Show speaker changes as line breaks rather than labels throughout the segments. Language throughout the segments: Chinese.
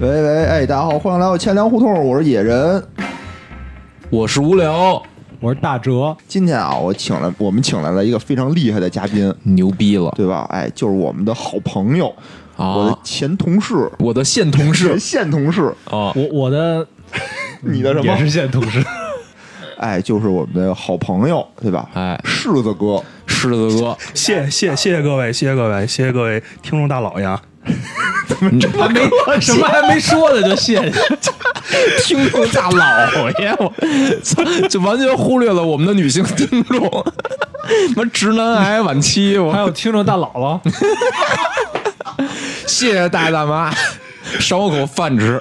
喂喂，哎，大家好，欢迎来到千粮胡同，我是野人。
我是无聊，
我是大哲，
今天啊，我请了我们请来了一个非常厉害的嘉宾，
牛逼了
对吧？哎，就是我们的好朋友，我的
啊！
前同事，
我的现同事
现同事，
啊，
我我的
你的什
也
么？
是现同事，
哎，就是我们的好朋友，对吧？
哎
柿子哥，
狮 子哥，
谢
啊
谢谢谢各位，谢谢各位，谢谢各位听众大佬呀！
还没 什么还没说呢就谢谢，
听众大老爷，我 操，就完全忽略了我们的女性听众， 什么直男癌晚期，我
还 有听众大姥 姥，
谢谢大爷大妈，赏我口饭吃。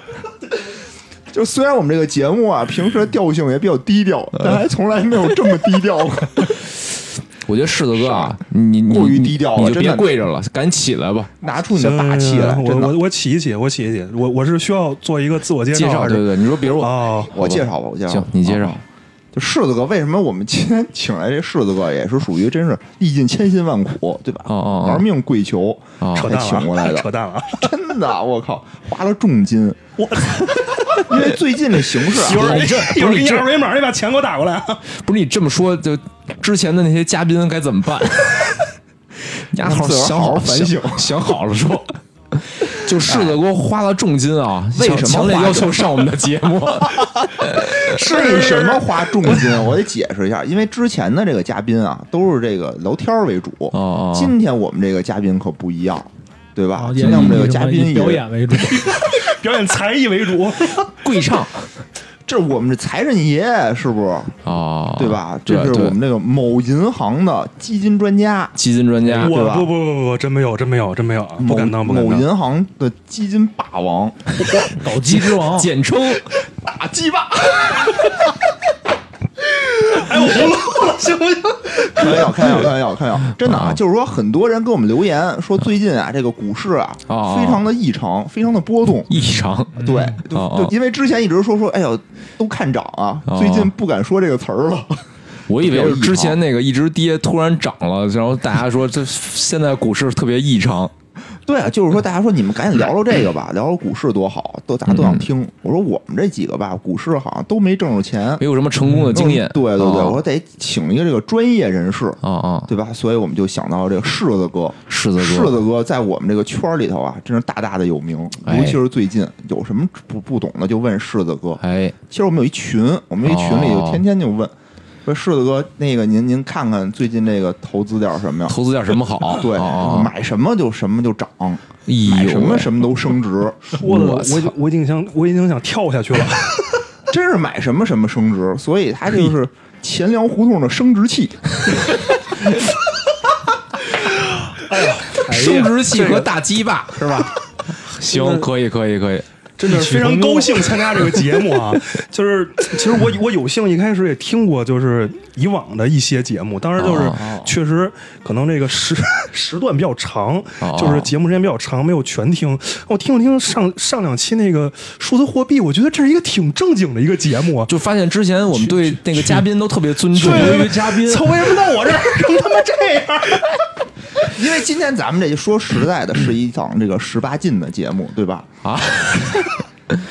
就虽然我们这个节目啊，平时的调性也比较低调，但还从来没有这么低调过。
我觉得狮子哥啊，你你
过于低调了
你就
真的
别跪着了，赶紧起来吧。
拿出你的霸气来，
我
真
嗯我
的。
我起一起，我起一起，我我是需要做一个自我介
介绍
还
对
是？
对对，你说比如我，
哦，
我介绍吧，我介绍吧。
行，你介绍
啊。就柿子哥，为什么我们今天请来这柿子哥，也是属于真是历尽千辛万苦，对吧？
哦哦哦
玩命跪求
哦
才
扯淡
请过来
了， 扯
的，
淡了，
真的，我靠，花了重金。我， 因为最近这形势
一会
啊
儿
你这
一
不是
会儿给
你
你
这
二维码，你把钱给我打过来啊。
不是你这么说，就之前的那些嘉宾该怎么办？ 你好好
自个儿
想
好好
好
反省
想想好 了说。就柿子哥花了重金啊，
哎为
想
什么
强烈
花
要求上我们的节 目？
是为什么花重金？我得解释一下，因为之前的这个嘉宾啊，都是这个聊天为主。
哦哦
今天我们这个嘉宾可不一样，对吧？
哦
也
今天我们这个
以
嘉
以
宾
表
也
演为主，
表演才艺为
啊
主，
跪唱
这我们这财神爷是不是？
哦，
对吧？
对
这是
对
我们这个某银行的基金专家，
基金专家，
对
我
吧
不不不不不，真没有，真没有，真没有，啊不
某
敢当，不敢
某
当。
银行的基金霸王，
搞基之 王，
简称
大鸡巴，
哎，我不录了，行不行？
开玩笑，开玩笑，开玩笑，开玩笑，真的啊，
啊
就是说很多人给我们留言说最近啊，这个股市啊
哦
非常的异常，非常的波动。
异常。
对，就
哦
就因为之前一直说说，哎呦，都看涨啊，
哦
最近不敢说这个词儿了。
我以为
比较
是
异常
之前那个一直跌，突然涨了，然后大家说这现在股市特别异常。
对啊，就是说大家说你们赶紧聊聊这个吧，聊聊股市多好，都大家都想听。我说我们这几个吧，股市好像都没挣着钱，
没有什么成功的经验
嗯。对对对，
哦
我说得请一个这个专业人士，
哦哦，
对吧？所以我们就想到这个柿子哥，
柿子哥
柿子哥在我们这个圈儿里头啊，真是大大的有名，
哎
尤其是最近有什么不不懂的就问柿子哥。
哎，
其实我们有一群，我们一群里
哦
就天天就问，说柿子哥，那个您您看看最近这个投资点什么呀？
投资点什么好？
对，
哦，哦
买什么就什么就涨，
哎
买
呦
什么
喂
什么都升 值，
我
我
我
操
已经我已经想我已经想跳下去了，
真是买什么什么升值，所以他就是钱粮胡同的升值 器。
生殖器和大鸡巴是吧？行，可以，可以，可以。
真 的
啊
是非常高兴参加这个节目啊！就是其实我我有幸一开始也听过，就是以往的一些节目，当时就是
哦
确实可能这个时 时段比较长
哦，
就是节目时间比较长，没有全听。我听了听上上两期那个数字货币，我觉得这是一个挺正经的一个节目啊。
就发现之前我们对那个嘉宾都特别尊重，
对
于嘉宾
操！为什么到我这儿成他妈这样？
因为今天咱们这说实在的，是一档这个十八禁的节目，对吧？
啊，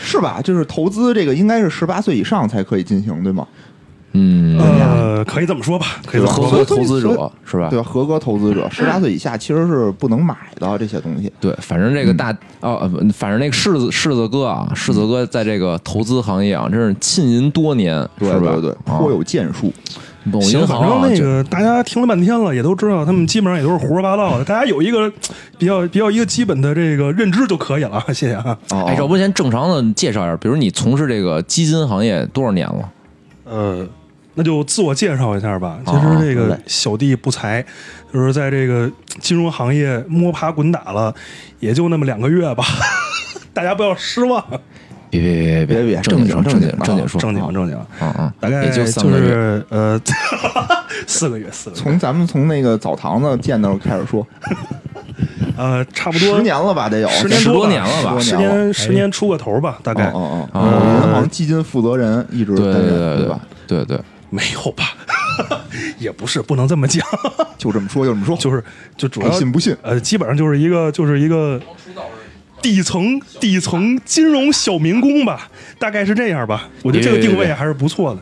是吧？就是投资这个应该是十八岁以上才可以进行，对吗？
嗯，
呃，可以这么说吧，可以这么
合
说
格
吧。
投资者是吧
对？吧？合格投资者十八岁以下其实是不能买的这些东西。
对，反正这个大哦，呃不反正那个柿子柿子哥啊，柿子哥在这个投资行业啊，真是浸淫多年，
对
是吧？
对对，
啊
颇有建树。
某
行，
银
反
行啊
正那
就
个大家听了半天了，也都知道他们基本上也都是胡说八道的。大家有一个比较比较一个基本的这个认知就可以了，谢谢啊。
哦
哎，要不先正常的介绍一下，比如你从事这个基金行业多少年了？
嗯
呃，那就自我介绍一下吧。其实
啊
这
好
个
嘞
小弟不才，就是在这个金融行业摸爬滚打了，也就那么两个月吧。 大家不要失望，
别别别
别别
正经说
正经正
正经
经
正经说
正经
啊
正经，
啊啊，
大概
也就三
就
个月，
是呃 四个月四个月，
从咱们从那个澡堂子见到开始说，
呃差不多
十年了吧，得有
十
十年
多
多
年了吧
吧
十年十年出个头吧，大概
哦哦哦，
啊
某银行基金负责人一直
对
担
对
任，
对
对
对
吧？
对对，
没有吧， 也不是不能这么讲，
就这么说，就这么说，
就是就主要
你信不信？
呃，基本上就是一个就是一个底层底层金融小民工吧，大概是这样吧。我觉得这个
别别
定位
别
还是不错的，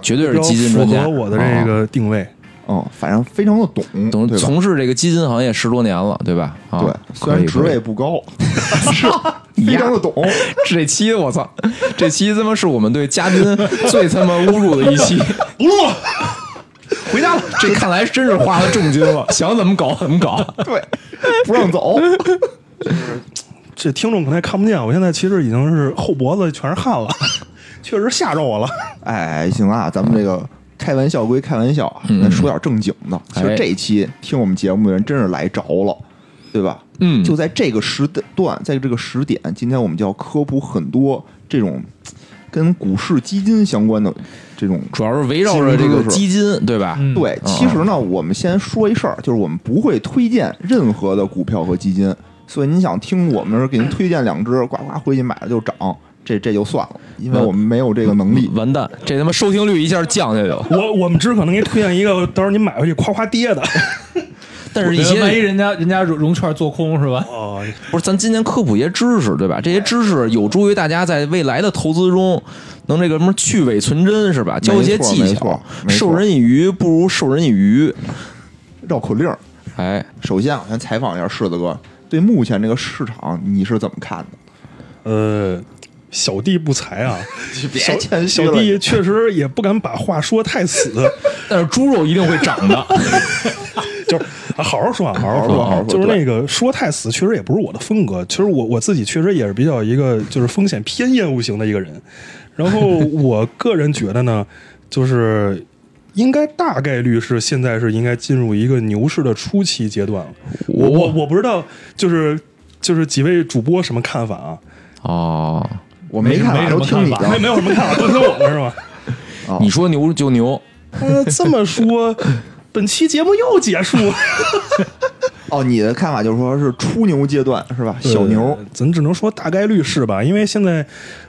绝对是
比较
基金
符
专家，
合我的这
啊
个定位。
嗯，反正非常的懂，
懂
对吧？
从事这个基金行业十多年了，对吧？啊，
对，虽
可以
然职
可以
位不高，是非常的懂。
这期我操，这期他妈是我们对嘉宾最他妈侮辱的一 期。
不录了，回家了。
这看来真是花了重金了，想怎么搞怎么搞。
对，不让走。
这听众可能也看不见，我现在其实已经是后脖子全是汗了， 确实吓着我了。
哎，行啊，咱们这个开玩笑归开玩笑啊，咱说点正经的。其实
嗯哎
这一期听我们节目的人真是来着了，对吧？
嗯
就在这个时段，在这个时点，今天我们就要科普很多这种跟股市基金相关的这种。
主要是围绕着这个基金，对吧？
嗯
对，其实呢，我们先说一事儿，就是我们不会推荐任何的股票和基金，所以您想听我们给您推荐两只，呱呱回去买了就涨，这这就算了，因
嗯
为我们没有这个能力。
完蛋，这他妈收听率一下降下去了。
我我们只可能给你推荐一个，到时候您买回去夸夸 跌的。
但是一
万一
些
人家人家融融券做空 是吧？
哦，
不是，咱今天科普一些知识，对吧？这些知识有助于大家在未来的投资中能这个什么去伪存真，是吧？教一些
没错
技
没
巧
错，没错
授人以鱼不如授人以渔。
绕口令儿，
哎，
首先，我先采访一下柿子哥，对目前这个市场你是怎么看的？
呃，小弟不才啊，
别
小
谦虚
小
了
弟确实也不敢把话说太死，
但是猪肉一定会涨的。
就是、啊、好好说啊，好
好好
说
说
啊，
好好说
就是那个说太死，确实也不是我的风格。其实我我自己确实也是比较一个就是风险偏厌恶型的一个人。然后我个人觉得呢，就是应该大概率是现在是应该进入一个牛市的初期阶段了。我我我不知道，就是就是几位主播什么看法啊？
哦，
我没看
没
啊，
什
都
么
听你
看
的
法
没。没有什么看法，都是我们 是吧？
哦
你说牛就牛，
呃，这么说，本期节目又结束。
哦，你的看法就是说是初牛阶段是吧？小牛
呃，咱只能说大概率是吧？因为现在，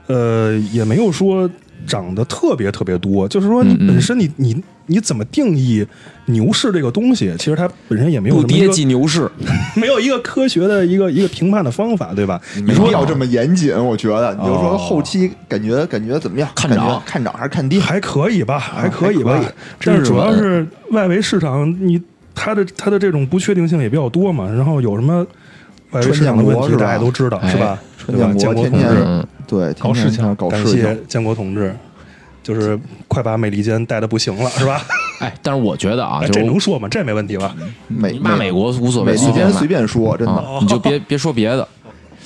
呃，也没有说涨得特别特别多，就是说
嗯
你本身你你你怎么定义牛市这个东西？其实它本身也没有
不
什么
跌
一
即
个
牛市。
没有一个科学的一个一个评判的方法，对吧？
没必要这么严谨，我觉得。你就说后期感觉感觉怎么样？
看
感
涨
觉看涨还是看跌？
还可以吧，还可以吧，
还可以
但
真
是
是
主要
稳
是外围市场你它的它的这种不确定性也比较多嘛，然后有什么外围市场的问
春建国
题
是吧
大家也都知道
哎
是吧？
春
对吧？建
建
国
国天
同志，
天对
搞事情
天天搞
感
事
谢
情，
建国同志，就是快把美利坚带的不行了是吧？
哎，但是我觉得啊，
哎
就
这
是
能说吗？这没问题吧？
美
你骂美国无所
美
谓，
利
随
坚
便
随便说，真
骂
的。
啊，你就别别说别的，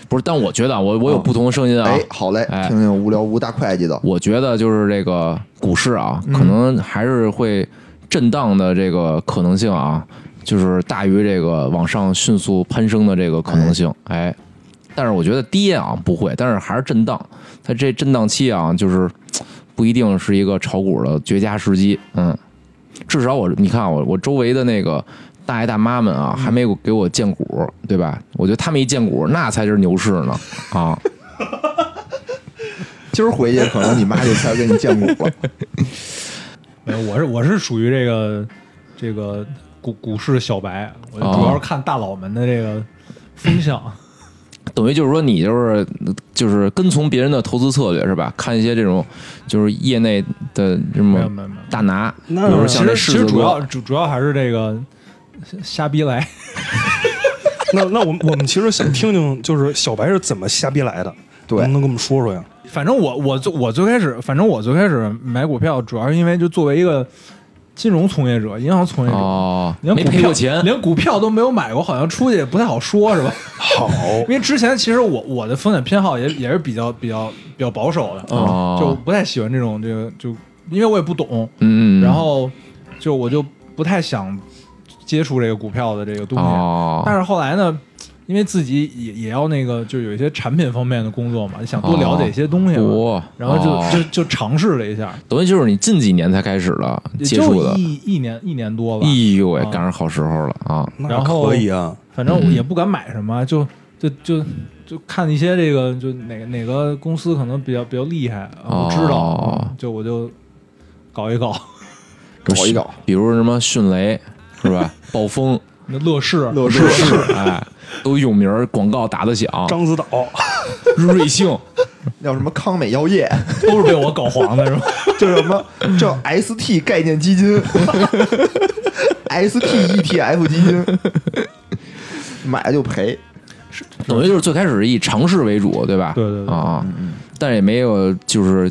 不是。但我觉得啊我我有不同的声音啊
哎，，好嘞，
哎
听听无聊无大会计的。
我觉得就是这个股市啊，可能还是会震荡的这个可能性啊，就是大于这个往上迅速攀升的这个可能性，哎。但是我觉得跌啊不会，但是还是震荡，它这震荡期啊，就是不一定是一个炒股的绝佳时机，嗯，至少我你看啊我我周围的那个大爷大妈们啊，还没有给我荐股，对吧？我觉得他们一荐股，那才是牛市呢啊！
今儿回去可能你妈就开始给你建股了。
没有，我是我是属于这个这个股股市小白，我主要是看大佬们的这个风向。
等于就是说，你就是就是跟从别人的投资策略是吧？看一些这种就是业内的什
没
么
有没有没有，
大拿，比
那
如说
其
像
实
那
其
狮
实
子
主
哥
要，主主要还是这个瞎逼来，
那那我们我们其实想听听，就是小白是怎么瞎逼来的，
对
能不能跟我们说说呀？
反正我我最我最开始，反正我最开始买股票，主要是因为就作为一个金融从业者、银行从业者，
哦，
连股
没
票
赔过钱，
连股票都没有买过，好像出去也不太好说，是吧？
好，
因为之前其实我我的风险偏好也也是比较比较比较保守的，
哦
就不太喜欢这种这个就因为我也不懂，
嗯，嗯嗯
然后就我就不太想接触这个股票的这个东西。但
哦，
是后来呢，因为自己也也要那个，就有一些产品方面的工作嘛，想多了解一些东西嘛，
哦
然后就、
哦
就就尝试了一下，
等于就是你近几年才开始的
也
接
就
触的，
一一年一年多吧
哎，呦喂，
啊
赶上好时候了啊！
那
然后
可以啊，
反
嗯
正我也不敢买什么，就就就就看一些这个，就哪个哪个公司可能比较比较厉害，啊，
哦
我知道，嗯就我就搞一搞
搞一搞，
比如什么迅雷是吧？暴风，
那乐视，
乐视
哎，都有名儿，广告打得响，
獐子岛，
瑞幸
叫什么康美药业，
都是被我搞黄的，是吧？
叫什么叫 ST 概念基 金，ST ETF 基金，买了就赔。
等于就是最开始是以尝试为主，对吧？
对对对
啊，但是也没有就是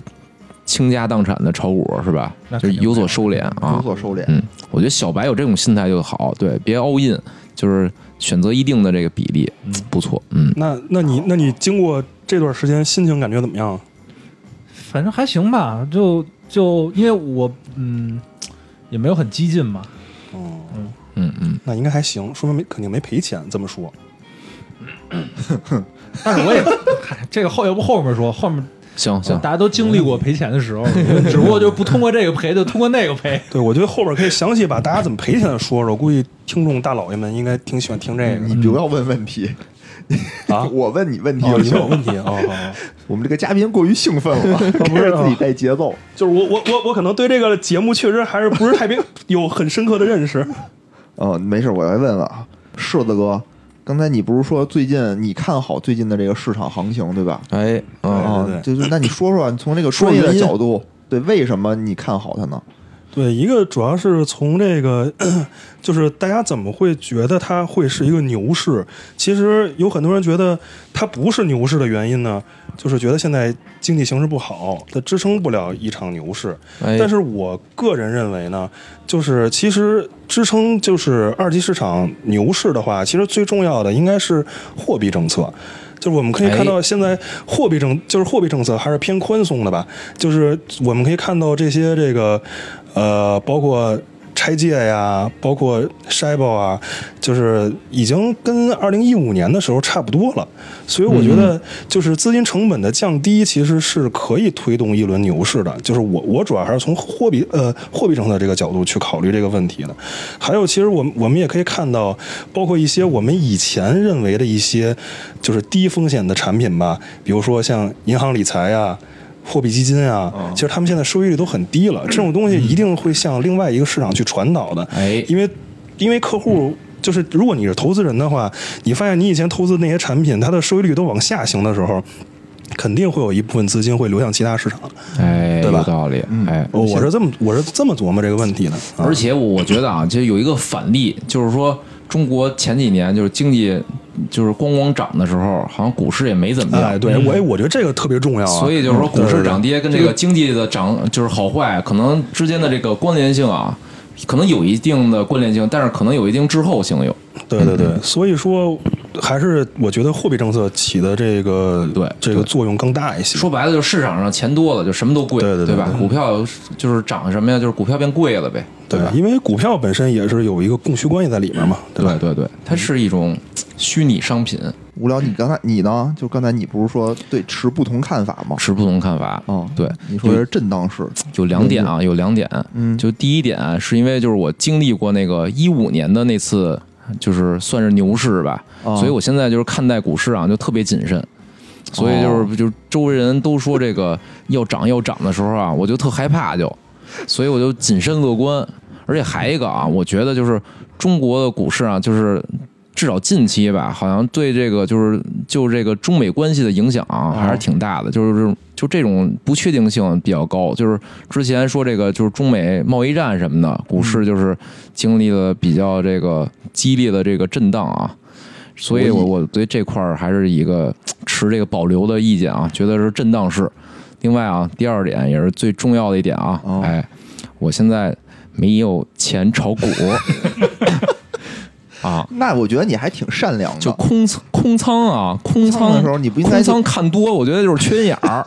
倾家荡产的炒股，是吧
那？
就
肯定
有所收敛啊，
有所收敛。
嗯，我觉得小白有这种心态就好，对，别 all in，就是选择一定的这个比例，不错，嗯，
那那你那你经过这段时间心情感觉怎么样？
反正还行吧，就就因为我嗯也没有很激进嘛，
哦，
嗯嗯，
那应该还行，说明没肯定没赔钱。这么说，
但是我也嗨，这个后要不后面说，后面
行行，
大家都经历过赔钱的时 候，只不过就是不通过这个赔，就通过那个赔。
对我觉得后边可以详细把大家怎么赔钱的说说，估计听众大老爷们应该挺喜欢听这
你不要问问题
嗯啊
我问你问题
个。哦，
就
你
行
们有。问题啊？哦好好
我们这个嘉宾过于兴奋 了，开
啊
始自己带节奏。
就是我我我我可能对这个节目确实还是不是太 别有很深刻的认识。
哦，没事，我来问问啊，柿子哥，刚才你不是说最近你看好最近的这个市场行情对吧？
哎，嗯，
啊，
对对
就是那你说说，你从这个
说
专业的
原因
角度，对，为什么你看好它呢？
对，一个主要是从这个，就是大家怎么会觉得它会是一个牛市？其实有很多人觉得它不是牛市的原因呢，就是觉得现在经济形势不好，它支撑不了一场牛市。
哎
但是我个人认为呢，就是其实支撑就是二级市场牛市的话，其实最重要的应该是货币政策。就是我们可以看到，现在货币政就是货币政策还是偏宽松的吧。就是我们可以看到这些这个，呃，包括拆借呀，包括筛包啊，就是已经跟二零一五年的时候差不多了。所以我觉得，就是资金成本的降低，其实是可以推动一轮牛市的。就是我我主要还是从货币呃货币政策这个角度去考虑这个问题的。还有，其实我们我们也可以看到，包括一些我们以前认为的一些就是低风险的产品吧，比如说像银行理财啊。货币基金啊，其实他们现在收益率都很低了。这种东西一定会向另外一个市场去传导的，
哎
因为因为客户就是如果你是投资人的话，你发现你以前投资那些产品，它的收益率都往下行的时候，肯定会有一部分资金会流向其他市场。
哎，
对吧
有道理，哎，
哦我我是这么我是这么琢磨这个问题的。啊
而且我我觉得啊，就有一个反例，就是说中国前几年就是经济就是咣咣涨的时候，好像股市也没怎么样，
哎，对我哎，我觉得这个特别重要啊。
所以就是说，股市涨
低，
跌跟这个经济的涨就是好坏，可能之间的这个关联性啊，可能有一定的关联性，但是可能有一定滞后性有。
对对对，
嗯
对所以说还是我觉得货币政策起的这个
对
这个作用更大一些。
说白了，就是市场上钱多了，就什么都贵，
对对对
吧？股票就是涨什么呀，就是股票变贵了呗，
对
吧，？
因为股票本身也是有一个供需关系在里面嘛，对吧？嗯
对对对，它是一种虚拟商品，
无聊，你刚才你呢？就刚才你不是说对持不同看法吗？
持不同看法。
哦
对，
你说的是震荡市，
有两点啊，有两点。
嗯
就第一点啊是因为就是我经历过那个一五年的那次，就是算是牛市吧，
哦
所以我现在就是看待股市啊就特别谨慎。所以就是、
哦
就是周围人都说这个要涨要涨的时候啊，我就特害怕就，所以我就谨慎乐观。而且还一个啊，我觉得就是中国的股市啊，就是至少近期吧，好像对这个就是就这个中美关系的影响啊，还是挺大的。就是这种就这种不确定性比较高。就是之前说这个就是中美贸易战什么的，股市就是经历了比较这个激烈的这个震荡啊。所以我我对这块儿还是一个持这个保留的意见啊，觉得是震荡市。另外啊，第二点也是最重要的一点啊，
哦
哎，我现在没有钱炒股 啊，
那我觉得你还挺善良
就
的。
空仓空仓啊，空
空
仓
仓的时候你不应该
空仓看多，我觉得就是缺心 眼儿。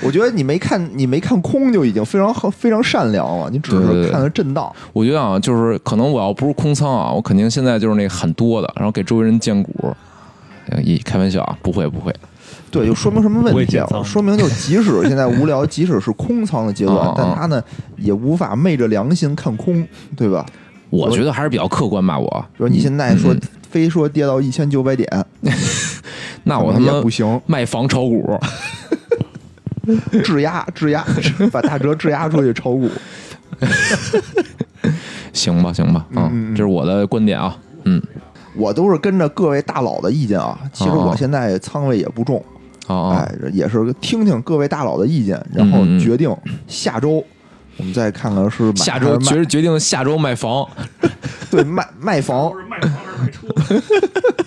我觉得你没看你没看空就已经非常好非常善良了，你只
对对
是
对
看了震荡。
我觉得啊，就是可能我要不是空仓啊，我肯定现在就是那个很多的，然后给周围人荐股。哎一开玩笑啊，不会不会，
对，就说明什么问
不会
题
建
啊？
仓
说明就即使现在无聊，即使是空仓的阶段
嗯，
但他呢也无法昧着良心看空，对吧？
我觉得还是比较客观吧。我嗯
比如你现在说非说跌到一千九百点，
那我
可
他
能
妈
也不行，
卖房炒股，
质押质 押，把大折质押出去炒股。
行吧行吧，
嗯嗯
这是我的观点啊。嗯，
我都是跟着各位大佬的意见啊。其实
哦
我现在仓位也不重，
哦哦，
哎，也是听听各位大佬的意见，然后
嗯嗯
决定下周我们再看看是买
下
还
周
是卖
决决定下周卖房，
对卖卖 房
不，是卖房还是卖车？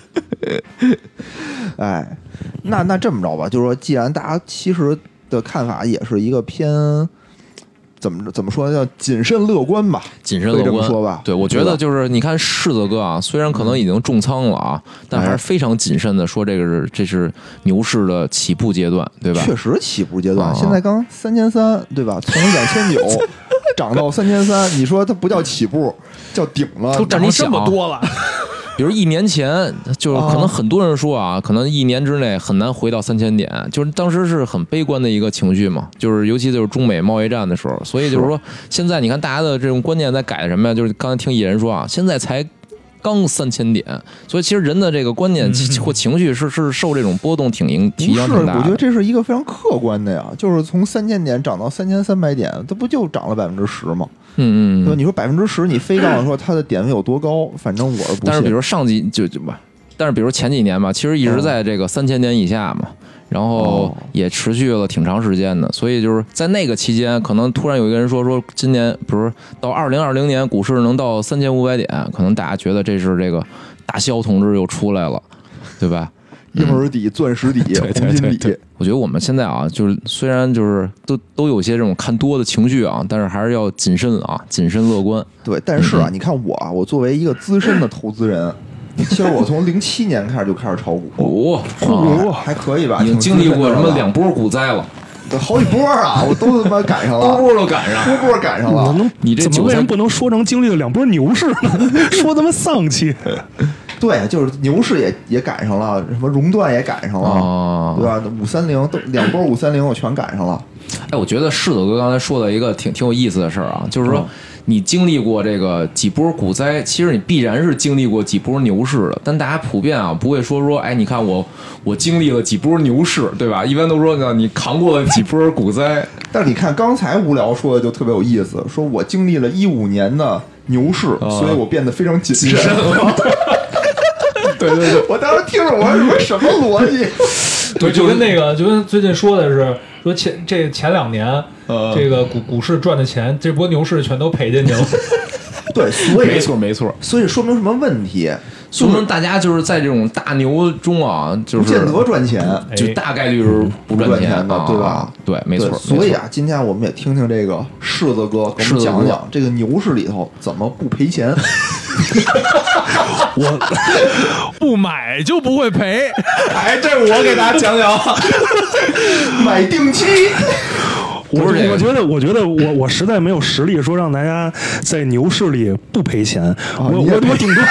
哎，那那这么着吧，就是说，既然大家其实的看法也是一个偏怎么怎么说呢，叫谨慎乐观吧，
谨慎
可以
乐
这么
观。
说吧嗯
对，我觉
对吧嗯
得就是你看柿子哥啊，虽然可能已经重仓了啊，但
哎
还是非常谨慎的说这个是这是牛市的起步阶段，对吧？
确实起步阶段，
啊
现在刚三千三，对吧？从两千九 涨到三千三，你说它不叫起步，叫顶了
都。但你
这
想
么多了，
比如一年前，就是可能很多人说
哦
啊，可能一年之内很难回到三千点，就是当时是很悲观的一个情绪嘛，就是尤其就是中美贸易战的时候，所以就是说现在你看大家的这种观念在改什么呀？就是刚才听野人说啊，现在才。刚三千点，所以其实人的这个观念其或情绪是是受这种波动挺影
嗯不
挺影
是，
响挺大的。
我觉得这是一个非常客观的呀，就是从三千点涨到三千三百点，它不就涨了百分之十吗？
嗯嗯
对吧？
嗯。
你说百分之十，你非告诉说它的点位有多高，反正我是不信。嗯
但是比如上几就就不，但是比如前几年吧，其实一直在这个三千点以下嘛，然后
哦
也持续了挺长时间的，所以就是在那个期间，可能突然有一个人说说今年比如到二零二零年股市能到三千五百点，可能大家觉得这是这个大萧同志又出来了，对吧？
婴儿底、钻石底、
嗯对对
黄金
对
底
对，我觉得我们现在啊，就是虽然就是都都有些这种看多的情绪啊，但是还是要谨慎啊，谨慎乐观。
对，但是啊，你看我啊，我作为一个资深的投资人，其实我从零七年开始就开始炒股，
哦，
哦，还可以吧？
已经
挺
经历
资深
过
的
什
了
么两波股灾了。
对好几波啊，我都他妈赶上了，
都赶
波。波赶上
我
了。
能
你这
怎么
韭菜
为什么不能说成经历了两波牛市呢？ 说他妈丧气，
对，就是牛市也也赶上了，什么熔断也赶上了，
哦
对，吧？五三零都两波五三零我全赶上了。
哎，我觉得柿子哥刚才说的一个挺挺有意思的事儿啊，就是
嗯
说你经历过这个几波股灾，其实你必然是经历过几波牛市的，但大家普遍啊不会说说，哎，你看我我经历了几波牛市，对吧？一般都说呢，你扛过了几波股灾，
但是你看刚才无聊说的就特别有意思，说我经历了一五年的牛市，
哦
所以我变得非常谨慎。
对对对
我当时听着我说你们什么逻辑？
对，就跟那个，就跟最近说的是，说前这前两年，
呃
这个股股市赚的钱，这波牛市全都赔进去了。
对，所以
没错没错。
所以说明什么问题？
说明大家就是在这种大牛中啊，就
不见
是
得赚钱，
就大概率是不赚
不赚钱的
啊
对吧？
对，没错。
对
没
所以
错
啊，今天我们也听听这个柿子哥给我
柿
们
子
讲
哥
讲这个牛市里头怎么不赔钱。
不买就不会赔。
啊
哎，这我给大家讲啊 讲。
买定期，
我
不是这个
我觉得，我觉得我我实在没有实力说让大家在牛市里不赔钱。
啊
我
你也
我
赔
我顶多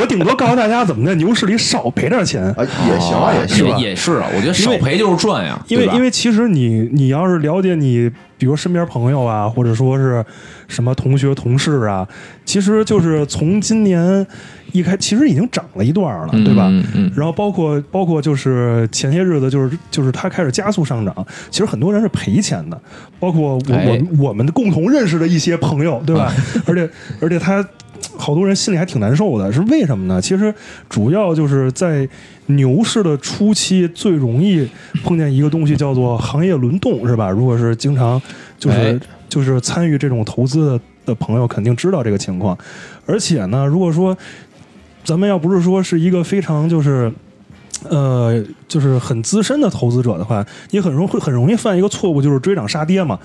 我顶多告诉大家怎么在牛市里少赔点钱
啊，。也行啊，也行啊。
哦也是啊，我觉得少赔就是赚呀，
因为
对吧
因为其实你你要是了解你，比如身边朋友啊，或者说是什么同学同事啊，其实就是从今年一开，其实已经涨了一段了，
嗯
对吧？
嗯嗯
然后包括包括就是前些日子就是就是它开始加速上涨，其实很多人是赔钱的，包括我、
哎啊
我们我们共同认识的一些朋友，对吧？ 而且而且他好多人心里还挺难受的，是为什么呢？其实主要就是在牛市的初期最容易碰见一个东西叫做行业轮动，是吧？如果是经常就是、
哎
就是参与这种投资的的朋友肯定知道这个情况，而且呢，如果说咱们要不是说是一个非常就是。呃，就是很资深的投资者的话，你很容会很容易犯一个错误，就是追涨杀跌嘛。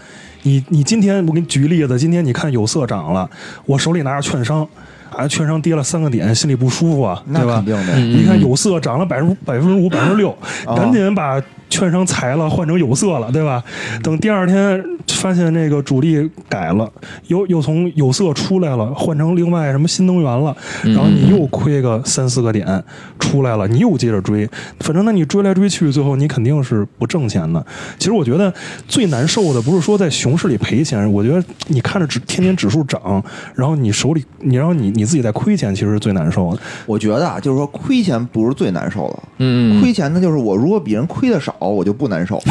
你你今天我给你举个例子，今天你看有色涨了，我手里拿着券商，啊，券商跌了三个点，心里不舒服啊，
那
对吧
肯？定的，
嗯哦
你看有色涨了百分百分之五、百分之六，赶紧把券商裁了，换成有色了，对吧？
嗯
等第二天发现那个主力改了，又又从有色出来了，换成另外什么新能源了，
嗯
然后你又亏个三四个点出来了，你又接着追，反正那你追来追去，最后你肯定是不挣钱的。其实我觉得最难受的不是说在熊市里赔钱，我觉得你看着指天天指数涨，然后你手里你然后你你自己在亏钱，其实是最难受的。
我觉得啊，就是说亏钱不是最难受的。
嗯嗯
亏钱的就是我，如果比人亏的少，我就不难
嗯
受，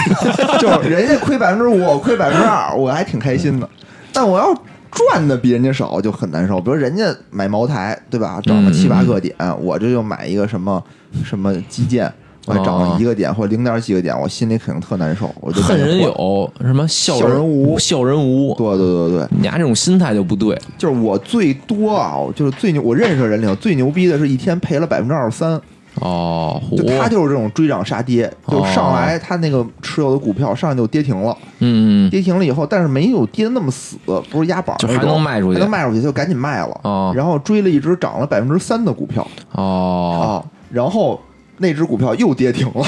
就是人家亏百分之五，我亏百分之二，我还挺开心的。但我要赚的比人家少就很难受。比如人家买茅台，对吧？涨了
嗯
七八个点，我这就买一个什么什么基建，我还涨了一个点或零点几个点，我心里肯定特难受。我就
哦恨
感觉
人
活
有什么笑
笑人无
笑人无。
对对对对，
你俩这种心态就不对，
就是我最多啊，我就是最牛，我认识的人里头最牛逼的是一天赔了百分之二十三，
哦，
就
嚯
他就是这种追涨杀跌，就上来他那个持有的股票上来就跌停了，
嗯嗯
跌停了以后，但是没有跌得那么死，不是压板儿
就
那
还
种
能卖出去
还能卖出去就赶紧卖了，
哦
然后追了一只涨了百分之三的股票
哦，
啊，然后那只股票又跌停了，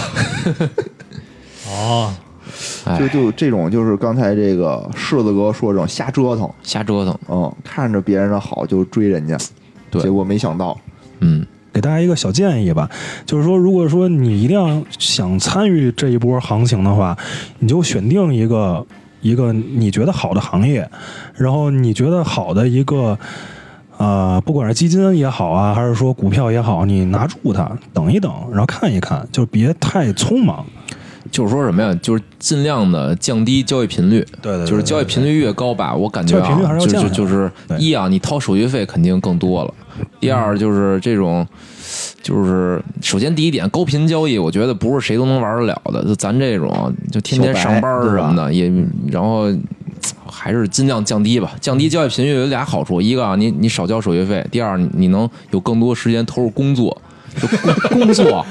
哦，
哎
就就这种就是刚才这个柿子哥说这种瞎折腾，
瞎折腾，
嗯，看着别人的好就追人家，
对
结果没想到，
嗯
给大家一个小建议吧，就是说，如果说你一定要想参与这一波行情的话，你就选定一个一个你觉得好的行业，然后你觉得好的一个。呃，不管是基金也好啊，还是说股票也好，你拿住它，等一等，然后看一看，就别太匆忙。
就是说什么呀？就是尽量的降低交易频率。
对对对
就是交易频率越高吧，我感觉
交易频率还
啊，
是
就
要降
就
下来
就是
对
一啊，你掏手续费肯定更多了。第二就是这种，就是首先第一点，高频交易，我觉得不是谁都能玩得了的。就咱这种，就天天
小白
上班儿
对吧
什么的，也然后嘖还是尽量降低吧。降低交易频率有俩好处：一个啊，你你少交手续费；第二，你你能有更多时间投入工作，就工工 作。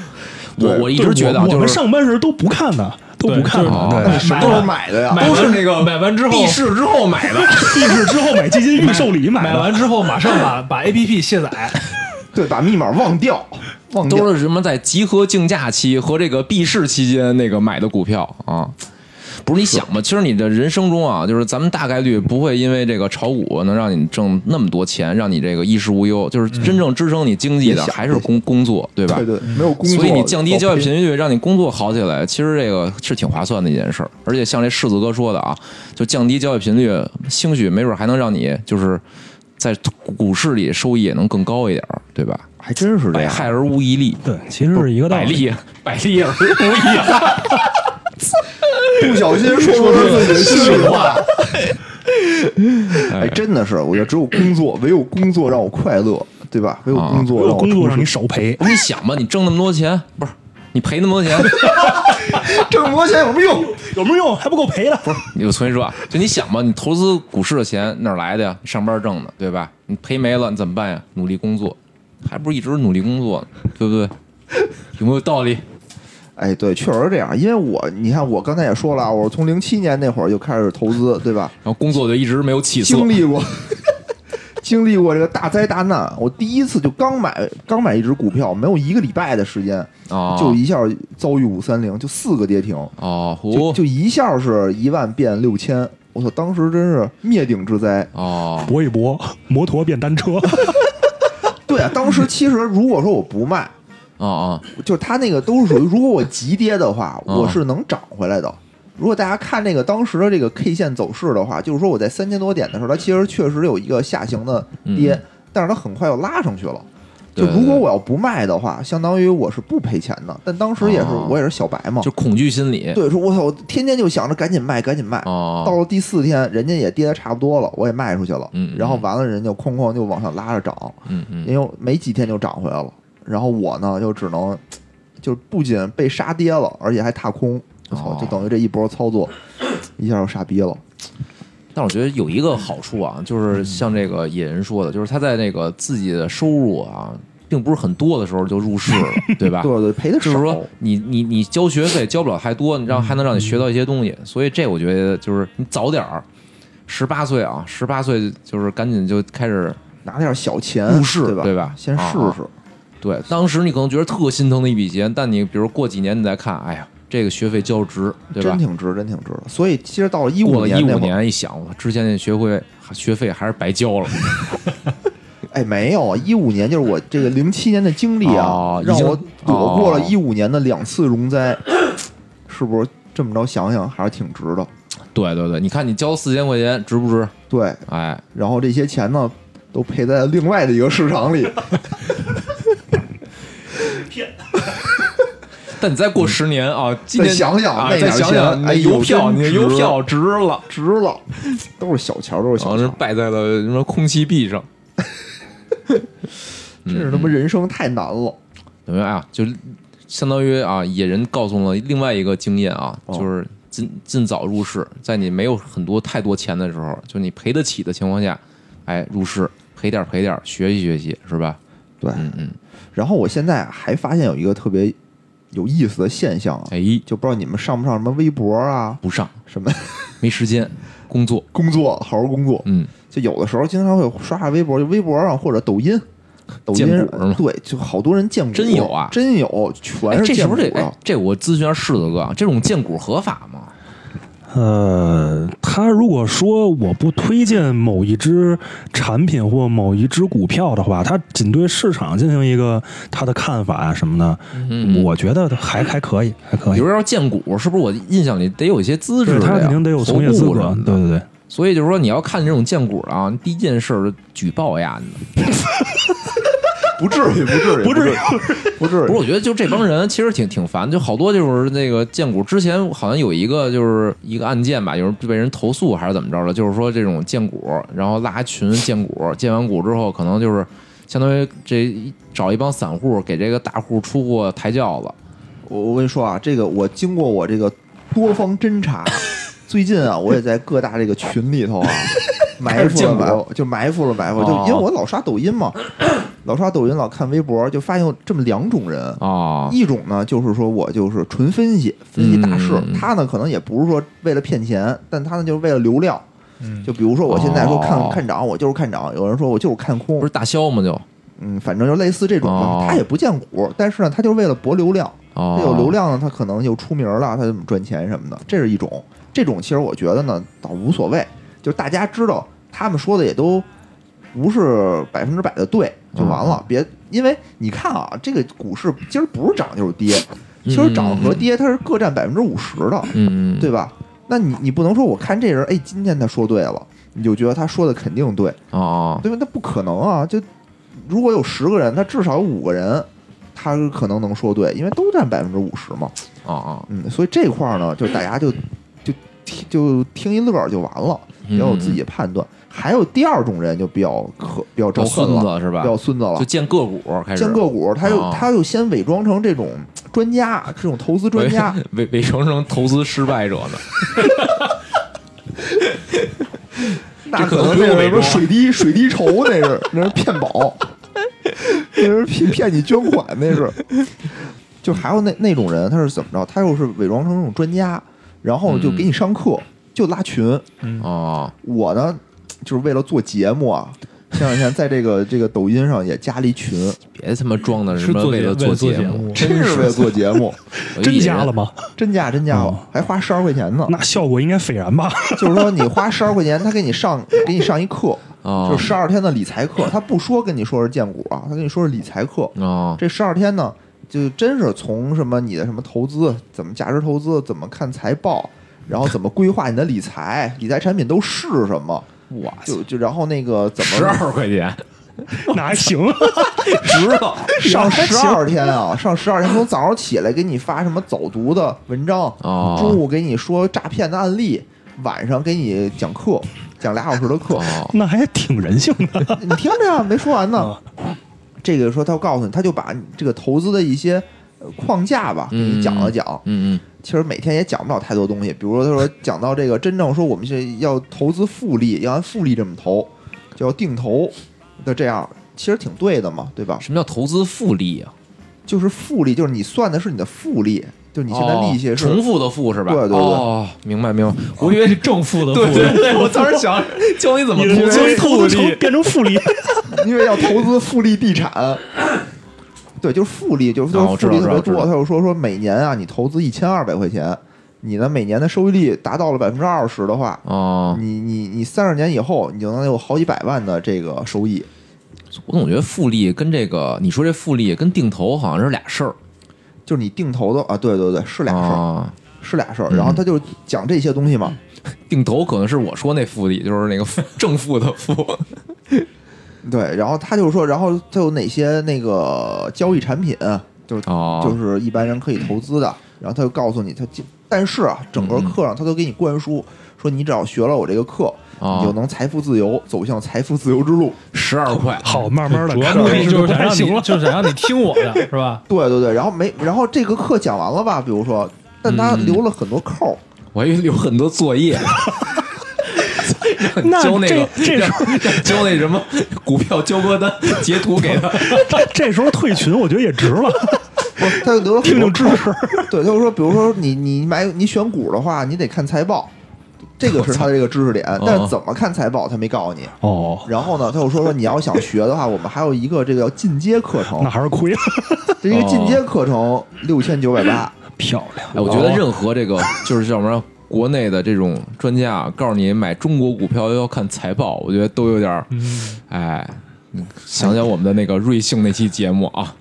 我
对
我一直觉得啊
我我
就
们
是
上班时都不看的，都不看
对
的，
就是哦
对，
什么时候买的呀？
买完那个买完之后，
闭市之后买 的。
地市之后买基金预售礼买
买
的。
完之后马上 把把 A P P 卸载，
对，把密码忘掉，忘掉
都是什么在集合竞价期和这个闭市期间那个买的股票啊。不是你想吧？其实你的人生中啊，就是咱们大概率不会因为这个炒股能让你挣那么多钱，让你这个衣食无忧。就是真正支嗯撑你经济的
别想
还是工工作，对吧？
对对，没有工作，
嗯所以你降低交易频
率，
率，让你工作好起来，其实这个是挺划算的一件事儿。而且像这柿子哥说的啊，就降低交易频率，兴许没准还能让你就是在股市里收益也能更高一点儿，对吧？
还真是这
百
样。
害而无一利。
对，其实是一个道
百
理。
利百利而无一害。
不小心说出了自己的心里话。 哎，真的是，我觉得只有工作， 唯有工作让我快乐，对吧？唯有工作让我
工
充
作
实
让你少赔，
不是你想吧，你挣那么多钱，不是你赔那 么多钱，
挣魔钱有什么用？
有没有用？还不够赔的。
你我重新说啊，就你想吧，你投资股市的钱哪儿来的呀？你上班挣的，对吧？你赔没了，你怎么办呀？努力工作，还不是一直努力工作呢，对不对？有没有道理？
哎，对，确实是这样。因为我，你看，我刚才也说了啊，我从零七年那会儿就开始投资，对吧？
然后工作就一直没有起色，
经历过， 经历过这个大灾大难。我第一次就刚买，刚买一只股票，没有一个礼拜的时间，
哦
就一下遭遇五三零，就四个跌停。
哦，
就
胡
就一下是一万变六千，我操，当时真是灭顶之 灾。
哦，
搏一搏， 摩托变单车。
对啊，当时其实如果说我不卖，
哦哦，
就是它那个都是属于，如果我急跌的话，
嗯
我是能涨回来的。如果大家看那个当时的这个 K 线走势的话，就是说我在三千多点的时候，它其实确实有一个下行的跌，
嗯
但是它很快又拉上去了。
对
就
对
如果我要不卖的话，相当于我是不赔钱的。但当时也是、
哦
我也是小白嘛，
就恐惧心理，
对，说我操，我天天就想着赶紧卖，赶紧卖。
哦
到了第四天，人家也跌的差不多了，我也卖出去了。
嗯嗯
然后完了，人家哐哐就往上拉着涨，
嗯嗯，
因为没几天就涨回来了。然后我呢，就只能就不仅被杀跌了，而且还踏空。我操
哦，
就等于这一波操作一下就傻逼了。
但我觉得有一
嗯
个好处啊，就是像这个野人说的，就是他在那个自己的收入啊，并不是很多的时候就入市 了，对吧？
对对，赔的
啊就
少。嗯
是说你你你交学费交不了太多，你让还能让你学到一些东西，所以这我觉得就是你早点儿，十八岁啊，十八岁就是赶紧就开始
拿点小钱
入市
对吧？
对吧
先试
啊
试。
对，当时你可能觉得特心疼的一笔钱，但你比如过几年你再看，哎呀，这个学费交值，对
真
吧？
挺值，真挺值。所以其实到了一
过
五
了一
那
五
会儿，
年一想，我之前那学会学费还是白交了，
哎，没有啊，一五年就是我这个零七年的经历啊，
嗯哦已
让
经
我躲过了
哦
一五年的两次融灾， 是不是？这么着想想还是挺值的。
对对对，你看你交四千块钱值不值？
对，
哎，
然后这些钱呢，都赔在另外的一个市场里。
但你再过十年啊，今
嗯再
年
想想
啊，
那
再
点
想
钱
想你的
哎呦
邮票，
真
你的邮
值
票值了，
值了，都是小钱儿，都是
然
小
后是
钱儿，
哎败在了什么空气壁上。嗯
真是他妈人生太难了。
怎么样啊？就相当于啊，野人告诉了另外一个经验啊，
哦
就是尽尽早入市，在你没有很多太多钱的时候，就你赔得起的情况下，哎，入市赔点儿赔点儿，学习学习是吧？
对，
嗯嗯，
然后我现在还发现有一个特别有意思的现象啊，
哎，
就不知道你们上不上什么微博啊，
不上
什么
没时间，工作，
工作，好好工作。
嗯，
就有的时候经常会刷刷微博，就微博上或者抖音，抖音
见股是吗
对，就好多人见股，
真有啊
真有，全
哎，
是
这是
见
不
股啊
是得
的
哎，，这我咨询下柿子哥啊，这种荐股合法吗？
呃，他如果说我不推荐某一只产品或某一只股票的话，他仅对市场进行一个他的看法啊什么的，
嗯
我觉得还还可以，还
比
可
哎
以
如。说要荐股，是不是我印象里得有一些资质
对
的呀？
他肯定得有从业资
投顾什
格
么，的
对对对，
所以就是说，你要看这种荐股的啊，第一件事儿举报呀，
不至于，不至于，不至于，不至
不是，
于。
我觉得就这帮人其实挺挺烦，就好多就是那个荐股之前好像有一个就是一个案件吧，有人被人投诉还是怎么着的，就是说这种荐股，然后拉群荐股，荐完股之后可能就是相当于这一找一帮散户给这个大户出货抬轿子，
我我跟你说啊，这个我经过我这个多方侦查，最近啊，我也在各大这个群里头啊，埋伏了埋伏，就埋伏了埋伏，就
哦
因为我老刷抖音嘛，老刷抖音，老看微博，就发现有这么两种人
啊，
一种呢，就是说我就是纯分析，分析大势。
嗯
他呢，可能也不是说为了骗钱，但他呢就是为了流量。
嗯
就比如说我现在说看、
哦
看涨，我就是看涨；有人说我就是看空
不是，大销吗就？
嗯，反正就类似这种吧。
哦
他也不见股，但是呢，他就是为了博流量。
哦，
他有流量呢，他可能就出名了，他怎么赚钱什么的，这是一种。这种其实我觉得呢，倒无所谓，就是大家知道他们说的也都不是百分之百的对就完
嗯
了，别因为你看啊，这个股市今儿不是涨就是跌，
嗯
其实涨和跌它是各占百分之五十的，
嗯，嗯，
对吧？那你你不能说我看这人，哎，今天他说对了，你就觉得他说的肯定对，
哦，
对吧？那不可能啊！就如果有十个人，他至少有五个人，他可能能说对，因为都占百分之五十嘛。
哦哦，
嗯，所以这块儿呢，就大家就就听就听一乐儿就完了，
嗯
也有自己判断。还有第二种人就比较可比较招
找
恨
嗯孙
了，
子是吧
比？较孙子了
就。见个股开始，
见个股，他又
哦
他又先伪装成这种专家，这种投资专 家，
伪伪伪装成投资失败者呢，
那可
可能
能
不用
那
伪
是什么
装
水滴水滴筹，那是那是骗保，那是骗骗你捐款，那是。就还有那那种人，他是怎么着？他又是伪装成那种专家，然后就给
嗯
你上课，就拉群，
哦，
我呢，就是为了做节目啊，前两天在这个这个抖音上也加了一群，
别他妈装的什
是
么
做
为了
做
节
目，
真是为了做节目，
我
真
一
加
人
了吗？
真假真假，
哦
还花十二块钱呢。
那效果应该斐然吧？
就是说，你花十二块钱，他给你上给你上一课，
哦
就十二天的理财课，他不说跟你说是荐股啊，他跟你说是理财课。
哦，
这十二天呢，就真是从什么你的什么投资，怎么价值投资，怎么看财报，然后怎么规划你的理财，理财产品都是什么，
哇塞，
就就然后那个怎么
十二块钱，
那还行，
值 了。
上十二天啊，上十二天，从早上起来给你发什么走读的文章，
哦
中午给你说诈骗的案例，晚上给你讲课，讲俩小时的课，
哦，
那还挺人性的。
你听着啊，没说完呢。这个说他告诉你，他就把这个投资的一些呃框架吧，给你讲了讲。
嗯
其实每天也讲不了太多东西，比如说他 说讲到这个真正说我们是要投资复利，要按复利这么投，就要定投的这样，其实挺对的嘛，对吧
嗯，？什么叫投资复利啊？
就是复利，就是你算的是你的复利，就是你现在利息
哦
是、
重复的复是吧？
对对对
哦，明白明白。
我以为是正负的负，
对，我当时 想教你怎么
你
投资
从
复
投资成
利。
变成复利，
因为要投资复利地产。对，就是复利，就是
啊
就
我
是复
知道
利特别
知道知
多。
道
他就说说每年啊，你投资一千二百块钱，你呢每年的收益率达到了百分之二十的话，
哦，
你你你三十年以后，你就能有好几百万的这个收益。
我总觉得复利跟这个你说这复利跟定投好像是俩事儿，
就是你定投的啊，对对对，是俩事儿，
啊，
是俩事儿。然后他就讲这些东西嘛，
定投可能是我说那复利，就是那个负正负的负。嗯
对。然后他就说，然后他有哪些那个交易产品，就是
哦，
就是一般人可以投资的。然后他就告诉你，他就但是啊，整个课上他都给你灌输说，你只要学了我这个课，
哦
你就能财富自由，走向财富自由之路。
十二块，嗯
好，慢慢的
主要
看
目。的就是想让
行
你，就是想让你听我的，是 吧？
对对对，然后没，然后这个课讲完了吧？比如说，但他
嗯
留了很多扣儿，
我还以为有很多作业。让你
那
交那个，
这这
让让交那什么股票交割单，截图给他。
这 这时候退群，我觉得也值了，
不 是，他就留了很
听
多
听知识。
对，他就说，比如说你你买你选股的话，你得看财报，这个是他的这个知识 点，但是
嗯
怎么看财报他没告诉你。
哦，
然后呢，他又说说你要想学的话，我们还有一个这个叫进阶课程
那，还哦是亏了，
这一个进阶课程六千九百八，
漂亮。
哎，我觉得
哦
任何这个就是叫什么国内的这种专家啊，告诉你买中国股票要看财报，我觉得都有点儿，哎，嗯想想我们的那个瑞幸那期节目啊，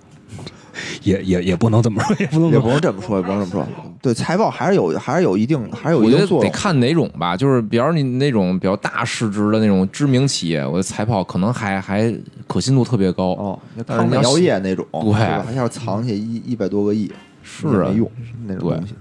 也也也不能这么说，也 不能
也
这么
不能这么说，也不能这么说。对，财报还是有还是有一定还是有
我
一
觉
定
得
作
得
用。
看哪种吧，就是比方说你那种比较大市值的那种知名企业，我的财报可能还还可信度特别高。
哦，那
但是
康美
呃你要
药
是
业那种，
对
是吧？一下藏起一一百多个亿，
是
也
啊
没用那种
对
东西。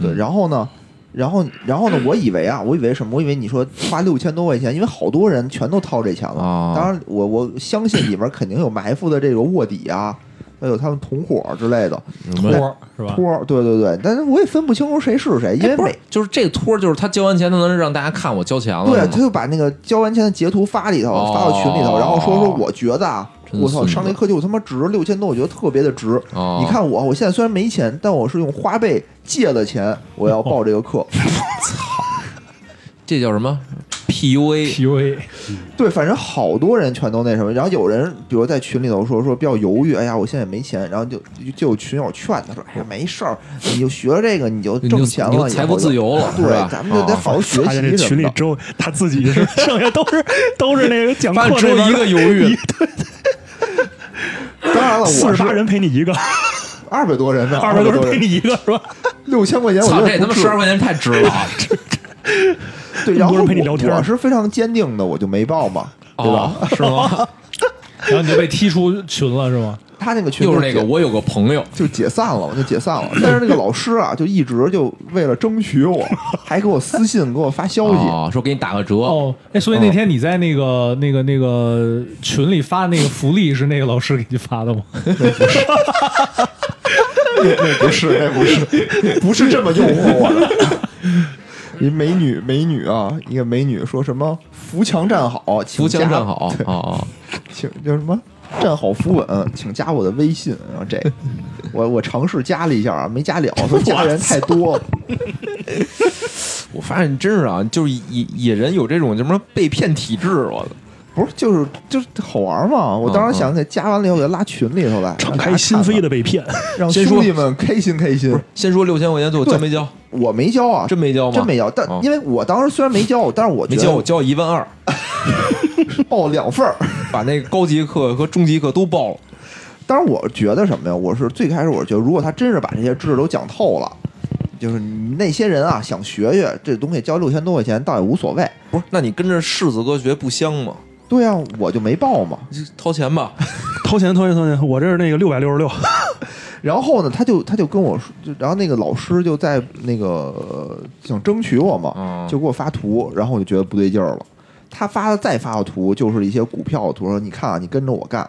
对，
嗯
然后呢，然后然后呢，我以为啊，我以为什么？我以为你说花六千多块钱，因为好多人全都掏这钱了。
啊
当然我，我相信里面肯定有埋伏的这个卧底啊，还有他们同伙之类的
什么
托儿是 吧？
托儿。对对对，但是我也分不清楚谁是谁，因为
哎不
每
是，就是这托儿，就是他交完钱，他能让大家看我交钱了，
对，
是
他
吗
就把那个交完钱的截图发里头，
嗯哦
发到群里头，然后说说我觉得啊，
真
我操，
孙子
上那课就他妈值六千多，我觉得特别的值。
哦
你看我，我现在虽然没钱，但我是用花呗借的钱，我要报这个
哦
课。
这叫什么 PUA？
PUA
对，反正好多人全都那什么，然后有人比如在群里头说说比较犹豫，哎呀，我现在没钱，然后就就就有群友劝他说，哎呀，没事儿，你就学了这个你就
你就
挣钱
你
了，
就财
以
富
后就
自由了是吧
对，咱们就得
哦
好好学
发现
习
这
什
群
么
里
的。
只有他自己是，剩下都是 都是那个讲
发
课
现只有一个犹 豫，
当然了，
四
我
十
是
八人陪你 一个，
二百多人呢，
二
百
百多人
人
陪，你一个是吧？
六千块钱，我觉
操，
得
这他妈
不
十
至于
二块钱太值了啊！
对，然后
多人陪你
我
聊天儿
我是非常坚定的，我就没报嘛， 对吧？
哦，是吗？
然后你就被踢出群了是吗？
他那个群
又
就是
那个，
解
我有个朋友，
就解散了，就解散了。但是那个老师啊，就一直就为了争取我，还给我私信，给我发消息。
哦，说给你打个折，
哦，哎，所以那天你在那个那个那个群里发那个福利是那个老师给你发的吗？
那不是，那不是， 不是这么诱惑我的。一美女，美女啊，一个美女说什么“扶墙站好，请
扶墙
加
站好
对
哦
请叫什么“站好扶稳”，请加我的微信。然后这个，我我尝试加了一下啊，没加 了，说加人太多了。
我发现真是啊，就是野野人有这种什么被骗体质，我
不是，就是就是好玩嘛！我当时想给加完了以后给他拉群里头来，
敞开心扉的被骗，
让
先
兄
说
弟们开心开心。
先说六千块钱最后交没交？
我没交啊，
真没交吗
真没交。但
哦
因为我当时虽然没交，但是我
没
觉
交，我
得
交了一万二，
报了两份儿。
把那个高级课和中级课都报了。
当然，我觉得什么呀？我是最开始我觉得，如果他真是把这些知识都讲透了，就是那些人啊想学学这东西，交六千多块钱倒也无所谓。
不是，那你跟着世子哥学不香吗？
对啊，我就没报嘛。
你就掏钱吧，
掏钱掏钱掏钱，我这是那个六百六十六，
然后呢，他就他就跟我说，就然后那个老师就在那个呃想争取我嘛
嗯，
就给我发图，然后我就觉得不对劲儿了。他发的再发的图就是一些股票的图，说你看啊，你跟着我干，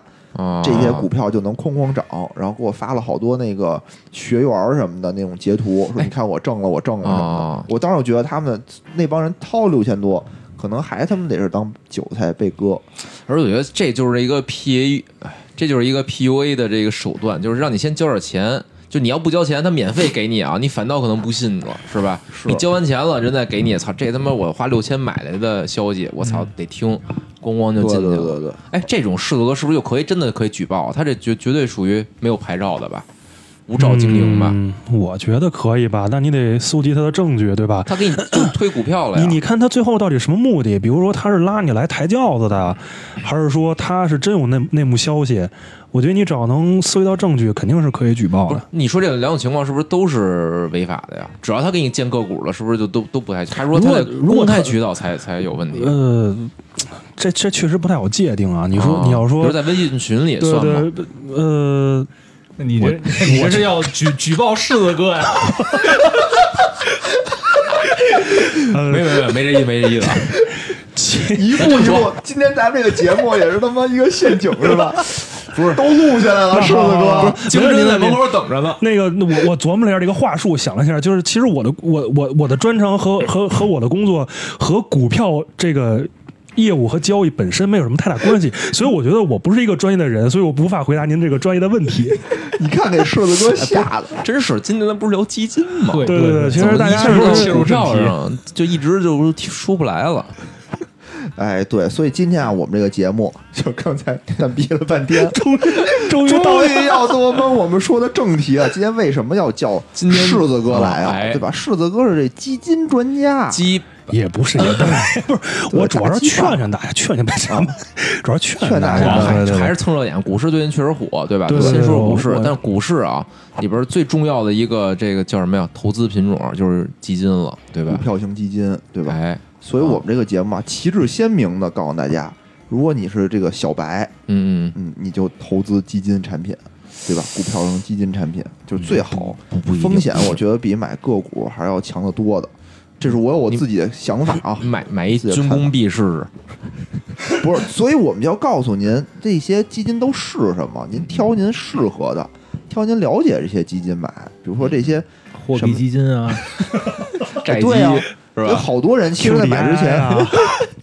这些股票就能哐哐涨。然后给我发了好多那个学员儿什么的那种截图，说你看我挣了，我挣了什么
哦
的。我当时我觉得他们那帮人掏六千多，可能还他们得是当韭菜被割。
而且我觉得这就是一个 P A，这就是一个 P U A 的这个手段，就是让你先交点钱。就你要不交钱，他免费给你啊，你反倒可能不信了，是吧？你交完钱了，人再给你，操，这他妈我花六千买来的消息，我操，得听，咣咣就
对
进去
对
了。
对对，
哎，这种狮子哥是不是就可以真的可以举报啊？他这绝绝对属于没有牌照的吧，无照经营吧？
嗯？我觉得可以吧，那你得搜集他的证据，对吧？
他给你就推股票了
你
呀？
你看他最后到底什么目的？比如说他是拉你来抬轿子的，还是说他是真有内内幕消息？我觉得你只要能搜集到证据，肯定是可以举报
不是
的。，
你说这两种情况是不是都是违法的呀？只要他给你建个股了，是不是就都都不太？还是说他在
如果如果
公
他
开渠道才才有问题？
呃，这这确实不太好界定啊。你
你
说、你要
哦比
说
如在微信群里
对
算吗？
对呃，
那你这你这是要举举报柿子哥 呀？
没没没没这意没这意思啊。
一步一步， 今天咱们这个节目也是他妈一个陷阱是吧？ 不是，都录下来了，柿子
啊
哥。
京真在门口等着呢。
那个，我我琢磨了一下这个话术，想了一下，就是其实我的我我我的专长和和和我的工作和股票这个业务和交易本身没有什么太大关系，所以我觉得我不是一个专业的人，所以我无法回答您这个专业的问题。
你看给柿子哥吓的，
真是，今天咱不是聊基金吗？
对
对对对，其
怎么
实大
一
家
下就
就是
切入票上，啊就一直就说不来了。
哎，对，所以今天啊，我们这个节目就刚才蛋逼了半 天，终
终于到
终 于要做跟我们说的正题啊！今天为什么要叫
今天
柿子哥来
哎
啊？对吧？柿子哥是这基金专家，
基
也不是也不是，不是，我主要是劝劝大家，劝劝大家嘛，主要劝劝
大
大
家
家，
还
啊对对对
还是蹭热点，股市最近确实火，对吧？
对对对
先说股
我
市
我，
但是股市啊里边最重要的一个这个叫什么呀？投资品种啊就是基金了，对
股
吧？
票型基金，对吧？
哎，
所以我们这个节目啊，旗帜鲜明的告诉大家，如果你是这个小白，
嗯
嗯，你就投资基金产品，对吧？股票型基金产品就是最好，
嗯，不不一定
风险我觉得比买个股还要强得多的。这是我有我自己的想法啊，
买买一军工币试试，
不是，所以我们要告诉您这些基金都是什么，您挑您适合的，挑您了解这些基金买，比如说这些
货币基金啊，
债基
对啊
是
有
吧？
好多人其实在买之前，
啊，
啊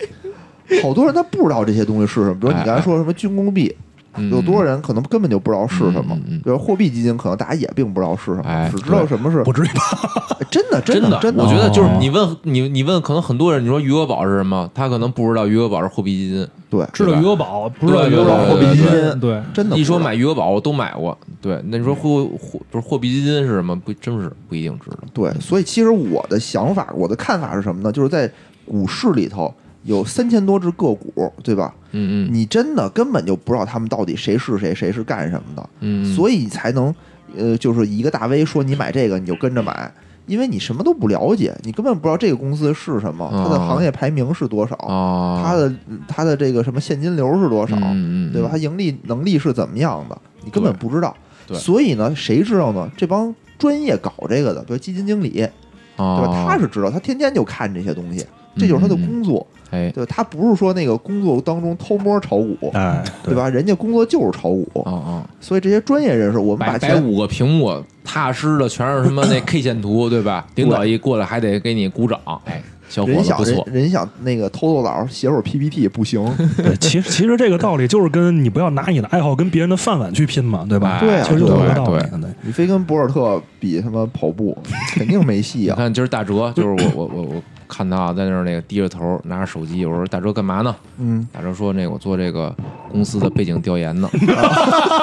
好多人他不知道这些东西是什么，比如你刚才说什么军工币，
哎嗯
有多少人可能根本就不知道是什么
嗯嗯嗯，
比如货币基金可能大家也并不知道是什么
哎，
只知道什么是哎
不至于吧？
真的
真
的真啊
我觉得就是
哦
你问你你问，可能很多人你说余额宝是什么，他可能不知道余额宝是货币基金。
对，
知道余额宝，不知道
对
余
对
额宝
对对对对
啊对，啊
真的
一说
不知道
买余额宝，我都买过。对，那你说货货不是货币基金是什么？不，真是不一定知道。
对，所以其实我的想法，我的看法是什么呢？就是在股市里头有三千多只个股，对吧？
嗯嗯
你真的根本就不知道他们到底谁是谁，谁是干什么的，
嗯，
所以才能，呃，就是一个大 V 说你买这个你就跟着买，因为你什么都不了解，你根本不知道这个公司是什么，
哦
它的行业排名是多少，
啊，
它的它的这个什么现金流是多少，
嗯嗯嗯
对吧？它盈利能力是怎么样的，你根本
对
不知道。
对
所以呢，谁知道呢？这帮专业搞这个的，比如基金经理，对
对
吧？他是知道，他天天就看这些东西，
嗯
这就是他的工作，
哎
对吧？他不是说那个工作当中偷摸炒股，
哎，
对？吧？人家工作就是炒股，
哦哦，
所以这些专业人士，我们把
摆摆
钱
五个屏幕，踏实的全是什么 那 K 线图，对吧？领导一过来还得给你鼓掌，哎，小伙
人
子
想
不
人
错，
人想那个偷偷懒儿写会儿 PPT 不行，
对，其实其实这个道理就是跟你不要拿你的爱好跟别人的饭碗去拼嘛，对吧？
哎对啊
其实就
对
这个道理。
对
对
你非跟博尔特比他妈跑步，肯定没戏
你
啊！
看今儿大哲，就是我我我我看他啊，在那儿那个低着头拿着手机，我说大哲干嘛呢？
嗯，
大哲说那个我做这个公司的背景调研呢，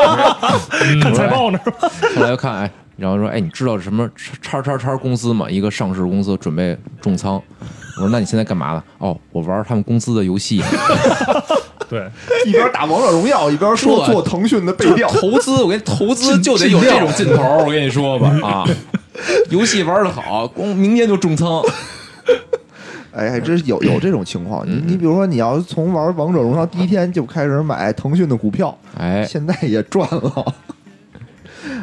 看财报呢，
后来又看哎。然后说，哎，你知道什么叉叉叉公司吗？一个上市公司准备重仓。我说，那你现在干嘛呢？哦，我玩他们公司的游戏。
对，
一边打王者荣耀一边说
这
做腾讯的背调，
投资，我跟你投资就得有这种劲头儿，我跟你 说吧啊，游戏玩的好，光明年就重仓。
哎，还真是有有这种情况。你你比如说，你要从玩王者荣耀第一天就开始买腾讯的股票，
哎，
现在也赚了。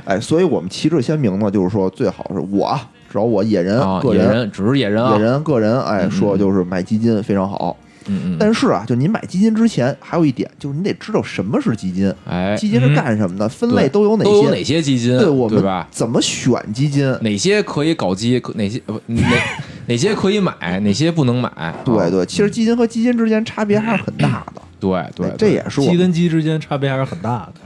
哎，所以我们旗帜鲜明呢，就是说最好是我啊，只要我野人、
啊，
个
野
人、
人只是野人啊，
野人个人，哎，说就是买基金非常好。
嗯嗯，
但是啊，就您买基金之前，还有一点就是你得知道什么是基金，
哎，
基金是干什么的，分类
对
都有哪
都有哪
些？
些基金？
对我
对
们
吧？
怎么选基金？
哪些可以搞基？可哪些呃不哪哪些可以买？哪些不能买？
对
啊
对，其实基金和基金之间差别还是很大的。哎
对对，
这
对
也是我
鸡
们
跟鸡之间差别还是很大的。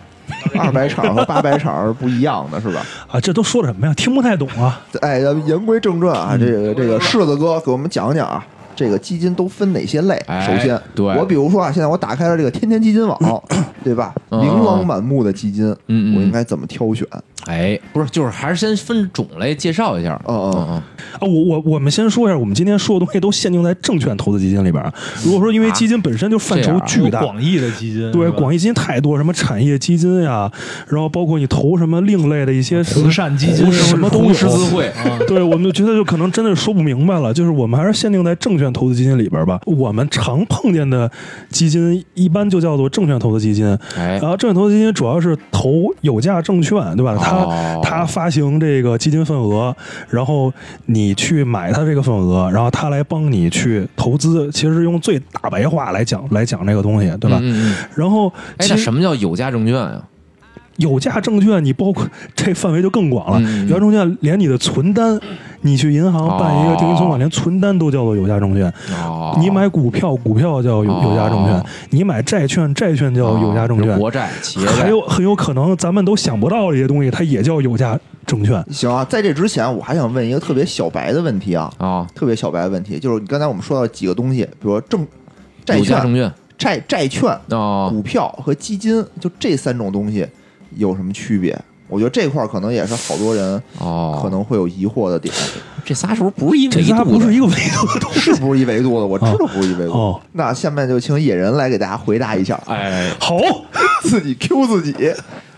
二百场和八百场是不一样的，是吧？
啊，这都说的什么呀？听不太懂啊。
哎，咱们言归正传
嗯
啊，这个这个柿子哥给我们讲讲啊，这个基金都分哪些类？
哎
首先，
对
我比如说啊，现在我打开了这个天天基金网，对吧？
嗯
琳琅满目的基金，
嗯嗯
我应该怎么挑选？
哎，不是，就是还是先分种类介绍一下。
嗯嗯
嗯
啊，我我我们先说一下，我们今天说的东西都限定在证券投资基金里边儿。啊如果说因为基金本身就范
这
畴
样啊
巨大，
有广义的基金，
对
是吧
广义基金太多，什么产业基金呀，然后包括你投什么另类的一些
慈善基金
什么
嗯，
都
红十字
有。
会，
啊，
对，我们就觉得就可能真的说不明白了，就是我们还是限定在证券券投资基金里边吧，我们常碰见的基金一般就叫做证券投资基金，
哎
然，后证券投资基金主要是投有价证券，对吧？它、
哦
它发行这个基金份额，然后你去买它这个份额，然后它来帮你去投资，其实用最大白话来讲来讲这个东西，对吧？
嗯嗯嗯
然后
哎，
其
那
实
什么叫有价证券啊呀？
有价证券，你包括这范围就更广了。
嗯嗯嗯
有价证券连你的存单，你去银行办一个定期存款，
哦
连存单都叫做有价证券。
哦，
你买股票，股票叫有有价证券
哦；
你买债券，债券叫
哦
有价证
比如
券。
国债、企业
还
债，
有很有可能咱们都想不到这些东西，它也叫有价证券。
行啊，在这之前我还想问一个特别小白的问题啊，
啊，
特别小白的问题，就是你刚才我们说到几个东西，比如说证、债
有价
券、
证券
债债券、
啊，
股票和基金，就这三种东西有什么区别？我觉得这块儿可能也是好多人
哦，
可能会有疑惑的点，
这仨是不是不是一
这
维
仨
度
不
的
是？一个维度的东 西。
是不是一维度的？我知道不是一维度。
哦
那下面就请野人来给大家回答一下，啊
哎，
好，
自己 Q 自己。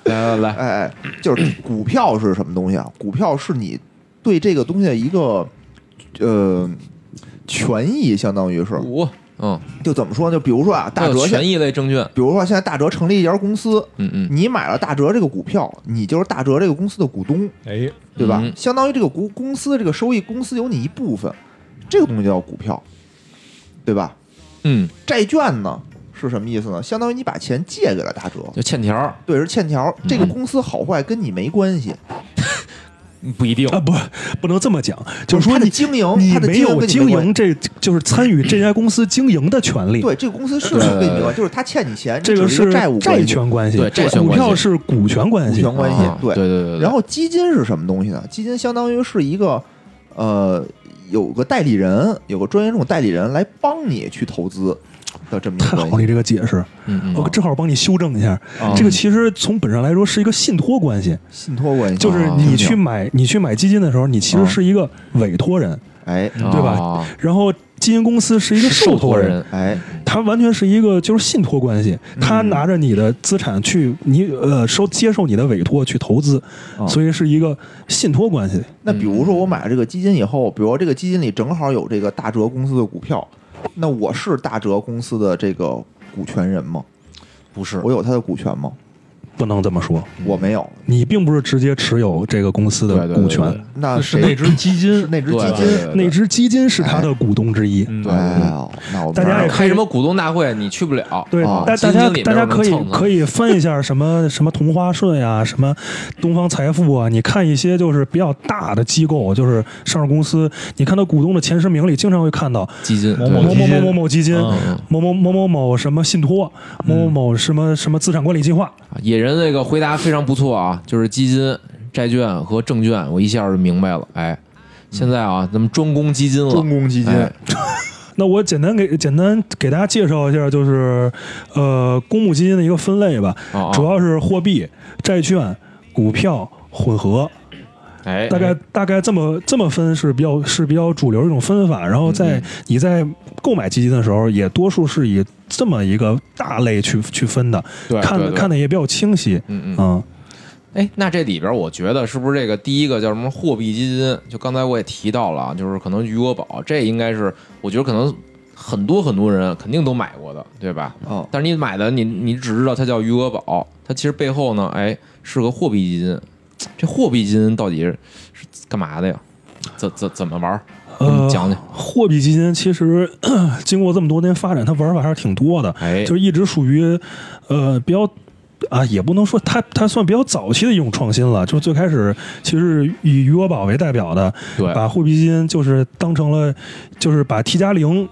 来来来，
哎哎，就是股票是什么东西啊？股票是你对这个东西的一个呃权益，相当于是
五，嗯，
就怎么说呢？就比如说啊，大
还有
哲现
权，益类证券，
比如说现在大哲成立一家公司，
嗯嗯，
你买了大哲这个股票，你就是大哲这个公司的股东，
哎，
对吧？
嗯
相当于这个股公司的这个收益，公司有你一部分，这个东西叫股票，对吧？
嗯，
债券呢是什么意思呢？相当于你把钱借给了大哲，
就欠条儿
对，是欠条。
嗯
这个公司好坏跟你没关系，
不一定
哦
啊，不，不能这么讲，就是说
它的
你
经营，
你
它的
没
经营
有
跟你
经
没关系
营这，就是参与这家公司经营的权利。
对，这个公司是不是跟你没关系，就是他欠你钱，
这个
只是一
是
债务关
债
系
权关系，
对债权
股
关
票
系
是股权关
股
系
权。关系
啊，对
对。
对对，
然后基金是什么东西呢？基金相当于是一个呃，有个代理人，有个专业这种代理人来帮你去投资的这么一
太
个
好，
关系
了，你这个解释，
嗯嗯，
我正好帮你修正一下。
啊，
哦这个其实从本上来说是一个信托关系，
信托关系
就是
哦
你去买你去买基金的时候，你其实是一个委托
嗯
人，
哎
对吧
哦
然后基金公司是一个
受
受托
托
人，
人，
哎，
他完全是一个就是信托关系，他
嗯
拿着你的资产去你呃收接受你的委托去投资，
哦
所以是一个信托关系。
那比如说我买了这个基金以后，比如说这个基金里正好有这个大哲公司的股票，那我是大哲公司的这个股权人吗？
不是
我有他的股权吗？
不能这么说，
我没有，
你并不是直接持有这个公司的
对对对
股权，
对
那
啊
谁
是那只基金，
是那只
对
基
对对
金。
对
那只基金是他的股东之一。
嗯
对
哎呦，那我
大家
明白了
也
开什么股东大会你去不了，
对，
哦
大大
基
家
金里面
大家可以
有人蹭的
可以翻一下什么什么同花顺呀、什么东方财富啊，你看一些就是比较大的机构，就是上市公司，你看到股东的前十名里，经常会看到
基金，
某
对
某
基
某
金
某某某基金，
嗯
嗯
某某某某某什么信托，某某某什么什么资产管理计划，
啊野人那个回答非常不错啊，就是基金、债券和证券，我一下就明白了。哎，现在啊，咱们专攻基金了，
中公基金，
哎
那我简单给简单给大家介绍一下，就是呃公募基金的一个分类吧，
啊啊
主要是货币、债券、股票混合，
哎，
大概大概这么这么分是比较是比较主流一种分法。然后在
嗯
你在购买基金的时候，也多数是以这么一个大类去去分的，
对
看
对
的
对
看的也比较清晰。
嗯嗯，
嗯，
哎，那这里边我觉得是不是这个第一个叫什么货币基金？就刚才我也提到了啊，就是可能余额宝，这应该是我觉得可能很多很多人肯定都买过的，对吧？
哦，
但是你买的你你只知道它叫余额宝，它其实背后呢，哎，是个货币基金。这货币基金到底是是干嘛的呀？怎怎怎么玩儿？给我
呃
们，讲讲。
货币基金其实 经过这么多年发展，它玩法还是挺多的，
哎，
就是一直属于呃比较。啊，也不能说它它算比较早期的一种创新了，就是最开始其实以余额宝为代表的，
对，
把货币基金就是当成了，就是把 T 加零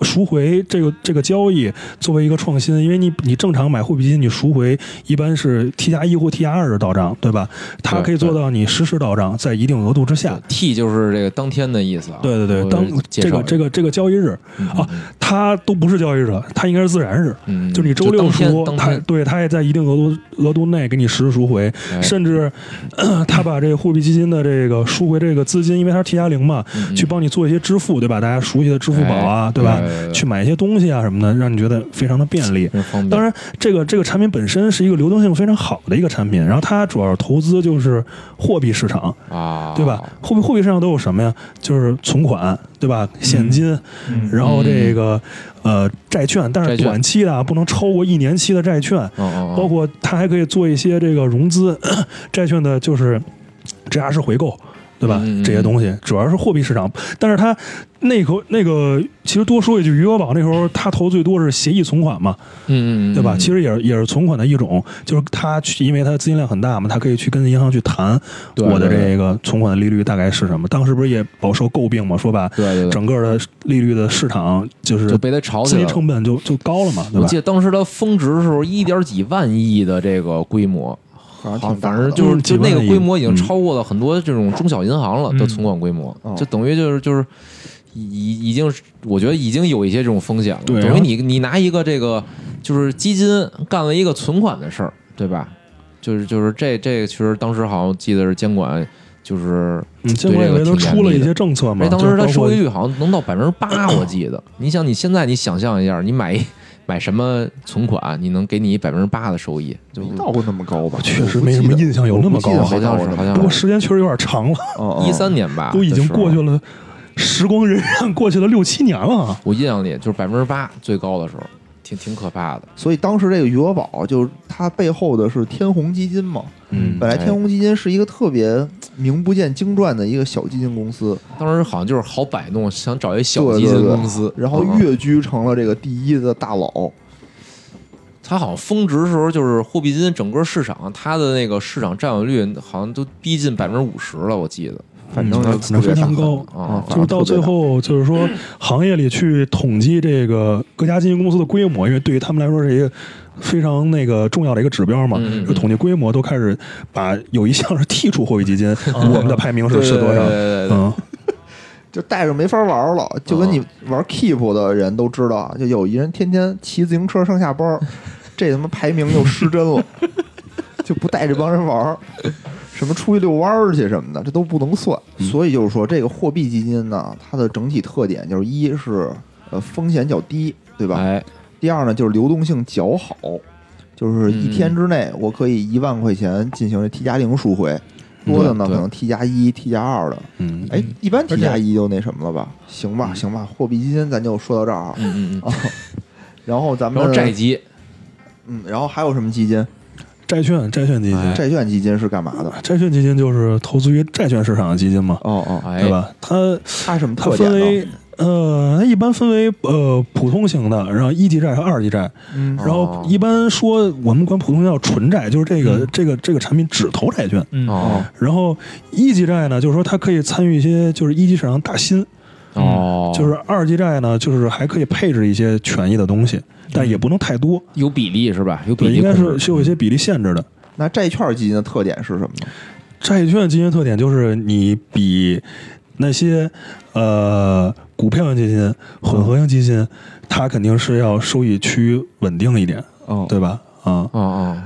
赎回这个这个交易作为一个创新，因为你你正常买货币基金，你赎回一般是 T 加一或 T 加二的到账，对吧？它
对
可以做到你实时到账，在一定额度之下
对。T 就是这个当天的意思啊。
对对
我
对，当
介
这
绍
个这个这个交易日，
啊，
它都不是交易日，它应该是自然日，
嗯，
就是你周六
当天
赎，
当
它
天
对它也在一定额度额度内给你实时赎回，
哎
甚至 咳他把这个货币基金的这个赎回这个资金，因为它是 T 加零嘛，
嗯嗯
去帮你做一些支付，对吧？大家熟悉的支付宝啊，
哎
对吧？
对对
去买一些东西啊什么的，让你觉得非常的便利。
真嗯方便。
当然，这个这个产品本身是一个流动性非常好的一个产品，然后它主要投资就是货币市场，
啊，
对吧？货币货币市场都有什么呀？就是存款，对吧？
嗯
现金，然后这个呃债券，但
债
是
券
短期的啊，不能超过一年期的债券，
嗯？嗯嗯，
包括它还可以做一些这个融资 债券的，就是质押式回购，对吧？
嗯嗯嗯
这些东西主要是货币市场，但是它那口那个其实多说一句，余额宝那时候它投最多是协议存款嘛，
嗯嗯嗯，
对吧？
嗯
其实也是也是存款的一种，就是它去，因为它的资金量很大嘛，它可以去跟银行去谈
对
我的
对对
这个存款的利率大概是什么。当时不是也饱受诟病嘛，说把
对对对
整个的利率的市场就是
就被他炒
资
起来
金
了。
成本就就高了嘛，对
我
吧
记？得当时它峰值的时候一点几万亿的这个规模，
好
好
像
像
挺大
反
的
正就是
嗯
就
几
那
万
个
亿
规模已经超过了很多这种中小银行了
嗯
的存款规模
哦，
就等于就是就是已已经是我觉得已经有一些这种风险了，
对啊
等
然
于
后
你你拿一个这个就是基金干了一个存款的事儿，对吧？就是就是这这个其实当时好像记得是监管就是对
嗯，监管
这
以
个挺
为都
严
出了
厉
一
的
些政策嘛，
哎，当
就
时
是
它
包
收
括
益率好像能到百分之 八，我记得。你想，你现在你想象一下，你买一买什么存款，你能给你百分之八的收益？就
没到过那么高吧？
确实没什么印象有那么高
我
啊
不记得没到过那么高
好像
不过时间确实有点长了，
哦哦
一三年吧，
都已经过去
了。
了，时光荏苒过去了六七年了啊。
我印象里就是百分之八最高的时候，挺挺可怕的。
所以当时这个余额宝就是它背后的是天弘基金嘛。
嗯
本来
哎
天弘基金是一个特别名不见经传的一个小基金公司，
当时好像就是好摆弄，想找一小
对
基
对
金
对
公司，
然后
嗯
跃居成了这个第一的大
嗯
佬。
它好像峰值的时候，就是货币基金整个市场，它的那个市场占有率好像都逼近百分之五十了，我记得
反正
嗯
就
反
特
正
别
非常
大
高嗯
啊
啊，
就是到最后，就是说行业里去统计这个各家基金公司的规模，因为对于他们来说是一个非常那个重要的一个指标嘛。
嗯嗯嗯
就统计规模都开始把有一项是剔除货币基金，我们的排名是是多少
嗯对对？对对对
嗯，
就带着没法玩了，就跟你玩 Keep 的人都知道，啊就有一人天天骑自行车上下班 儿，这他妈排名就失真了，就不带这帮人玩儿，什么出去遛弯儿去什么的，这都不能算。
嗯
所以就是说，这个货币基金呢，它的整体特点就是一是呃风险较低，对
嗯
吧？
哎，
第二呢就是流动性较好，就是一天之
嗯
内我可以一万块钱进行这 T 加零赎回，多的呢
对对
可能 T 加一、T 加二的。
嗯，
哎，一般
而
T
且
加一就那什么了吧？行吧，行吧，货币基金咱就说到这儿啊。
嗯嗯嗯，
啊然后咱们
然后债基，
嗯，然后还有什么基金？
债券债券基金，
哎
债券基金是干嘛的？
债券基金就是投资于债券市场的基金嘛，
哦哦，
哎，
对吧？它
它什么
嗯它
特
分
点呢？
为呃，它一般分为呃普通型的，然后一级债和二级债。
哦
嗯
然后一般说我们管普通叫纯债，就是这
嗯
个、这个这个产品只投债券。
嗯
哦
然后一级债呢，就是说它可以参与一些就是一级市场大新，
哦，
嗯就是二级债呢，就是还可以配置一些权益的东西，但也不能太多。
有比例是吧？嗯有比
对，
例
应该
控制
是是有一些比例限制的。
那债券基金的特点是什么呢？
债券基金特点就是你比那些呃股票型基金、混合型基金，它肯定是要收益趋于稳定一点，
哦
对吧？
哦
啊、
哦，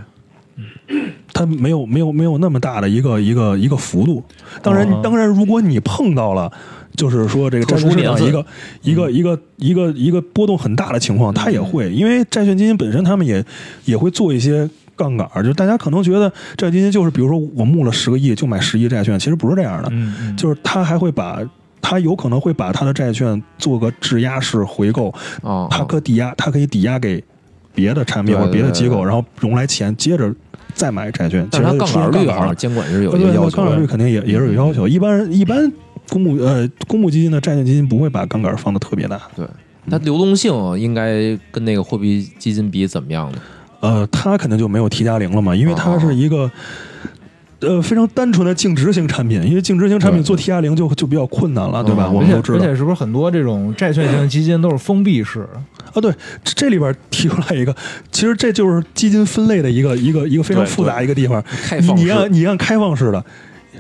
它没有没有没有那么大的一个一个一个幅度。当然，
哦
当然，如果你碰到了。就是说，这个
特
债
殊
券市场
年嗯
一
份
个一个一个一个一个波动很大的情况，它也
嗯
会，因为债券基金本身他们也也会做一些杠杆儿，就是大家可能觉得债券基金就是，比如说我募了十个亿就买十亿债券，其实不是这样的，
嗯嗯，
就是他还会把。他有可能会把他的债券做个质押式回购，
哦，
他可抵押，他可以抵押给别的产品
对
或者别的机
对对
构，
对
然后融来钱，接着再买债券。
但是它
其实
杠
说
杆率好像
杠杆呃
监管是有一个
对对
要
对，
求
杠杆率
的，
肯定也也是有要求。一般一般公募呃公募基金的债券基金不会把杠杆放的特别大，
对。它流动性应该跟那个货币基金比怎么样呢？
呃，它肯定就没有 T 加零了嘛，因为它
哦
是一个。呃，非常单纯的净值型产品，因为净值型产品
对
做 T 加零就就比较困难了，对吧？
嗯
我
而
们
且
都知
而
道
且是不是很多这种债券型基金都是封闭式的？
啊。对，这这里边提出来一个，其实这就是基金分类的一个一个一个非常
对
复杂一个地方。
开
你
放
你
式
按你按开放式的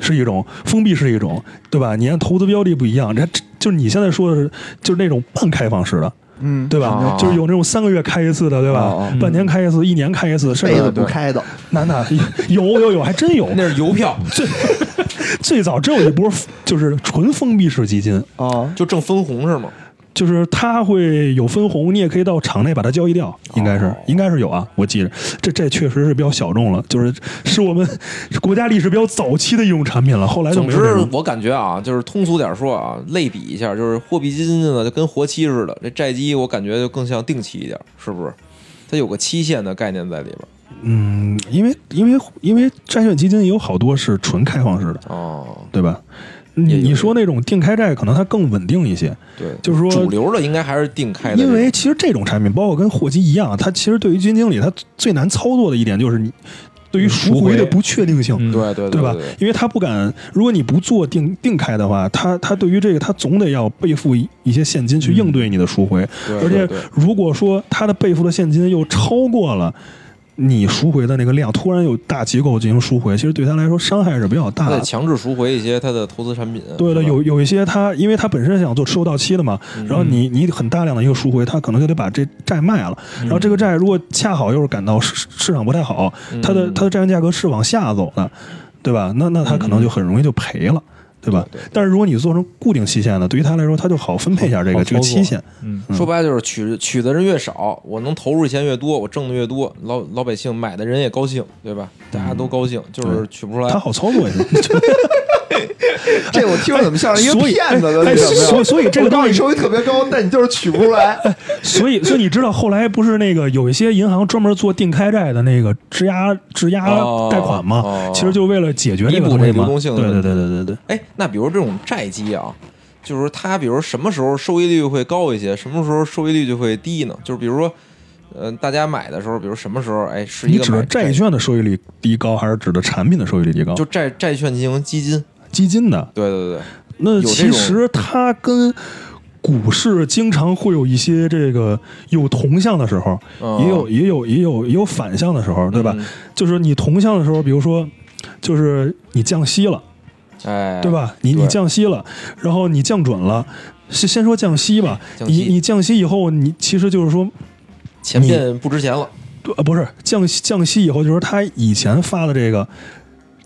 是一种，封闭是一种，对吧？你按投资标的不一样，这这就是你现在说的是就是那种半开放式的，
嗯，
对吧？
哦
就是有那种三个月开一次的，对吧？
哦
半年开一次，一年开一次，甚
被
至
子不开的，
那那有有有，还真有。
那是邮票，
最 最早只有一波就是纯封闭式基金，
啊，
就挣分红是吗？
就是它会有分红，你也可以到场内把它交易掉，
哦
应该是、应该是有啊，我记着，这这确实是比较小众了，就是是我们 国家历史比较早期的一种产品了，后来就
总
没有这
之
种，
我感觉啊，就是通俗点说啊，类比一下，就是货币基金呢就跟活期似的，这债基我感觉就更像定期一点，是不是？它有个期限的概念在里边。
嗯，因为因为因为债券基金也有好多是纯开放式的，
哦，
对吧？你
也有
你说那种定开债，可能它更稳定一些，
对，
就是说
主流的应该还是定开的这
因
种，
为其实这种产品，包括跟货基一样，它其实对于基金经理，它最难操作的一点就是你对于赎回的不确定性，
嗯
对对
对吧
对对？
因为他不敢，如果你不做定定开的话，他他对于这个他总得要备付一一些现金去应对你的赎回，
对
而
嗯对
且
对
如果说他的备付的现金又超过了。你赎回的那个量突然有大机构进行赎回，其实对他来说伤害是比较大
他得
的。
强制赎回一些他的投资产品。
啊对的，
是吧
有有一些他，因为他本身想做持有到期的嘛，然后你你很大量的一个赎回，他可能就得把这债卖了，然后这个债如果恰好又是感到市市市场不太好，它的
嗯
它的债券价格是往下走的，对吧？那那他可能就很容易就赔了，嗯对吧
对对对？
但是如果你做成固定期限的，对于他来说，他就好分配一下这
好
个
好
这个
操作
期限，
嗯，
嗯
说白了就是取取的人越少，我能投入的钱越多，我挣的越多，老老百姓买的人也高兴，对吧？大家都高兴，就是取不出来
他。好操 作一些。
这我听着怎么像是一个
所以
骗子的那
哎哎
什么呀？
所以所以这个
我告诉
东
你
西
收益特别高，但你就是取不出来。
所以，所以你知道后来不是那个有一些银行专门做定开债的那个质押质押
哦
贷款吗？
哦
其实就为了解决这
弥
个
补
东西
这流
嘛。
动性的
对
问
对
题
对对对对。
哎，那比如这种债基啊，就是它，比如什么时候收益率会高一些，什么时候收益率就会低呢？就是比如说，呃，大家买的时候，比如什么时候，哎，是一
你
个
指
买
的债券的收益率低高，还是指的产品的收益率低高？
就债债券进行基金，
基金的。
对对对，
那
有这
其
种
实它跟股市经常会有一些这个有同向的时候，
嗯
也有也有也有也有反向的时候，对吧？
嗯
就是你同向的时候，比如说，就是你降息了，
哎，
对？吧？你
对
你降息了，然后你降准了。先先说降息吧，
降息
你你降息以后，你其实就是说，
钱变不值钱了，
对呃，不是降息降息以后，就是说他以前发的这个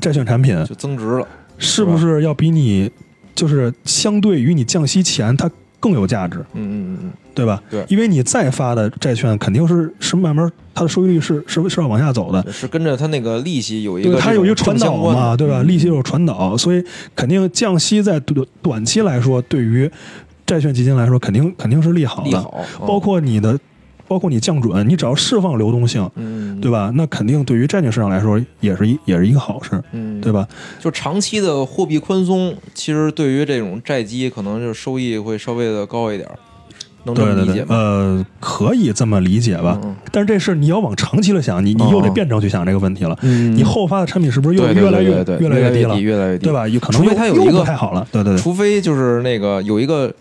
债券产品，
就增值了。
是不是要比你就是相对于你降息前它更有价值，
嗯嗯嗯
对吧？
对
因为你再发的债券肯定是是慢慢它的收益率是是是要往下走的，
嗯，是跟着它那个利息有一
对，
个
它有一个
个嗯
传导嘛，对吧？利息有传导，所以肯定降息在短短期来说，对于债券基金来说，肯定肯定是利好
利
的，
好，嗯
包括你的，包括你降准，你只要释放流动性，
嗯，
对
吧？
吧？那肯定对于债券市场来说也是一也是一个好事，
嗯，
对吧？
就长期的货币宽松，其实对于这种债基，可能就是收益会稍微的高一点儿，能这
对
么
对
理
对
解，吗？
呃，可以这么理解吧。
嗯
但是这事儿你要往长期了想，你你又得
哦
辩证去想这个问题了。
嗯
你后发的产品是不是又
对对
越来
对
越
对对
越来
越
低了，
越来越低，
对？吧？有可能
除非
又
它有
又
一个
不太好了。对对对，
除非就是那个有一个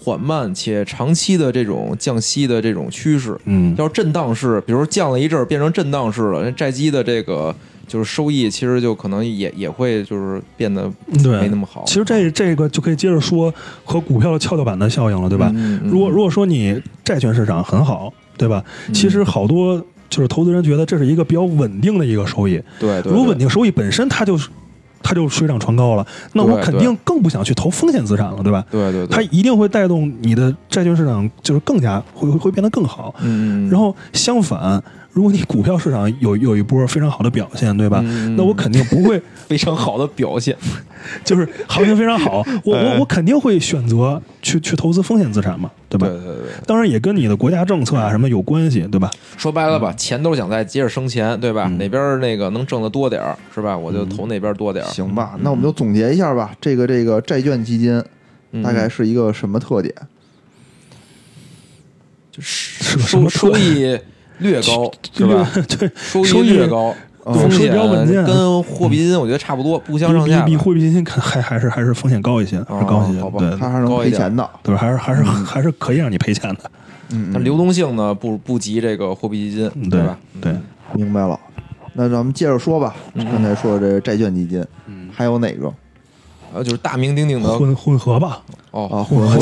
缓慢且长期的这种降息的这种趋势，
嗯，
要是震荡式，比如说降了一阵儿变成震荡式了，那债基的这个就是收益，其实就可能也也会就是变得
对，
没那么好。
其实这这个就可以接着说和股票的跷跷板的效应了，对吧？
嗯嗯
如果如果说你债券市场很好，对吧？
嗯
其实好多就是投资人觉得这是一个比较稳定的一个收益，
对对，
如果
对
稳定收益本身它就是它就水涨船高了，那我
对
肯
对
定更不想去投风险资产了，对吧？
对对对，
它一定会带动你的债券市场，就是更加会会会变得更好。
嗯，嗯
然后相反，如果你股票市场有有一波非常好的表现，对吧？
嗯
那我肯定不会，
非常好的表现，
就是行情非 常好，我
哎
我我肯定会选择去去投资风险资产嘛，对吧？
对对对。
当然也跟你的国家政策啊什么有关系，对吧？
说白了吧，钱都是想在接着生钱，对吧？
嗯
哪边儿那个能挣得多点儿，是吧？我就投哪边儿多点儿。
行吧，那我们就总结一下吧。这个这个债券基金
嗯
大概是一个什么特点？
是
就是
个什么
收收益略 高，是吧？？
对，
收
收益
益略高，
嗯
风
收益
险
比较稳健
跟货币基金我觉得差不多，不相上
比
下吧哦
比。货币基金肯还还是还是风险高一些，还是高一些
好，吧
对
它还是能
高一
赔
点
钱的。
对吧？还是还是还是可以让你赔钱的，
嗯，
但
嗯
流动性呢，不不及这个货币基金，
嗯对
吧？
对，
嗯明白了。那咱们接着说吧，刚才说的这个债券基金，还有哪个
呃，就是大名鼎鼎的
混混合吧，
啊？
哦，
混合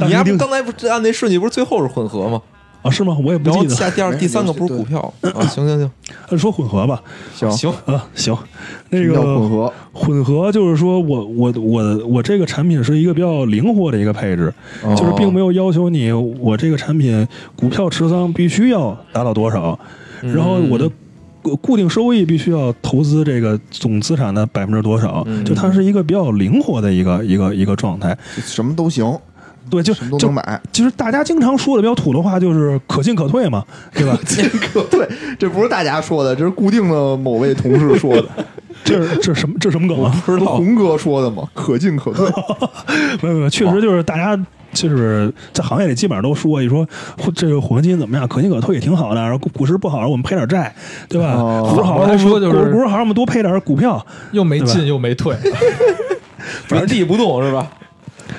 你丫
大名鼎
刚才不是按那顺序不是最后是混合吗？
啊，是吗？我也不
然
记
后
得。
下第二、第三个不是股 票
哦
啊？行行行，
按说混合吧，
行，
行，
啊，行，那
什么
个
叫混合，
混合就是说我我我我这个产品是一个比较灵活的一个配置，
哦
就是并没有要求你我这个产品股票持仓必须要达到多少，
嗯
然后我的固固定收益必须要投资这个总资产的百分之多少，
嗯
就它是一个比较灵活的一个一个一个状态。
就什么都行，
对，就
什么都
就
能买。
其实大家经常说的比较土的话就是可进可退嘛，对吧？
可对，这不是大家说的，这是固定的某位同事说的，
这是这是什么这是什么梗啊？
不是红哥说的吗？可进可 退，
没有没有，确实就是大家就是在行业里基本上都说一说混这个混合基金怎么样，可进可退也挺好的。然后股股市不好，我们配点债，对吧？
哦
股市好，
反过来说就是
股股市好，我们多配点股票。
又没
对吧
进又没退，
原地不动是吧？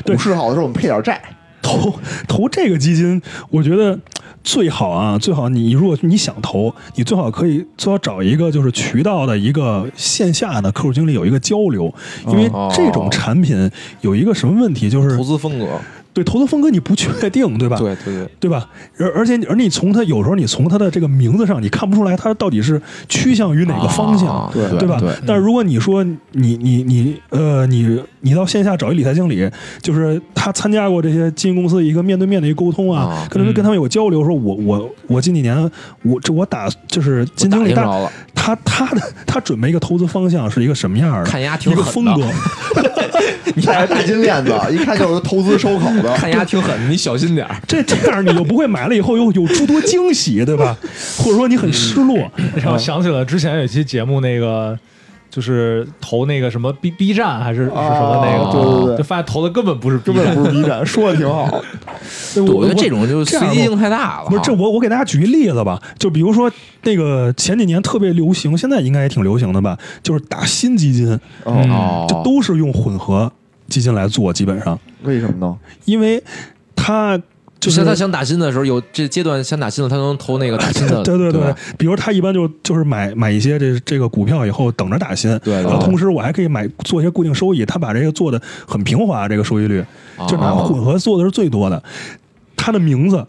对
股市好的时候我们配点债，
投投这个基金，我觉得最好啊，最好你如果你想投，你最好可以最好找一个就是渠道的一个线下的客户经理有一个交流，因为
哦
这种产品有一个什么问题，就是啊
投资风格，
对投资风格你不确定，对吧？
对对对，
对吧？而而且你而你从他有时候你从他的这个名字上，你看不出来他到底是趋向于哪个方向，
啊
对
对吧？
对，
但是如果你说你你你呃你你到线下找一理财经理，就是他参加过这些基金公司一个面对面的一个沟通啊
啊，
可能跟他们有交流，说我我我近几年我这我打就是基金经理
我打听
他
着了，
他他的他准备一个投资方向是一个什么样的，
看人家挺
一个
狠
风
的
格，
戴着大金链 子，一看就是投资烧烤的。
看牙挺狠，你小心点儿。
这这样你就不会买了以后有有诸多惊喜，对吧？或者说你很失落，
嗯
然后想起了之前有一期节目那个。就是投那个什么 B B 站还是是什么那
啊
个，
对对
就
对，
发现投的根本不是 B
根
站
本，不是 B 站，说的挺好。
对
对我嗯觉得这种就随
这样吧
机性太大了。
不是这
哈
我我给大家举一例子吧，就比如说那个前几年特别流行，现在应该也挺流行的吧，就是打新基金，
哦，
哦，
嗯就都是用混合基金来做，基本上，
为什么呢？
因为它就
像
是
他想打新的时候，有这阶段想打新的，他能投那个打新的，
对对
对
对，
吧，
比如他一般就就是买买一些这这个股票以后等着打新，
对对
然后
对
同时我还可以买做一些固定收益，他把这个做的很平滑，这个收益率就拿
哦
混合做的是最多的，他的名字。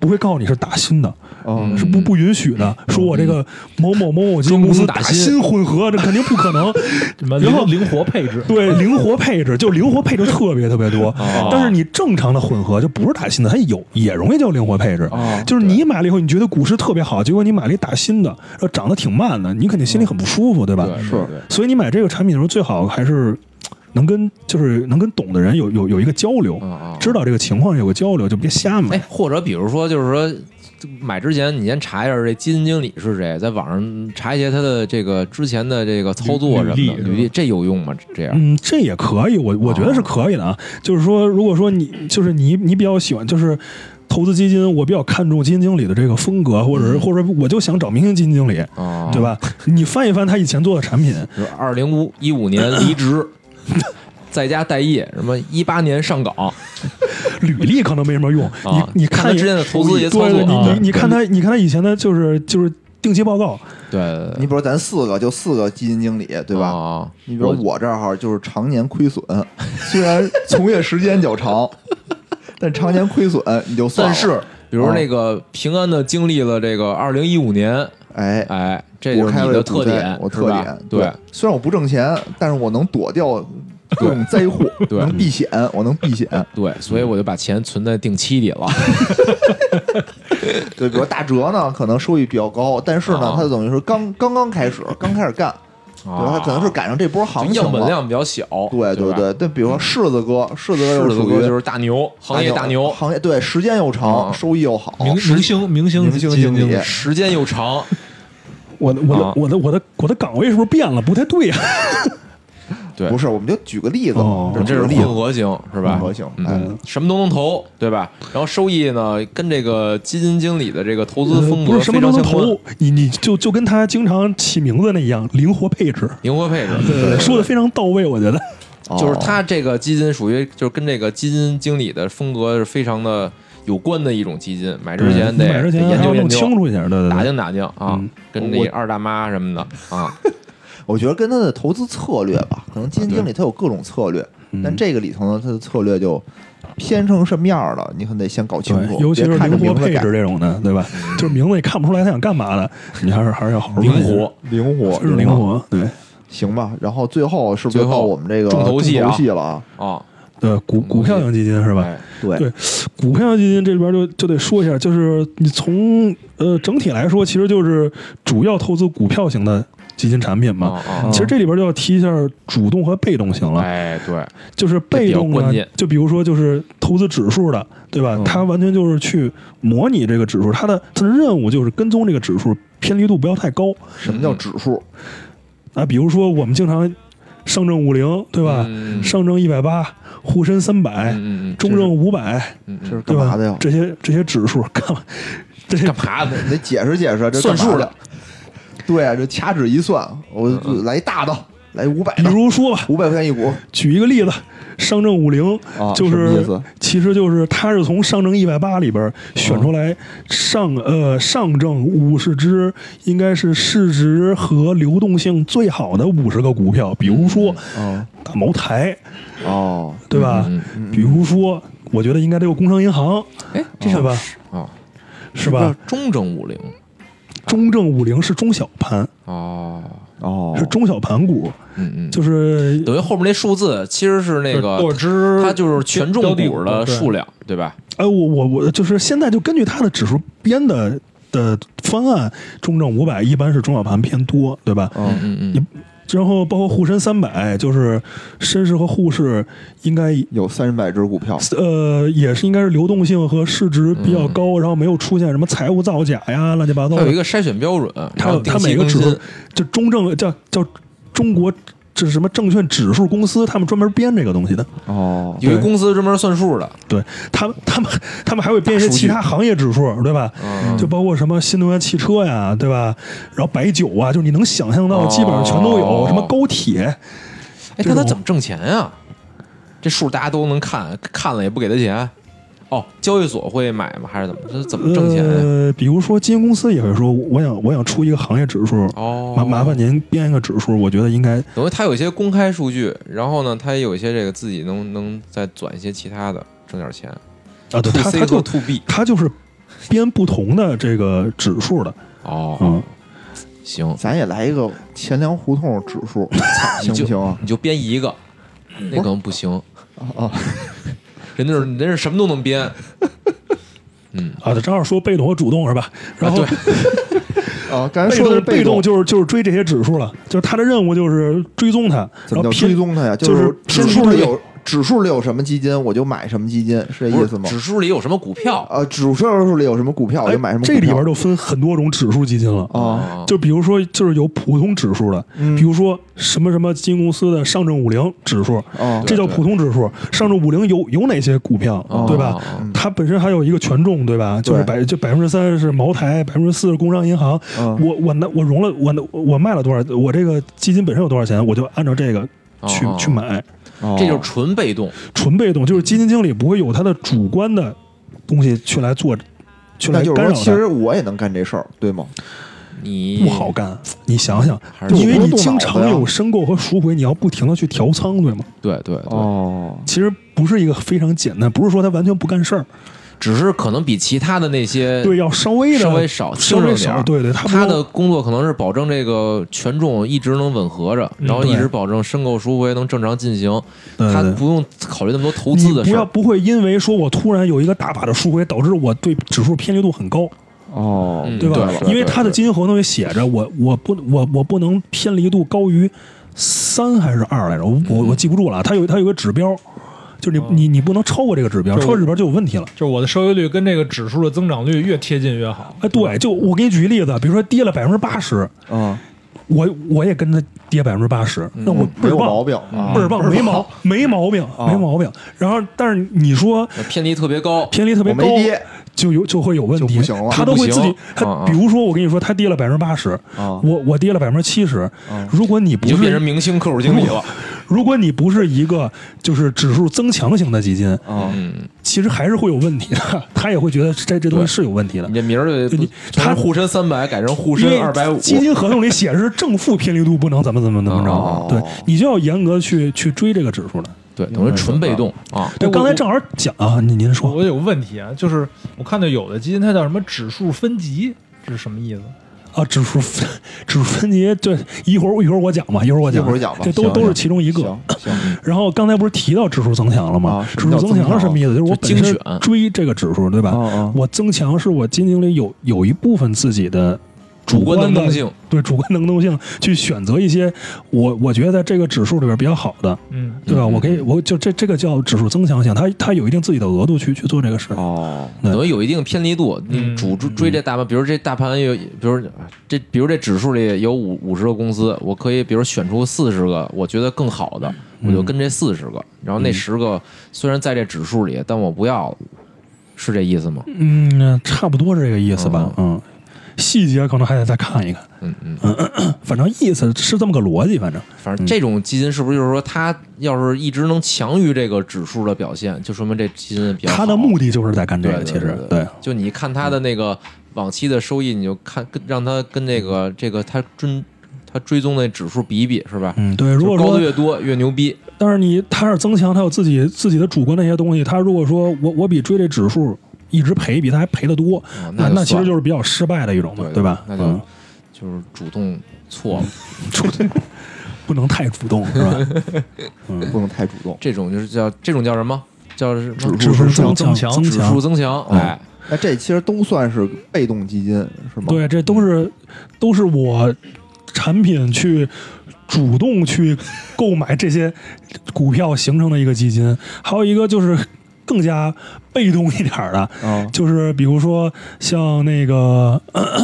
不会告诉你是打新的，
哦，
是不不允许的。说我这个某某某某基金公司
嗯中公打
打
新
新混合，这肯定不可能。
什么哦
然后
灵灵活配置，
对，灵活配置就灵活配置特别特别多，
哦
但是你正常的混合就不是打新的，它有也容易叫灵活配置。
哦
就是你买了以后，你觉得股市特别好，结果你买了一打新的，然后涨得挺慢的，你肯定心里很不舒服，对吧？
对
是
所以你买这个产品的时候，最好还是能跟就是能跟懂的人有有有一个交流，
嗯嗯
知道这个情况有个交流，就别瞎买。
哎，或者比如说，就是说买之前，你先查一下这基金经理是谁，在网上查一些他的这个之前的这个操作什么的
履
履
历是吧
历，这有用吗？这样
嗯，这也可以，我我觉得
哦
是可以的啊。就是说，如果说你就是你你比较喜欢就是投资基金，我比较看重基金经理的这个风格，或
嗯
者是或者说我就想找明星基金经理，
啊，
嗯对？吧？你翻一翻他以前做的产品，
二零一五年离 职，在家待业，什么一八年上岗，
履历可能没什么用，
啊
你你
看
看
他
一
之前的投资一些操
对
作
对，你
啊
你你看他你看他以前的就是就是定期报告，
对对
你比如咱四个就四个基金经理，对吧？
吧？哦
你比如我这儿哈，就是常年亏损，虽然从业时间较长，但常年亏损你就算
但
了。
是，比
啊
如那个平安的经历了这个二零一五年，
哎，
哎，这就
我
是
开
你
了
的
个股
特
灾
点，
我
是
特
吧
点
对，
虽然我不挣钱，但是我能躲掉各种灾祸，
对
能避险，我能避 险。
对，所以我就把钱存在定期里了。
嗯 对，比如大哲呢，可能收益比较高，但是呢
啊，
他等于是刚刚刚开始，刚开始干，对吧？他可能是赶上这波行
就
情
样本
了。
量比较小，
对
对
对
吧，
对，但比如说柿子哥，柿子哥又
是
属
哥
于
就是大牛，行业大牛，
行业对时间又长，
啊
收益又好，
明明星明星
明星
基金
经理
理，
时间又长，
我的我的
啊
我的我的我的岗位是不是变了？不太对啊。
对
不是，我们就举个例子
哦
嘛，举
这是
个例
混
子，
合型是吧？
混合型哎
嗯，什么都能投，对吧？然后收益呢，跟这个基金经理的这个投资风
呃不
格
是什
非
么都
常
能
相关，
投，你你就就跟他经常起名字那一样，灵活配置。
灵活配置。
对，说的非常到位，我觉得。
哦
就是他这个基金属于就是跟这个基金经理的风格是非常的有关的一种基金，买之前得
买之
得
前
研
还要
究
弄
研
清
究，
楚一下，对对
打
对。
听打听啊
嗯，
跟那二大妈什么的啊，
我觉得跟他的投资策略吧，可能基金经理他有各种策略，
嗯
但这个里头呢，它的策略就偏成什么样儿了，你可得先搞清楚
对，，尤其
别
是
看着
灵活
名字
配
改
置这种的，对吧？就是名字也看不出来他想干嘛的，你还是还是要好
嗯
好
灵
看一下
活，
灵活，
就是灵活。对，
行吧。然后最后是不是
最后
到我们这个
重头戏啊
了啊？
啊，
对股股票型基金是吧？
哎
对
对股票基金这里边就就得说一下，就是你从呃整体来说，其实就是主要投资股票型的基金产品
啊
嘛。
啊，
其实这里边就要提一下主动和被动型嗯了，
哎，对，
就是被
这
动
比较关
呢
键，
就比如说就是投资指数的，对吧？
嗯
它完全就是去模拟这个指数，它的它的任务就是跟踪这个指数偏离度不要太高
什
嗯
么叫指数？
啊。比如说我们经常上证五零，对吧？
嗯
上证一百八，沪深三百、
嗯嗯嗯，
中证五百，
嗯
这是
对
干
吧
嘛的呀？？
这些这些指数干嘛？这些
干嘛的？
你得解释解释，这
算数
的。
的嗯
对啊，这掐指一算，我就来一大的，来五百
比
的，
如说吧，
五百块钱一股
举一个例子，上证五零
啊，
就
什么意
是
思？
其实就是它是从上证一百八里边选出来上、呃上证五十只应该是市值和流动性最好的五十个股票，比如说
哦
大茅台，
哦，
对吧？
嗯
比如说，我觉得应该得有工商银行，
哎，
这是吧？
啊，
哦是吧？？
中证五零
中证五零是中小盘，
哦，
嗯
哦，
是中小盘股，
嗯嗯，
就是
等于后面那数字其实是那个
多只，
它就是权重股的数
量。
量，对吧？
哎，我我我就是现在就根据它的指数编的的方案，中证五百一般是中小盘偏多，对吧？
嗯
嗯
你然后包括沪深三百，就是深市和沪市应该
有三百只股票，
呃也是应该是流动性和市值比较高，然后没有出现什么财务造假呀、乱七八糟
嗯它有一
的。
个筛选标准，
它
然
有
后
它
定期
每个
更
指
新
数就中证叫叫中国这是什么证券指数公司，他们专门编这个东西的。
哦，
有一
对
公司专门算数的，
对他们，他们他们还会编一些
大数据
其他行业指数，对吧？
嗯
就包括什么新能源汽车呀，对吧？然后白酒啊，就是你能想象到，
哦
基本上全都有，什么高铁，
哎，
这
那他
种
怎么挣钱呀？这数大家都能看，看了也不给他钱。哦，交易所会买吗？还是怎么？这怎么挣钱啊呀？
呃，比如说基金公司也会说，我想我想出一个行业指数，
哦，
呃麻麻烦您编一个指数，我觉得应该
等于他有一些公开数据，然后呢，他也有一些这个自己能能再转一些其他的，挣点钱。
啊，对
to
他
C 和
他就
to B。
他就是编不同的这个指数的，
哦
嗯，，
行，
咱也来一个钱粮胡同指 数，行不行啊？
你就编一个，那可能不行。
哦
啊，
人家是人家是什么都能编，
啊，正好说被动和主动是吧？然后、
啊
啊，刚才
被
说的是
动被
动，
就是就是追这些指数了，就是他的任务就是追踪它，
怎么
然后
叫
偏
追踪它呀？
就是是
指数里
偏
有指数里有什么基金，我就买什么基金，是这
不
意
是
思吗？
指数里有什么股票？
啊，指数里有什么股票，我
哎
哦就买什么股
这
票。
里边就分很多种指数基金了。
啊，
哦
就比如说，就是有普通指数的，
嗯
比如说什么什么基金公司的上证五零指数，
哦
这叫普通指数。上证五零有有哪些股票，
哦
对吧？
哦
它本身还有一个权重，对吧？就是
对
百就百分之三是茅台，百分之四是工商银行。
嗯
我我拿我融了我拿我卖了多少？我这个基金本身有多少钱？我就按照这个去、
哦
去买。
哦
这就是纯被动。
纯被动就是基金经理不会有他的主观的东西去来做，去
那
来
就是
干扰
说，其
他。
实我也能干这事儿，对吗？
你
不好干，你想想，
还是
因为
不
你
能动
经
脑子
常
呀
有申购和赎回，你要不停的去调仓，对吗？
对对对，
哦，
其实不是一个非常简单，不是说他完全不干事儿，
只是可能比其他的那些
对，要稍微的
稍微少
稍微
轻省点
少，
儿
对对，不
他的工作可能是保证这个权重一直能吻合着，然后一
对
直保证申购赎回能正常进行，
嗯对
他
对
不用考虑那么多投
你
资的
不
事
要
儿。
不会因为说我突然有一个大把的赎回，导致我对指数偏离度很高，
哦，
嗯
对吧？
对对
因为他的
对
基金合同也写着，我我不我我不能偏离度高于三还是二来着，我我我记不住了。他有他有个指标，
哦
就是你你你不能超过这个指标，
就
超过指标就有问题了。
就是我的收益率跟这个指数的增长率越贴近越好。
哎，对，就我给你举个例子，比如说跌了百分之八十，
啊，
我我也跟着跌百分之八十，
嗯
那我倍
没
儿
有
棒，
毛病啊
倍儿棒，没毛没毛病，没毛病。然后，但是你说
偏离特别高，
偏离特别高
我没跌，
就有就会有问
就
题
不行了，
他都会自
就不
己
行，嗯
他
嗯
比如说我跟你说，他跌了百分之八十，
啊
我我跌了百分之七十，如果你
你就
不
变成
是
明星客户经理了。
如果你不是一个就是指数增强型的基金，
啊，
嗯，
其实还是会有问题的，他也会觉得这这东西是有问题的
你。这名儿就
你
从
他
沪深三百改成沪
因
深
为
二百五，
基金合同里写的是正负偏离度不能怎么怎么怎么
哦
着，对你就要严格去去追这个指数的。
对，等于纯被动啊。
我刚才正好讲啊，您您说
我有个问题啊，就是我看到有的基金它叫什么指数分级，这是什么意思？
啊，指数分指数分级，对，一会儿一会儿我讲吧，一会儿我讲，
一会儿讲吧
这都
行
都是
行
其中一个。
行行，
然后刚才不是提到指数增强了吗？
啊什
指
么
数
叫
增强是什么意思？就是我本
就
身
精选
追这个指数，对吧？
哦哦
我增强是我基金经理有有一部分自己的主观的
主观能动性，
对主观能动性去选择一些我我觉得在这个指数里边比较好的，
嗯，
对吧？
嗯
我可以，我就这这个叫指数增强性，它它有一定自己的额度去去做这个事。
哦，
对
等于有一定偏离度，你
嗯
主追追这大盘，比如这大盘有，比如这，比如这指数里有五五十个公司，我可以比如选出四十个我觉得更好的，我
嗯
就跟这四十个，然后那十个虽然在这指数里，但我不要了，是这意思吗？
嗯，差不多是这个意思吧。嗯，细节可能还得再看一看，
嗯嗯，
反正意思是这么个逻辑，反正
反正这种基金是不是就是说，它要是一直能强于这个指数的表现，就说明这基金比较好
它的目的就是在干这
对
个，
对
其实
对，就你看它的那个往期的收益，你就看跟让它跟这个这个它追它追踪的指数比一比，是吧？
嗯，对。
就
如果
高
说
的越多越牛逼，
但是你他是增强，他有自己自己的主观的一些东西。他如果说我我比追这指数一直赔，比他还赔的多，
哦
那
就
那其实
算
就
了
是比较失败的一种嘛，
对
对吧？
那就、
嗯
就是主动错了，
不能太主动， 是吧？
嗯不能太主动。
这种就是叫这种叫什么？叫什么？
指数增
增
强嗯
强
增
指数增强，哎，
那这其实都算是被动基金是吗？，
对，这都是都是我产品去主动去购买这些股票形成的一个基金。还有一个就是更加被动一点儿的，
啊
就是比如说像那个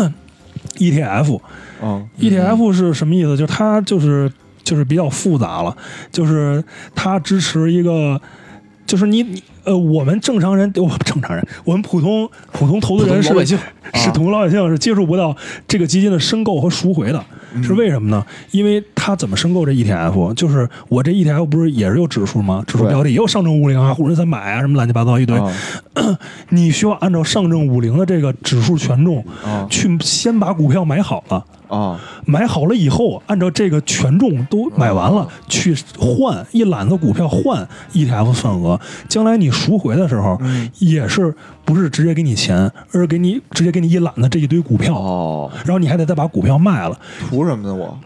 E 咳咳 ETF。
啊
ETF ，E
嗯
是什么意思？就是它就是就是比较复杂了，就是它支持一个，就是你你呃，我们正常人，我们正常人，我们普通普通投资人
普
是
通老百姓
是普通老百姓是接触不到这个基金的申购和赎回的，
嗯
是为什么呢？因为它怎么申购这 ETF？就是我这 ETF 不是也是有指数吗？指数
对
标的也有上证五零啊、沪深三百啊什么乱七八糟一堆，
啊
你需要按照上证五零的这个指数权重
啊
去先把股票买好了。
啊！
买好了以后，按照这个权重都买完了，去换一揽子股票换 ETF 份额，将来你赎回的时候，也是不是直接给你钱，而是给你直接给你一揽子这一堆股票，
哦，
然后你还得再把股票卖了。
图什么呢？我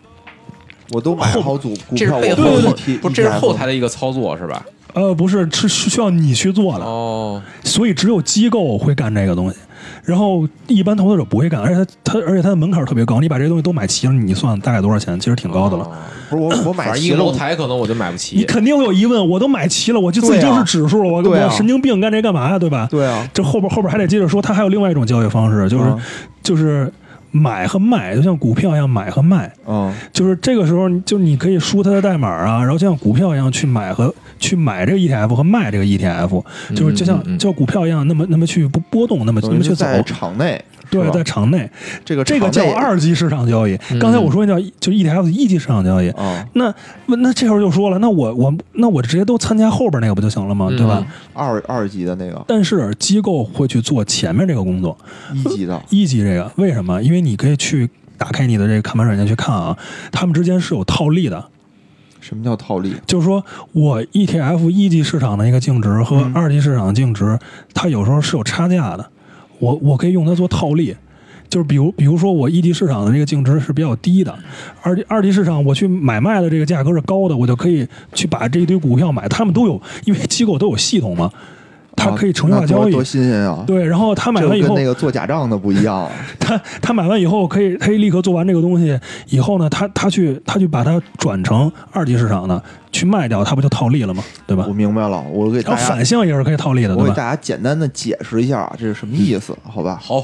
我都买好组股
这是
票，
背
我
后
我提
不，这是后台的一个操作是吧？
呃，不是，是是需要你去做的，
哦，
所以只有机构会干这个东西，然后一般投资者不会干，而且它它而且它的门槛特别高，你把这些东西都买齐了，你算大概多少钱，其实挺高的了。
哦
不是我我买
反正一
齐
个
了
楼，台可能我就买不
你
起，
肯定会有疑问，我都买齐了，我就自己
对
就
啊
是指数了，我
对啊
我神经病干这干嘛呀，对吧？
对啊，
这后边后边还得接着说，它还有另外一种交易方式，就是、
啊
就是买和卖，就像股票一样买和卖，
嗯
就是这个时候你就你可以输它的代码啊，然后就像股票一样去买和去买这个 ETF 和卖这个 ETF，就是就像、
嗯嗯嗯
就像股票一样，那么那么去不波动，那么那
等
么
于
去
是
走。
在场内，
对，
是吧
在场内，
这个
这个
场
叫
内
二级市场交易。
嗯
刚才我说那叫一就是 E ETF 一级市场交易，
啊，
那那这时候就说了，那我我那我直接都参加后边那个不就行了吗？
嗯
对吧？
二二级的那个
但是机构会去做前面这个工作，
一级的
一级这个为什么？因为你可以去打开你的这个看盘软件去看啊，他们之间是有套利的，
什么叫套利？
就是说我 ETF 一级市场的一个净值和
嗯
二级市场的净值，它有时候是有差价的，我我可以用它做套利。就是比如，比如说我一 E 级市场的这个净值是比较低的，二级二级市场我去买卖的这个价格是高的，我就可以去把这一堆股票买，他们都有，因为机构都有系统嘛，它
啊
可以城市化
那
交
多
易
多，新鲜啊！
对，然后他买
这
完以
跟
后，
那个做假账的不一 样啊，
他他买完以后可以可以立刻做完这个东西，以后呢，他他去他去把它转成二级市场的去卖掉，他不就套利了吗？对吧
我？明白了，我给
然
大
后
家
反向也是可以套利的，
我
对
给
吧？
大家简单的解释一下啊，这是什么意思？好吧？
好，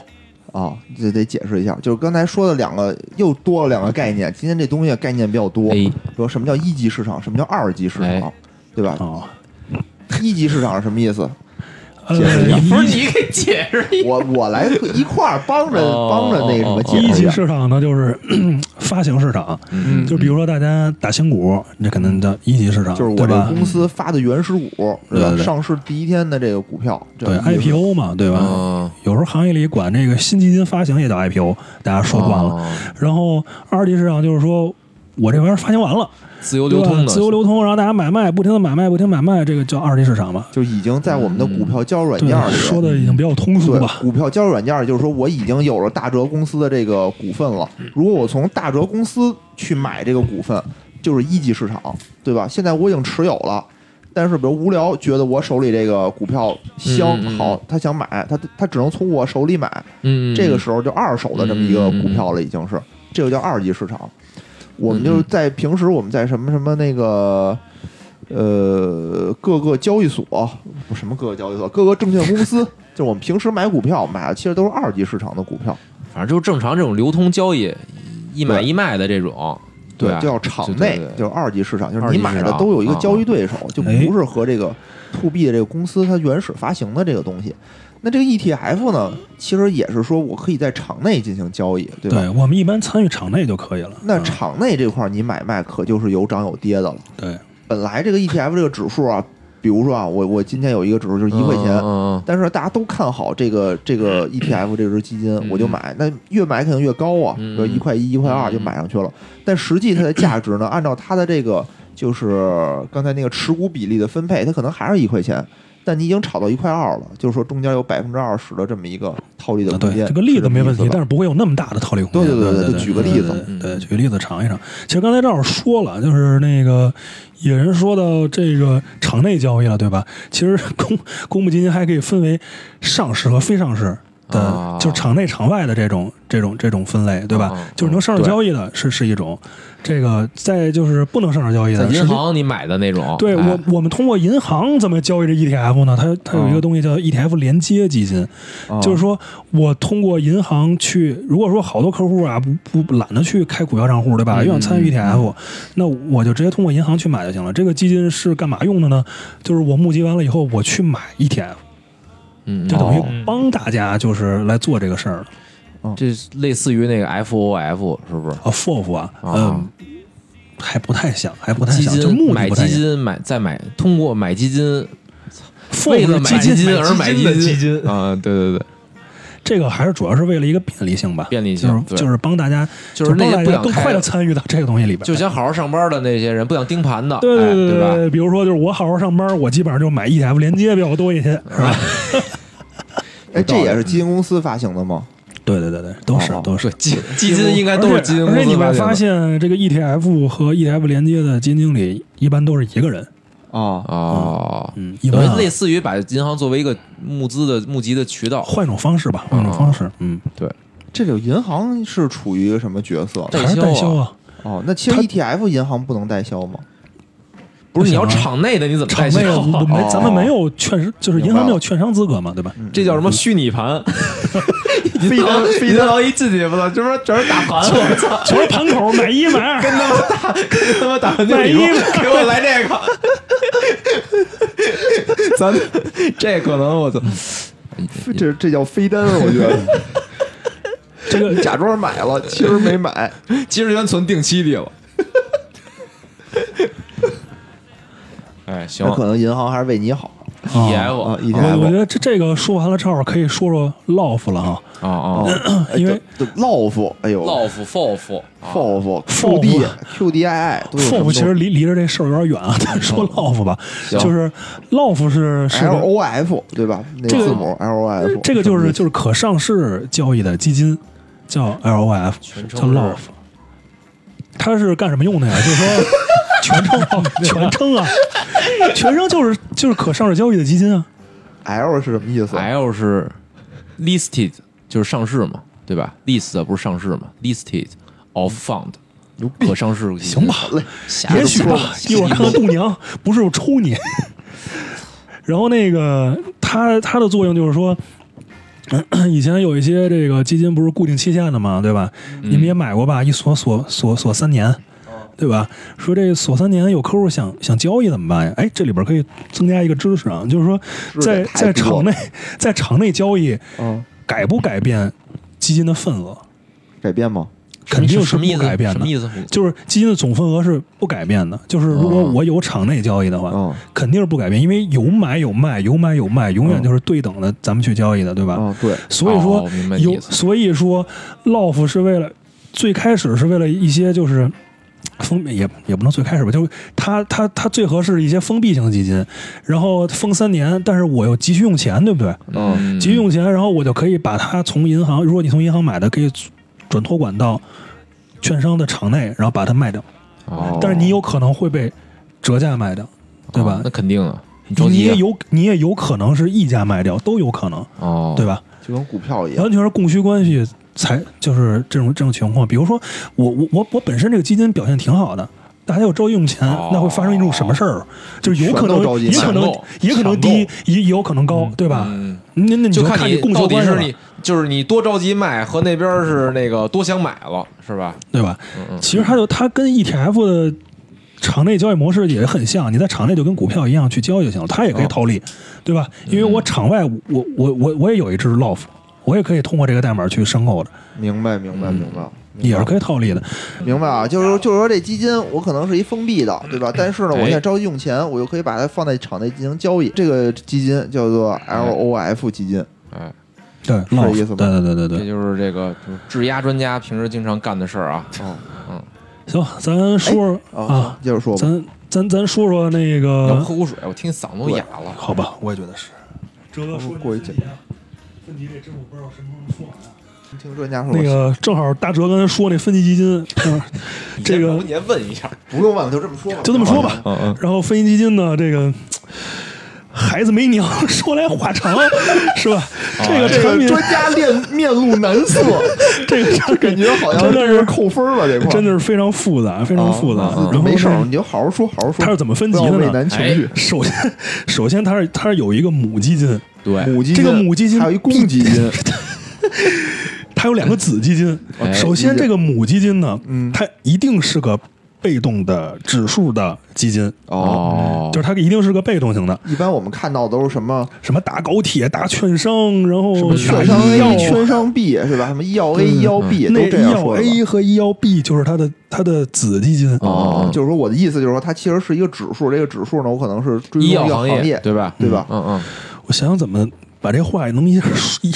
啊，这得解释一下，就是刚才说的两个又多了两个概念，今天这东西概念比较多，
哎
说什么叫一级市场，什么叫二级市场
哎，
对吧？
哦，
一级市场是什么意思？
呃
解释一下，
不是你给解释一
我我来一块儿帮着
哦
帮着那个什么解
一
释
级
一下
市场呢，就是 咳发行市场，
嗯
就比如说大家打新股，那可能叫一级市场，
就是我
对
这个
吧？
公司发的原始股，是
对
吧？
对对
上市第一天的这个股票，这
对
一级市场
IPO 嘛，对吧？
嗯
有时候行业里管这个新基金发行也叫 IPO，大家说惯了。
哦
然后二级市场就是说我这玩意儿发行完了，
自由
对
流
吧
通的，
自由流通，然后大家买卖，不停的买卖，不停地买卖，这个叫二级市场嘛。
就已经在我们的股票交易软
对
件，里
说的已经比较通俗
对
吧。
股票交易软件，就是说我已经有了大哲公司的这个股份了。如果我从大哲公司去买这个股份，就是一级市场，对吧？现在我已经持有了，但是比如无聊觉得我手里这个股票香
嗯嗯嗯
好，他想买，他他只能从我手里买。
嗯，
这个时候就二手的这么一个股票了，已经是这个叫二级市场。我们就是在平时我们在什么什么那个呃各个交易所不什么各个交易所各个证券公司， 就是我们平时买股票买的其实都是二级市场的股票，
反正就是正常这种流通交易，一买一卖的这种，吧
就叫场
对
内
对对
就是二级市场，就是
二级
你
市场
买
啊
的都有一个交易对手，就
哎
不是和这个 to B 的这个公司它原始发行的这个东西。那这个 ETF 呢，其实也是说我可以在场内进行交易，对吧？
对我们一般参与场内就可以了。
那
嗯
场内这块儿你买卖可就是有涨有跌的了。
对
本来这个 ETF 这个指数啊，比如说啊，我我今天有一个指数就是一块钱，
嗯
但是大家都看好这个这个 ETF 这只基金，
嗯
我就买。那越买肯定越高啊，
嗯
比如一块一、一块二就买上去了。
嗯
但实际它的价值呢，按照它的这个就是刚才那个持股比例的分配，它可能还是一块钱。但你已经炒到一块二了，就是说中间有百分之二十的这么一个套利的
啊
空
对，
间。
这个例子没问题，但
是
是不会有那么大的套利空间。
对对对
对
对就举个例子
对对对，举个例子尝一尝。其实刚才赵老师说了，就是那个野人说到这个场内交易了，对吧？其实公公募基金还可以分为上市和非上市。
啊
的，就是场内场外的这种这种这种分类，对
啊
吧
啊？
就是能上市交易的是是一种，这个再就是不能上市交易
在
的，
银
是
行你买的那种，
对
哎
我，我们通过银行怎么交易这 ETF 呢？它它有一个东西叫 ETF 连接基金，
哦嗯
就是说我通过银行去，如果说好多客户啊不不懒得去开股票账
嗯
户，对吧？又想参与 ETF，、那我就直接通过银行去买就行了。这个基金是干嘛用的呢？就是我募集完了以后，我去买 ETF，
嗯，
就
嗯
等于
哦
帮大家就是来做这个事儿了。
这类似于那个 FOF 是不是？
啊，FOF 啊，嗯、
啊
还不太像，还不太
基
像，就
金
目的
买
不太
基
一样。
金买再买，通过买基金
FOF
为了
是
买
基
基金
金
而买
基金的基
金
金
啊，对对对，
这个还是主要是为了一个便利性吧，
便利性
就
对
是就是帮大家，
就是那些
帮大
不
家
想
更
开
快
的
的参与到这个东西里边。
就想好好上班的那些人，不想盯盘的，
对
哎
对
对吧？
对，比如说就是我好好上班，我基本上就买 ETF 连接比较多一些，是吧？
哎，这也是基金公司发行的吗？
对对对对，都是
哦
都是
对。基 基金应该都是基金公
而且而且
司
你会
发
发
行
现，这个 ETF 和 ETF 连接的基金经理一般都是一个人，
啊
的哦，
嗯，一
等
般
于
啊
类似于把银行作为一个募资的募集的渠道，
换一种方式吧，换一种方式，嗯，
这个银行是处于什么角色？
代
还是
销
代
啊
销啊，
哦，那其实
它
ETF 银行不能代销吗？
不是你要
不行啊
场内的你怎么
场
代
内
销
我 们没
哦
咱们没有券，就是银
明白
行没有
了
券商资格嘛，对吧？
这叫什么虚拟盘？
非常非
银行一进去，我操， 这边全是大盘，我操，
全是盘口买一买二，
他妈打完
买一买
给我来这 个，咱这可能我操，
常这这叫飞单，我觉得
这个
假装买了，其实没买。
其实全存定期里了。 哎，行
那可能银 行啊还是为你好
，ETF
啊
啊
我我觉
，ETF
得这这个说完了，正好可以说说 LOF 了哈。
啊啊
啊，
因为
老夫，哎呦
，LOF、FOF 啊
FOF、
FOF
QD、QDII 都有什
FOF
么
其实离离着这事儿有点远啊，咱说 LOF 吧，
行
就是 LOF 是是个
LOF 对吧？那
这个
字母 LOF，
这个就是
什
就是可上市交易的基金，叫 LOF，
全
叫
称是
LOF。它是干什么用的呀？就是说全称啊，全称啊，全称就是就是可上市交易的基金啊。
么 L 是什么意思？
L 是 listed，就是上市嘛，对吧？list 不是上市嘛？listed of fund，可上市
行吧，
嘞，
瞎
也许吧
说，
一会儿看看度娘，不是我抽你。 然后那个它它的作用就是说。 咳以前有一些这个基金不是固定期限的嘛，对吧？你
嗯
们也买过吧？一锁锁锁锁三年，
哦
对吧？说这锁三年有客户想想交易怎么办呀？哎，这里边可以增加一个知识啊，就是说
知识
在
也太
在
多
场内
了
在场内交易
嗯，
改不改变基金的份额，
改变吗？
肯定
什
是
么意
不
思？
改变
什
的
么。意思？
就是基金的总份额是不改变的。就是如果我有场内交易的话，
哦
嗯
肯定是不改变，因为有买有卖，有买有卖，永远就是对等的，咱们去交易的，对吧？
啊，对，
所以说、
哦明白你意
有，
思
所以说 LOF 是为了最开始是为了一些就是。封闭也也不能最开始吧，就是它它它最合适一些封闭型基金，然后封三年，但是我又急需用钱，对不对？
嗯，
急需用钱，然后我就可以把它从银行，如果你从银行买的，可以转托管到券商的场内，然后把它卖掉。
哦，
但是你有可能会被折价卖掉，对
哦
吧
那？肯定啊，你着
你
急啊
也有你也有可能是溢价卖掉，都有可能，
哦，
对吧？
就跟股票一样，
完全是供需关系才就是这种这种情况。比如说我我我我本身这个基金表现挺好的。大家又着急用钱
哦，
那会发生一种什么事儿？就是有可能
全都着，急
也可
抢
能
购，
也可能低，也也有可能高，对吧？
嗯，
那那你
就看
看
你
供
到
求
底
关系
是
了
你就是你多着急卖和那边是那个多想买了，是吧？
对吧？
嗯
其实它就它跟 ETF 的场内交易模式也很像，你在场内就跟股票一样去交易就行了，它也
哦
可以套利，对吧？
嗯
因为我场外我我我我也有一只 LOF，我也可以通过这个代码去申购的，
明白明白明白了，明
嗯也
白
是
了
可以套利的。
明白啊，就是说就是说这基金我可能是一封闭的，对吧？
嗯
但是呢，我
哎
现在着急用钱，我就可以把它放在场内进行交易。这个基金叫做
哎
LOF 基金，
哎，
对
这意思
，LOF，
吗
对对对对
这
对。
就是这个就是质押专家平时经常干的事儿啊。
哦
嗯行，咱说
哎
说啊，
接着说吧。
咱咱咱说说那
要
个，
喝口水，我听嗓子都哑了。
好吧，我也觉得是。哲哥
说过于简
单。问题这支我不知道什么时候说完啊。
听专家说，
那个正好大哲刚才说那分级基 金，嗯这个
你先问一下，
不用问，就这么说吧，
就这么说吧。
嗯嗯，
然后分析基金呢，这个孩子没娘， 说来话长， 是吧？这个
这
产
个
品，
专家面面露难色，
这个产
感
品
觉好像
真的
这是扣分了这块儿，
真的是非常复杂，非常复杂。啊然后
没事儿，
呢
你就好好说，好好说。
它是怎么分级的呢哎
不要畏难情绪，
首先，首先它是它是有一个母基金，
对，
母基金，
这个母基金
还有一公基金，
它有两个子基金。
哎
首先，这个母基金呢
嗯，
它一定是个被动的指数的基金，
哦，
就是它一定是个被动型的，
一般我们看到都是什 么
什么打高铁、打券商，然后
什么券
打
商
医药
A、
啊
券商 B 是吧？什么医药 A、
对
医药 B
那
都这样
医药
说的吧。
A 和医药 B 就是它的它的子基金，
哦，
啊就是说我的意思就是说，它其实是一个指数，这个指数呢，我可能是追踪
医
一个
药
行
业对吧？
对吧？
嗯嗯，
我想想怎么把这话能一下说一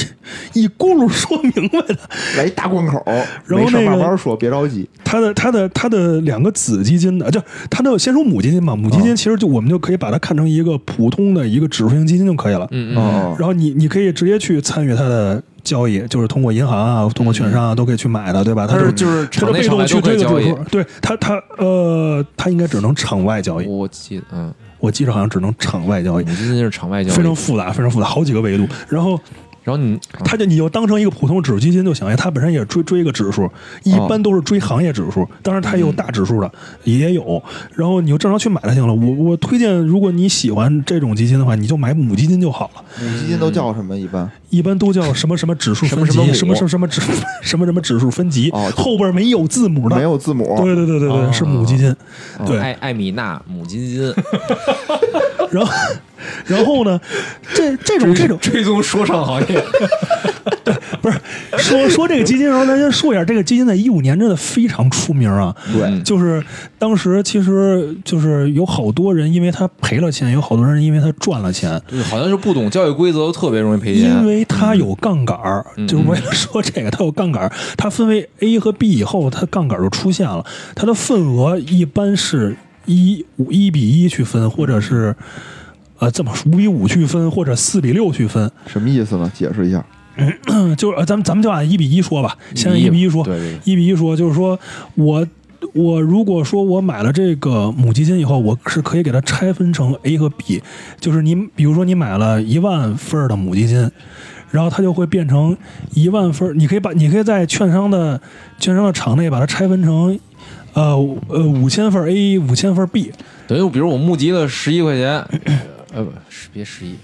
一咕噜说明白的。
来一大贯口，
然后
没事
那个
慢慢说，别着急。
它的它的它的两个子基金的，就它的先说母基金吧，母基
哦
金其实就我们就可以把它看成一个普通的一个指数型基金就可以了。
嗯嗯，
哦，
然后你你可以直接去参与它的交易，就是通过银行啊、通过券商啊都可以去买的，对吧？它
它
就是
嗯就是场
它是
内
被
场
动
外
去
都可
追
以
个
交
指
易
数，，对它它呃它应该只能场外交易，
我记得嗯，
我记着好像只能场外交易
母。基金是场外交易，
非常复杂，非常复杂，好几个维度。然后
然后你
它就你就当成一个普通指数基金就行，因为它本身也追追一个指数，一般都是追行业指数，当然它也有大指数的，也有。然后你就正常去买它行了。我我推荐，如果你喜欢这种基金的话，你就买母基金就好了，
母基金都叫什么？一般
一般都叫什么什么指数分级，什
什
么
么
什么什么指 什么什么指数分级，
哦
后边没有字母的，
没有字母，
对对对对对，
哦
是母基金，对。
艾艾米娜母基金，
然后然后呢，这这种这种
追踪说唱行业，
不是说说这个基金的时候，咱先说一下，这个基金在一五年真的非常出名啊。
嗯
就是当时其实就是有好多人因为他赔了钱，有好多人因为他赚了钱，
就是好像是不懂交易规则，特别容易赔钱。
因为他有杠杆儿。
哎嗯
就是我也说这个，他有杠杆儿，它分为 A 和 B 以后，它杠杆儿就出现了。它的份额一般是一五一比一去分，或者是呃这么五比五去分，或者四比六去分。
什么意思呢？解释一下。
嗯，就是呃咱们咱们就按一比一说吧，先按一比一说。
对对
一比一说，就是说我我如果说我买了这个母基金以后，我是可以给它拆分成 A 和 B，就是你比如说你买了一万份儿的母基金，然后它就会变成一万份儿，你可以把你可以在券商的券商的场内把它拆分成。呃呃，五千份儿 A，五千份儿 B，
等于比如我募集了十一块钱，呃不是别十一。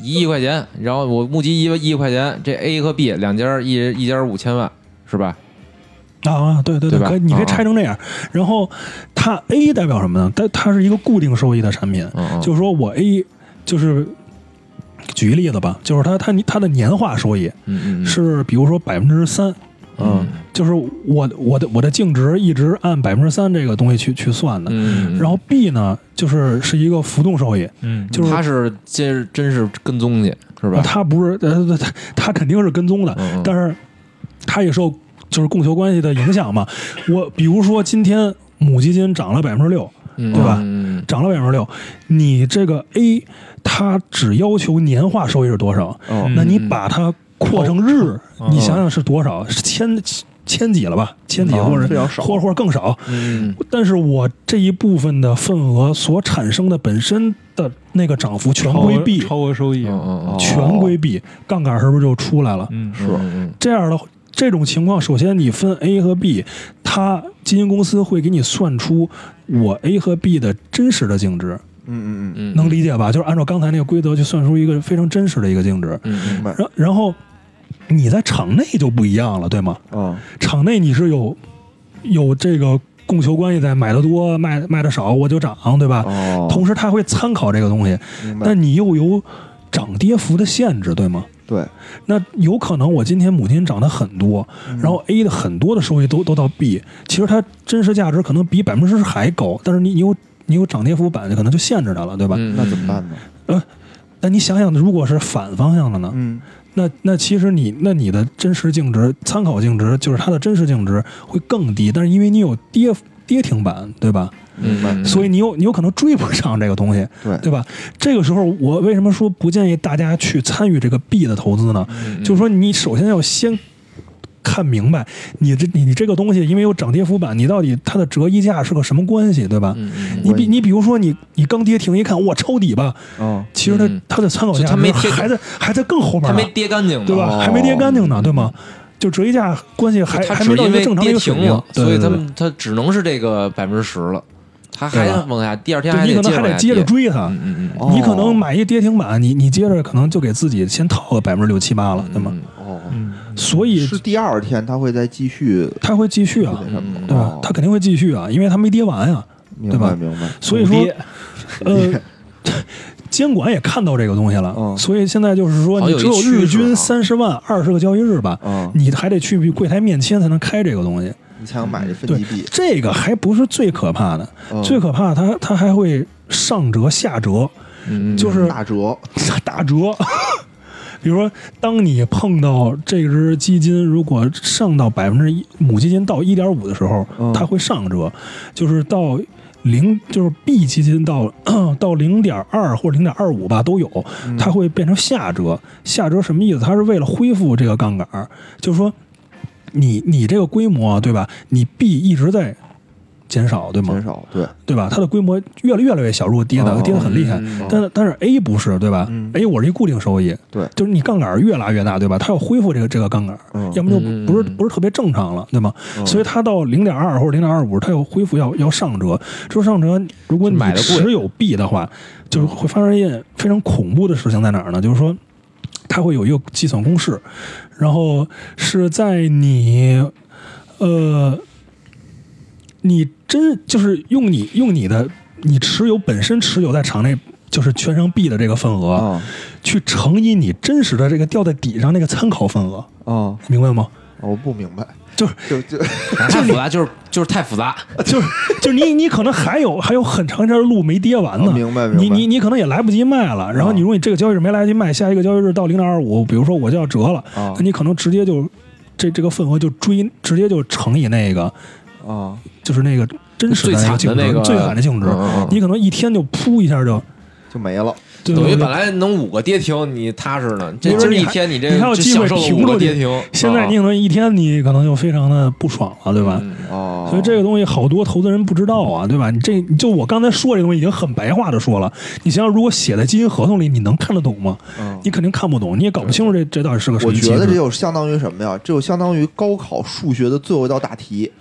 一亿块钱，然后我募集一亿块钱，这 A 和 B 两家一人一家五千万，是吧？
啊，对对
对吧
可以，你可以
啊啊
拆成这样。然后它 A 代表什么呢？它它是一个固定收益的产品，
嗯嗯，
就是说我 A 就是举一例子吧，就是它它它的年化收益
嗯嗯嗯
是比如说百分之三，
嗯
就是我我的我的净值一直按百分之三这个东西去去算的。
嗯，嗯
然后 B 呢，就是是一个浮动收益，
嗯
就是
他是接着真是跟踪去是吧？
它不是呃它它肯定是跟踪的，
嗯嗯
但是它也受就是供求关系的影响嘛。我比如说今天母基金涨了百分之六，对吧？
嗯
涨了百分之六，你这个 A 它只要求年化收益是多少？
嗯
哦
那你把它扩成日，你想想是多少？是千千几了吧？千几或者、
哦非常少
或者或者更少。
嗯
但是我这一部分的份额所产生的本身的那个涨幅全
超
规
额
避，
超额收益，
嗯嗯，
全规避，杠杆是不是就出来了？
嗯，
是
嗯
这样的这种情况，首先你分 A 和 B，它基金公司会给你算出我 A 和 B 的真实的净值，
嗯嗯嗯，
嗯，
能理解吧？就是按照刚才那个规则去算出一个非常真实的一个净值，
嗯
明白
然然后你在场内就不一样了，对吗？
啊，
场内你是有有这个供求关系在，买的多卖卖的少我就涨，对吧？
哦，
同时它会参考这个东西，
明白，
但你又有涨跌幅的限制，对吗？
对，
那有可能我今天母亲涨得很多，
嗯
然后 A 的很多的收益都都到 B，其实它真实价值可能比百分之十还高，但是你你有你有涨跌幅板，可能就限制它了，对吧？
嗯，
那怎么办呢？
那你想想，如果是反方向的呢？
嗯，
那那其实你那你的真实净值、参考净值就是它的真实净值会更低，但是因为你有跌跌停板，对吧？
明
嗯
白，
所以你有你有可能追不上这个东西，
嗯
对
对吧？这个时候，我为什么说不建议大家去参与这个币的投资呢？
嗯
就是说，你首先要先看明白你这你你这个东西，因为有涨跌幅板，你到底它的折溢价是个什么关系，对吧？
嗯，
你比你比如说你你刚跌停一看，哇，抄底吧，
哦，
其实它、
嗯
它的参考
就
价
它没
值
跌
还在还在更后面
他
呢
没，跌干净，
对吧？
哦
还没跌干净呢，对吗？就折溢价关系还
嗯他
还
只
没到
因
一个
为
正常的一
跌
个水
停
平
了，，
对
所以
对
他
对
们他只能是这个百分之十了，他还往下，第二天还
对
得
你可
接
能还得
往下
接着
跌。
追它。
嗯嗯嗯，
哦
你可能买一跌停板，你你接着可能就给自己先套个百分之六七八了，对吗？
哦，
嗯，
所以
是第二天他会再继续，
它会继续啊，
那什么
嗯
对吧
哦？
它肯定会继续啊，因为它没跌完呀。
明
对吧
白明白，
所以
补
说
跌，
呃， 监管也看到这个东西了，
嗯
所以现在就是说，
哦好
你
有一
只有
趋势
日均
啊哦
三十万二十个交易日吧，
啊，
你还得去柜台面签才能开这个东西。
你才能买这分
对
级币，
这个还不是最可怕的，
嗯
最可怕的它它还会上折下折，
嗯，
就是
打折，
打折。比如说，当你碰到这只基金如果上到百分之一，母基金到一点五的时候，
嗯
它会上折，就是到零，就是 B 基金到 到零点二或零点二五吧都有，
嗯
它会变成下折。下折什么意思？它是为了恢复这个杠杆儿，就是说你你这个规模对吧？你 B 一直在减少对吗？
嗯减少，对，
对吧？它的规模越来越来越小，如果跌的
哦
跌得很厉害
嗯，
但但是 A 不是，对吧
嗯
？A 我是一固定收益，
对
就是你杠杆越拉越大，对吧？它要恢复这个这个杠杆，
嗯
要么就
嗯
不是
嗯
不是特别正常了，对吗？
嗯
所以它到零点二或者零点二五，它要恢复要要上折，这上折如果你
就买得贵
持有 B 的话，就是会发生一件非常恐怖的事情在哪儿呢？就是说。它会有一个计算公式，然后是在你，呃，你真就是用你用你的你持有本身持有在场内就是券商 B 的这个份额，
啊
去乘以你真实的这个掉在底上那个参考份额，
啊，
明白吗？
我不明白，
就是
就就
太复杂，就是就是太复杂。
就是就是你你可能还有还有很长一条路没跌完呢，
哦明白明白哦
你你你可能也来不及卖了，然后你如果你这个交易日没来得及卖，下一个交易日到零点二五，比如说我就要折了，
啊
那你可能直接就这这个份额就追直接就乘以那个
啊，
就是那个真实
最
的那
惨
个净
的
值
那个
最惨的净值，
哦
嗯嗯嗯
你可能一天就噗一下就。
就没了，
对
等于
对对
本来能五个跌停，你踏实呢。这
你说
今儿
你
一
还
天，你这
你还有
就
机
享
会
受了
停
五
过
个
去
跌停。
现在你可能一天你可能就非常的不爽了，对吧？
嗯
哦，
所以这个东西好多投资人不知道啊，对吧？你这你就我刚才说这东西已经很白话的说了，你想想如果写在基金合同里，你能看得懂吗？
嗯
你肯定看不懂，你也搞不清楚这这到底是个什
我
么机制。
觉得这就相当于什么呀？这就相当于高考数学的最后一道大 题，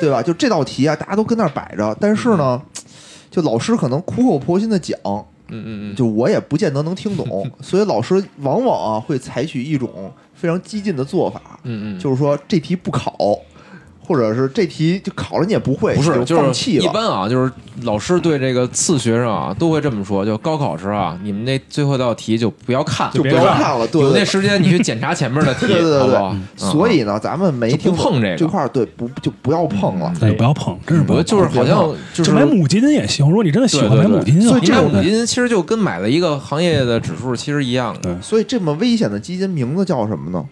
对吧？就这道题啊，大家都跟那儿摆着，但是呢，
嗯
就老师可能苦口婆心的讲，
嗯嗯
就我也不见得能听 懂，所以老师往往啊会采取一种非常激进的做法，
嗯嗯，
就是说这题不考，或者是这题就考了你也不会，
不是
你就放
就是
弃
一
了。
般啊，就是老师对这个次学生啊都会这么说，就高考时啊，你们那最后一道题就不要看，
就
别
不要
看
看了，对
有
对
那时间你去检查前面的题，
对对对
好不
对
好？嗯
所以呢，咱们没
就
听
不
懂
碰这个嗯
这块儿，对不就不要碰了。
对哎不要碰，真是不要
我
碰。
就是好像就是
就买母基金也行，如果你真的喜
对
欢
对
买
对
母基金就好
所
了，
以这
你买
种
母基金其实就跟买了一个行业的指数其实一样的，
对
所以这么危险的基金名字叫什么呢？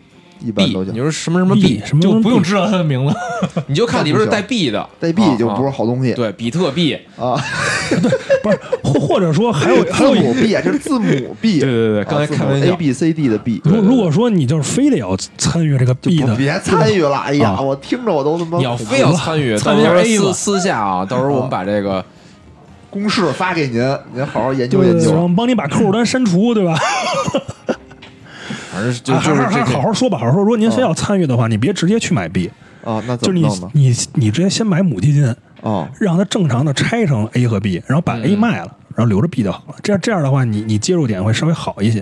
一般
B，
都叫
你说什么什么 B，
嗯什
嗯
么
就不用知道它的名字。
你就看里边是带 B 的，
代币就不是好东西
啊啊对，比特币，
啊，
不是，或或者说还有还
字
有一
母币啊，这是字 母币，
对对对刚才开玩笑
A B C D 的 B，
如如果说你就是非得要参与这个 B
就
的，
别参与了，哎呀，
啊
我听着我都他妈
你要非要参与，
参
到
与
时候
A 吧
私私下啊，到时候我们把这个
公式发给您，您好好研究
对
研
对对，然后
究。
帮你把客户端删除，对吧？
反正 就
啊
就
还
是
还
这
好
个
好说吧，好好说。如果您非要参与的话，你别直接去买 B，
啊，那怎
就是
么
你
弄呢？
你你直接先买母基金，
哦，
让它正常的拆成 A 和 B，然后把 A 卖了，然后留着 B 就好了。这样这样的话，你你接入点会稍微好一些。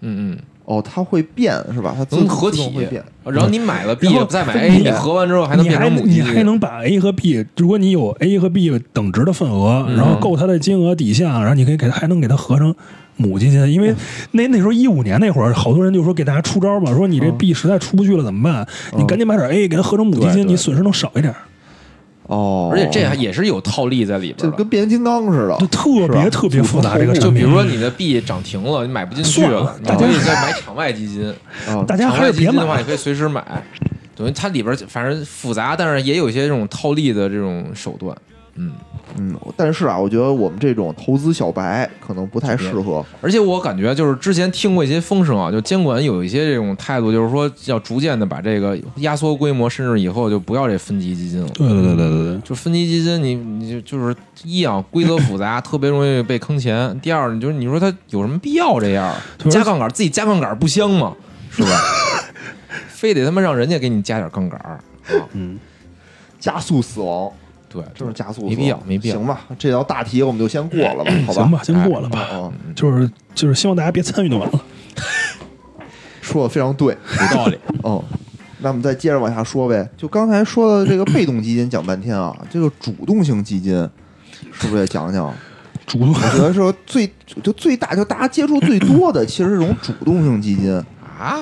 嗯嗯，
哦，它会变是吧？它自
能
动
合
自动
体
会变。，
然后你买了 B，
然后
再买
分
A，你
别
合完之后还能
你
变
还
成母
你
基
还
金。
能把 A 和 B，如果你有 A 和 B 等值的份额，然
嗯
后够它的金额底下，然后你可以给还能给它合成母基金，因
嗯
为那那时候一五年那会儿，好多人就说给大家出招嘛，说你这
嗯
B 实在出不去了怎么办？你赶紧买点 A，给它合成母基
对
金，
对
你损失能少一点。
哦，
而且这还也是有套利在里边
就
的
跟，变形金刚似的
哦
就，特
是吧
别特别复杂这个
就
产
比
品
如。说你的币涨停了，你买不进去
算了
了，你
大家
可以再买场外基金。
啊
大家
场
还
外
是
基金
别
的话，
买
你，可以随时买。等于它里边反正复杂，但是也有一些这种套利的这种手段。嗯，
嗯，但是啊，我觉得我们这种投资小白可能不太适合。
嗯
而且我感觉就是之前听过一些风声啊，就监管有一些这种态度，就是说要逐渐的把这个压缩规模，甚至以后就不要这分级基金了。
对对对对对对。
就分级基金你，你就就是一啊，规则复杂，特别容易被坑钱。第二，你就是你说它有什么必要这 样
对
加杠杆，自己加杠杆不香吗？ 是吧？非得他妈让人家给你加点杠杆儿，
加速死亡，
对，
这是加速死亡，
没必要没必要
行吧，这道大题我们就先过了吧，好吧？
哎行吧，先过了吧。
嗯，
就是就是希望大家别参与就完了。
说的非常对，
有道理。
嗯。那我们再接着往下说呗，就刚才说的这个被动基金讲半天啊，这个主动性基金是不是也讲 讲？
主动
我觉得说最就最大就大家接触最多的，其实是这种主动性基金，
啊，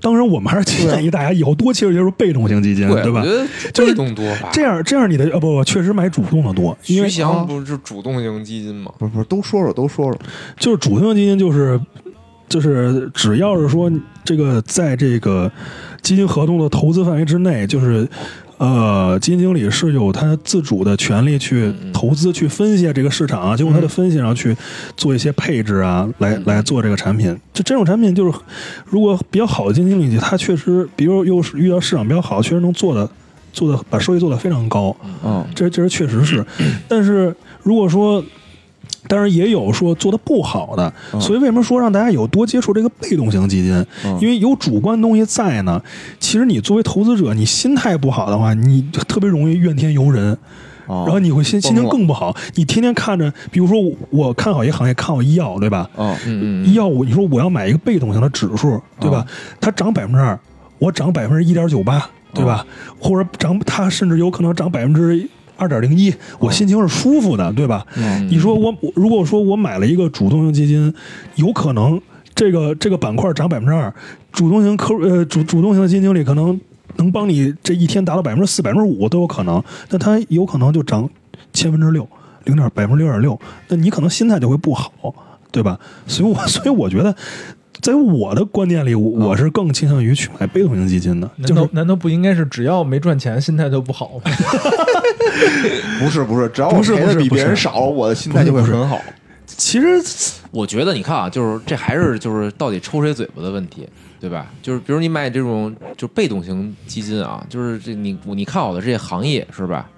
当然，我们还是建议大家以后多接触接触被动型基金，
对，
对吧
我觉？得
就是
被动多吧。
这样这样，你的呃不不，确实买主动的多，因
徐
为嗯
翔不是主动型基金吗？
不是不是，都说说都说说，
就是主动型基金就是就是只要是说这个在这个基金合同的投资范围之内，就是。呃，基金经理是有他自主的权利去投资、去分析这个市场啊，经过他的分析，然后去做一些配置啊，来来做这个产品。就这种产品，就是如果比较好的基金经理，他确实，比如又是遇到市场比较好，确实能做的做的把收益做得非常高。
嗯
这这是确实是，但是如果说，当然也有说做的不好的，所以为什么说让大家有多接触这个被动型基金？因为有主观东西在呢，其实你作为投资者，你心态不好的话，你特别容易怨天尤人。
哦
然后你会心心情
崩
更不好，你天天看着，比如说我我看好一个行业，看好医药，对吧？
嗯
嗯哦
医药我你说我要买一个被动型的指数，对吧？它涨百分之二，我涨百分之一点九八，对吧？
哦
或者涨它甚至有可能涨百分之二点零一，我心情是舒服的，对吧？
嗯
你说我我如果说我买了一个主动型基金，有可能这个这个板块涨百分之二，主动型客呃主主动型的基金经理可能能帮你这一天达到百分之四、百分之五都有可能，但它有可能就涨千分之六，零点百分之六点六，那你可能心态就会不好，对吧？所以我 所以我觉得。在我的观念里，我我是更倾向于去买被动型基金的，
嗯难
就
道
是
难道不应该是只要没赚钱，心态就不 好吗？
不是不是，只要
不
我
是
赔
不
的
是
比
不
别
是
人少，我的心态就会
不是不是
很好。
其实
我觉得你看啊，就是这还是就是到底抽谁嘴巴的问题，对吧？就是比如你买这种就是被动型基金啊，就是这你你看好的这些行业是吧？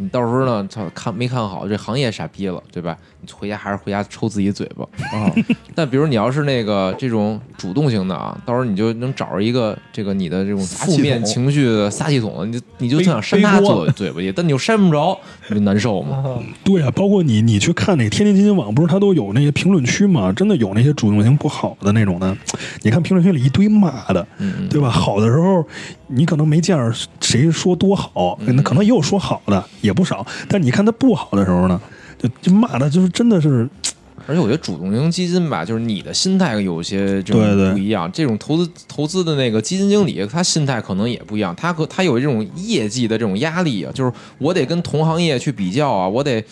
你到时候呢，操看没看好这行业傻逼了，对吧？你回家还是回家抽自己嘴巴 啊。但比如你要是那个这种主动型的啊，到时候你就能找着一个这个你的这种负面情绪的撒气筒，你就你就特想扇他
背背
嘴
锅
嘴巴去，但你又扇不着，你就难受嘛。
对啊，包括你，你去看那个天津基金网，不是它都有那个评论区吗？真的有那些主动型不好的那种的，你看评论区里一堆骂的，
嗯
对吧？好的时候，你可能没见着谁说多好，
嗯
那可能也有说好的，也不少。但你看他不好的时候呢，就就骂的，就是真的是
而且我觉得主动型基金吧，就是你的心态有些这种
对对
不一样。这种投资投资的那个基金经理，他心态可能也不一样。他可他有这种业绩的这种压力啊，就是我得跟同行业去比较啊，我得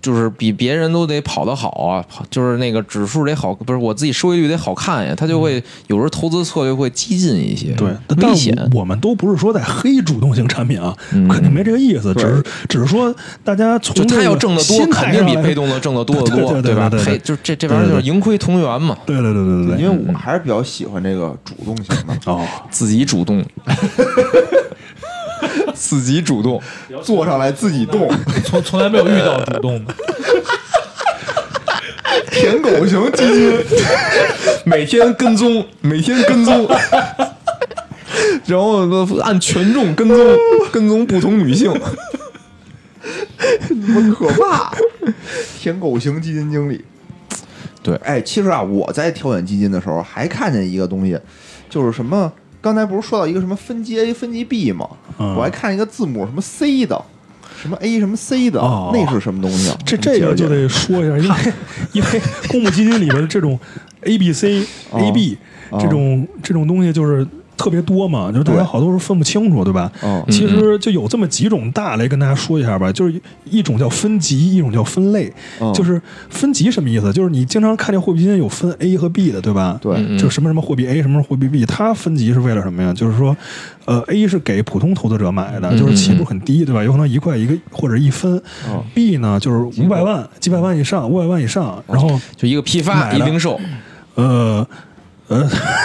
就是比别人都得跑得好啊，跑就是那个指数得好，不是我自己收益率得好看呀，他就会有时候投资策略会激进一些，
嗯对，但
危险。
我我们都不是说在黑主动型产品啊，
嗯
肯定没这个意思，只是只是说大家从
就他
这个
要挣得多，
心态
肯定比
上来
被动的挣得多得多，
对对对对
吧？
对对对
赔就这这玩意儿
对
就
对
是
对
盈亏同源嘛，
对对对对对
因
对，
为我还是比较喜欢这个主动型的，
哦，
自己主动， 自己主动，
坐上来自己动，
从从来没有遇到主动的，
舔狗型基金，
每天跟踪，每天跟 踪，然后按权重跟踪，跟踪不同女性。
你们可怕！舔狗型基金经理，
对
哎，其实啊，我在挑选基金的时候还看见一个东西，就是什么，刚才不是说到一个什么分级 A、分级 B 吗？
嗯
我还看一个字母什么 C 的，什么 A 什么 C 的，
哦
那是什么东西啊？
这这个就得说一下，因为因为公募基金里边这种 A、B、C、
哦
A、B
哦
这种这种东西就是。特别多嘛，就是大家
对
好多是分不清楚，对吧？
哦
其实就有这么几种大类跟大家说一下吧，就是一种叫分级，一种叫分类。
嗯
就是分级什么意思？就是你经常看见货币基金有分 A 和 B 的，对吧？
对嗯
就什么什么货币 A，什么什么货币 B，它分级是为了什么呀？就是说，呃，A 是给普通投资者买
嗯
的，就是起步很低，对吧？有可能一块一个或者一分。B 呢，就是五百万、几百万以上、五百万以上，然后
就一个批发
买
一
了
零售，
呃。呃，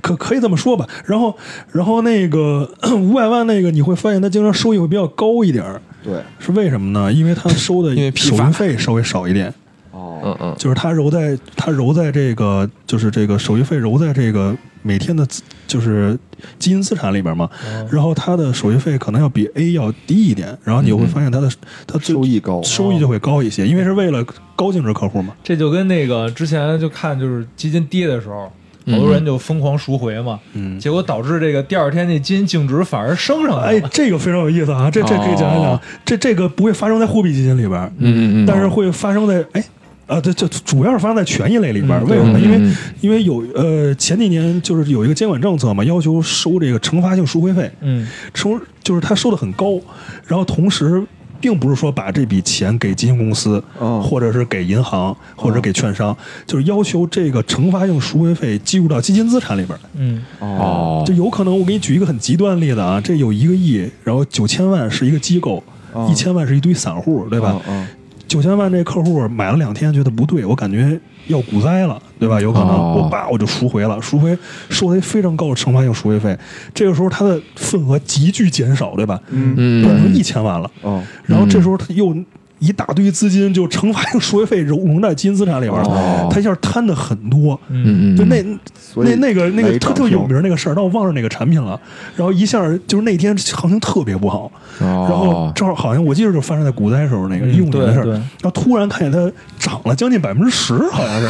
可可以这么说吧，然后，然后那个 五百万那个，你会发现它经常收益会比较高一点儿，
对，
是为什么呢？因为它收的
因为批
手
发
续费稍微少一点，
哦，
嗯嗯，
就是它揉在它揉在这个就是这个手续费揉在这个每天的资就是基金资产里边嘛，然后它的手续费可能要比 A 要低一点，然后你会发现它的它最
收益高，
收益就会高一
哦
些，因为是为了高净值客户嘛。
这就跟那个之前就看就是基金跌的时候，好多人就疯狂赎回嘛，
嗯
结果导致这个第二天那基金净值反而升上来
哎
了，，
这个非常有意思啊，这这可以讲一讲
哦，
这这个不会发生在货币基金里边，
嗯嗯嗯
但是会发生在哎。啊，对，就主要是发生在权益类里边儿，
嗯
为什么呢？
嗯
因为
嗯
因为有呃前几年就是有一个监管政策嘛，要求收这个惩罚性赎回费，
嗯，
收就是他收的很高，然后同时并不是说把这笔钱给基金公司，
哦
或者是给银行，或
哦
者给券商，就是要求这个惩罚性赎回费计入到基金资产里边儿。
嗯，
哦
哦
就，有可能，我给你举一个很极端的例子啊，这有一个亿，然后九千万是一个机构，
哦
啊
一千万是一堆散户，对吧？
嗯
九千万这客户买了两天，觉得不对，我感觉要股灾了，对吧？有可能、
哦
我爸我就赎回了，赎回收回非常高的惩罚性赎回费，这个时候它的份额急剧减少，对吧？
嗯
嗯
变成一千万了，
哦
然后这时候他又一大堆资金就惩罚性赎回费融融在基金资产里边了，
哦
他一下摊的很多，
嗯嗯，
就那
所以
那那个那
来
个
一
特
场
特
球
有名那个事儿，但我忘了哪个产品了。然后一下就是那天行情特别不好，然后
哦，
正好好像我记得就发生在股灾时候那个
嗯
一五年的事儿，
对对
然后突然看见它涨了将近百分之十，好像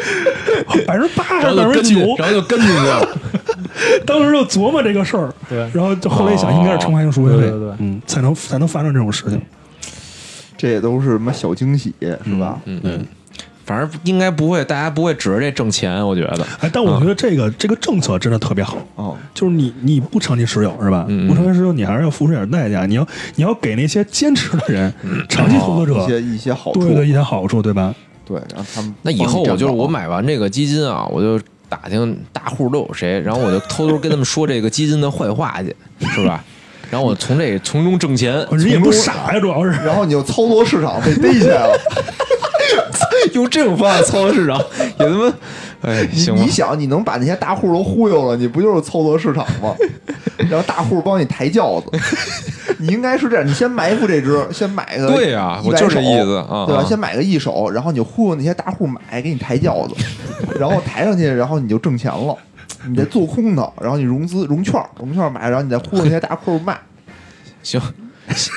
是百分之八还是百分之九，
然后就跟进去 了，
当时就琢磨这个事儿，
对
然后就后来一
哦
想应该是惩罚性赎回费，
对对对
嗯，才能才能发生这种事情，
这也都是什么小惊喜是吧？
嗯
对。
反正应该不会，大家不会指着这挣钱，我觉得。
哎，但我觉得这个、这个政策真的特别好，
啊哦，
就是你你不长期持有是吧？
嗯嗯
不长期持有你还是要付出点代价，你要你要给那些坚持的人、长期投资者
嗯哦一些一些好处，
对的一些好处，对吧？
对，让他们
那以后我就是我买完这个基金啊，我就打听大户都有谁，然后我就偷偷跟他们说这个基金的坏话去，是吧？然后我从这从中挣钱，
哦人也
从
不
中
傻呀，主要是
然后你就操作市场被逮起 来了。
用这种方法操作市场，也他妈，哎，行吧
你，想，你能把那些大户都忽悠了，你不就是操作市场吗？然后大户帮你抬轿子，你应该是这样，你先埋伏这只，先买个
对呀我
100
就是这
手
意思啊
对吧？
啊
先买个一手，然后你忽悠那些大户买，给你抬轿子，然后抬上去，然后你就挣钱了。你再做空它，然后你融资融券儿，融券儿买，然后你再忽悠那些大户卖。
行，行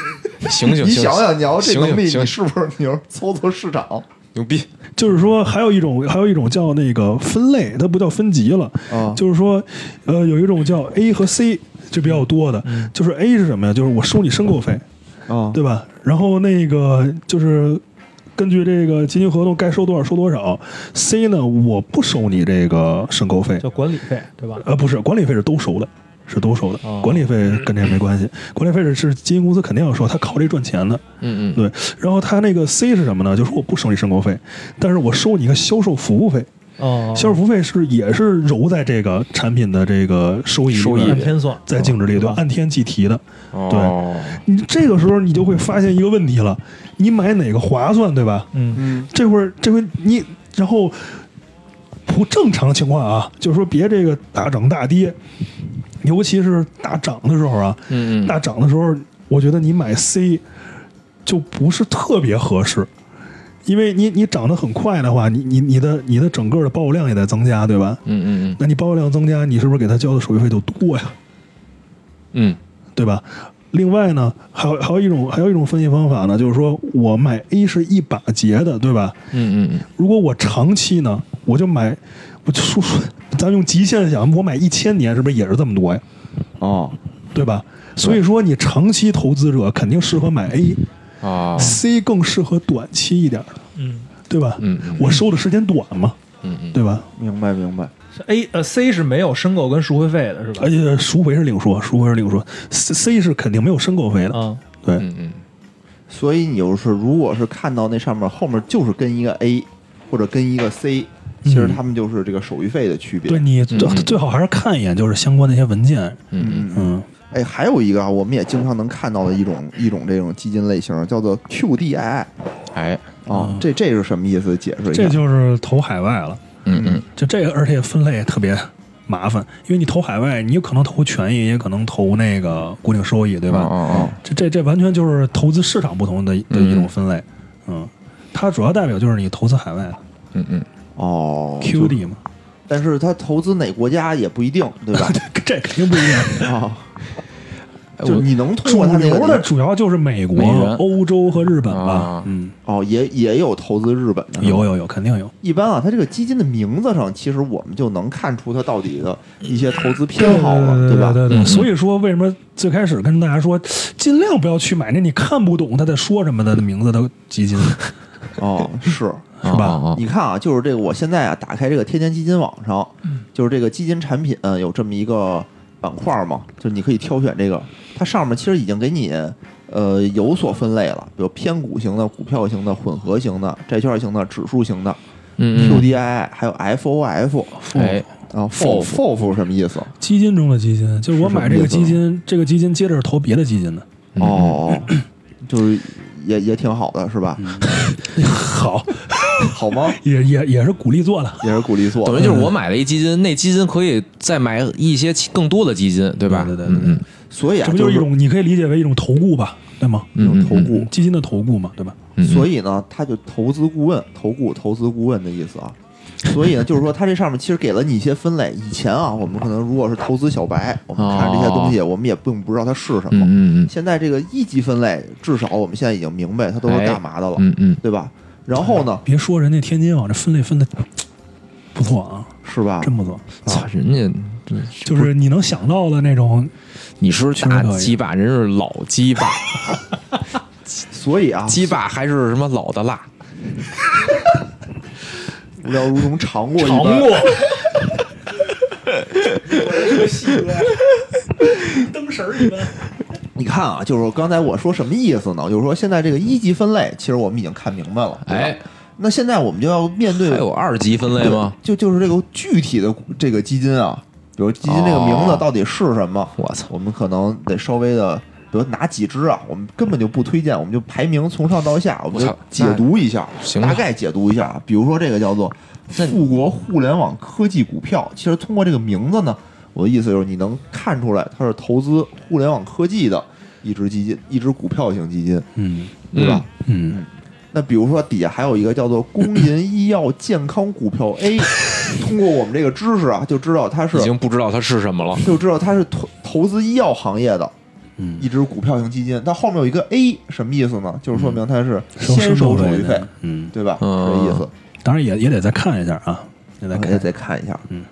行行，
你想想，你要这
行
能力，
行
你是不是你要操作市场？
牛逼，
就是说还有一种还有一种叫那个分类，它不叫分级了，
啊
就是说呃有一种叫 A 和 C 就比较多的，就是 A 是什么呀？就是我收你申购费，
啊
对吧？然后那个就是根据这个基金合同该收多少收多少。C 呢，我不收你这个申购费，
叫管理费对吧？
呃，不是管理费是都收的，是都收的
哦，
管理费跟这没关系，管理费是是基金公司肯定要收，他靠这赚钱的。
嗯嗯
对，然后他那个 C 是什么呢？就是我不收你申购费，但是我收你一个销售服务费。
哦，
销售服务费是也是揉在这个产品的这个收益里
收益
边
按天算，
在净值里，对吧，按天计提的。
哦，
你这个时候你就会发现一个问题了，你买哪个划算，对吧？
嗯，
嗯，
这会儿这回你然后不正常情况啊，就是说别这个大涨大跌，尤其是大涨的时候啊，
嗯嗯，
大涨的时候，我觉得你买 C 就不是特别合适，因为你你涨得很快的话，你你你的你的整个的报量也在增加，对吧？
嗯嗯
那你报量增加，你是不是给他交的手续费就多呀？
嗯
对吧？另外呢，还有还有一种还有一种分析方法呢，就是说我买 A 是一把结的，对吧？
嗯嗯嗯，
如果我长期呢，我就买，我就说说，咱用极限想，我买一千年是不是也是这么多呀？
哦，
对吧？所以说，你长期投资者肯定适合买 A，C
哦，
更适合短期一点的，
嗯，
对吧？
嗯嗯
我收的时间短嘛，
嗯嗯，
对吧？
明白明白。
是 A 呃 C 是没有申购跟赎回费的是吧
哎
而？且赎回是另说，赎回是另说，C C 是肯定没有申购费的，
啊，
对，
嗯嗯
所以你就是如果是看到那上面后面就是跟一个 A 或者跟一个 C，其实他们就是这个手续费的区别。
对你最
嗯
最好还是看一眼就是相关的一些文件，
嗯
嗯，嗯，
嗯，
哎，还有一个啊，我们也经常能看到的一种一种这种基金类型叫做 QDII
嗯，哎，
啊，这这是什么意思？解释一下。
这就是投海外了。
嗯嗯
就这个，而且分类特别麻烦，因为你投海外，你有可能投权益，也可能投那个固定收益，对
对
吧？
哦
这这这完全就是投资市场不同的的
嗯
一种分类，嗯，它主要代表就是你投资海外的
哦，嗯嗯，
哦
QD 嘛，
但是他投资哪国家也不一定，对吧？
这肯定不一样。
啊，
哎
就
我
你能通
主
过他那
流的
个
主要就是美国
美元、
欧洲和日本吧
啊，
嗯，
哦，也也有投资日本的，
有有有，肯定有。
一般啊，它这个基金的名字上，其实我们就能看出它到底的一些投资偏好了，
对
吧？
对
嗯
对，
嗯
所以说为什么最开始跟大家说，尽量不要去买那你看不懂他在说什么的名字的基金，
哦，是。
是
吧
哦
你看啊，就是这个，我现在啊，打开这个天天基金网上，就是这个基金产品呃有这么一个板块嘛，就是你可以挑选这个，它上面其实已经给你呃有所分类了，比如偏股型的、股票型的、混合型的、债券型的、指数型的、
嗯嗯，
QDII，还有 FOF
哎，
啊，FOF FOF 什么意思？
基金中的基金，就是我买这个基
是什
金，这个基金接着是投别的基金的。
嗯
哦，就是也也挺好的，是吧？
嗯
好，哎
好吗？
也也也是鼓励做的，
也是鼓励做的，
等于就是我买了一基金，那基金可以再买一些其更多的基金，对吧？
对对对
嗯嗯
所以啊，
这不就是是一种你可以理解为一种投顾吧，对吗？
一种
嗯
投顾。
基金的投顾嘛，对吧？
嗯，
所
以
以呢，他就投资顾问、投顾、投资顾问的意思啊。所以呢，就是说，他这上面其实给了你一些分类。以前啊，我们可能如果是投资小白，我们看这些东西，我们也并不知道它是什么。
哦嗯嗯
现在这个一级分类，至少我们现在已经明白它都是干嘛的了，
嗯嗯
对吧？然后呢，
别说人家天津网这分类分的不错啊，
是吧？
真不错，
嗯，操，人家这
就是你能想到的那种，
你是大鸡巴，人是老鸡巴，
所以啊，
鸡巴还是什么老的辣，
无聊如同尝过一般。
灯神儿一般。
你看啊，就是刚才我说什么意思呢？就是说现在这个一级分类，其实我们已经看明白了。对吧
哎，
那现在我们就要面对
还有二级分类吗？
就就是这个具体的这个基金啊，比如基金这个名字
哦
到底是什么，
我操，
我们可能得稍微的，比如哪几只啊，我们根本就不推荐，我们就排名从上到下，我们
我
就
操
解读一下，
行吧
大概解读一下啊。比如说这个叫做
那
富国互联网科技股票，其实通过这个名字呢，我的意思就是你能看出来它是投资互联网科技的一只基金，一只股票型基金，
嗯
对吧？
嗯
嗯，
那比如说底下还有一个叫做“ 工银医药健康股票 A”，通过我们这个知识啊，就知道它是
已经不知道它是什么了。
就知道它是投投资医药行业的
嗯
一只股票型基金。它后面有一个 A，什么意思呢？就是说明它是
嗯收
先收手续费
的，嗯，
对吧？
嗯
这意思，
当然也也得再看一下啊，也得
大
看
家再看一下。
嗯，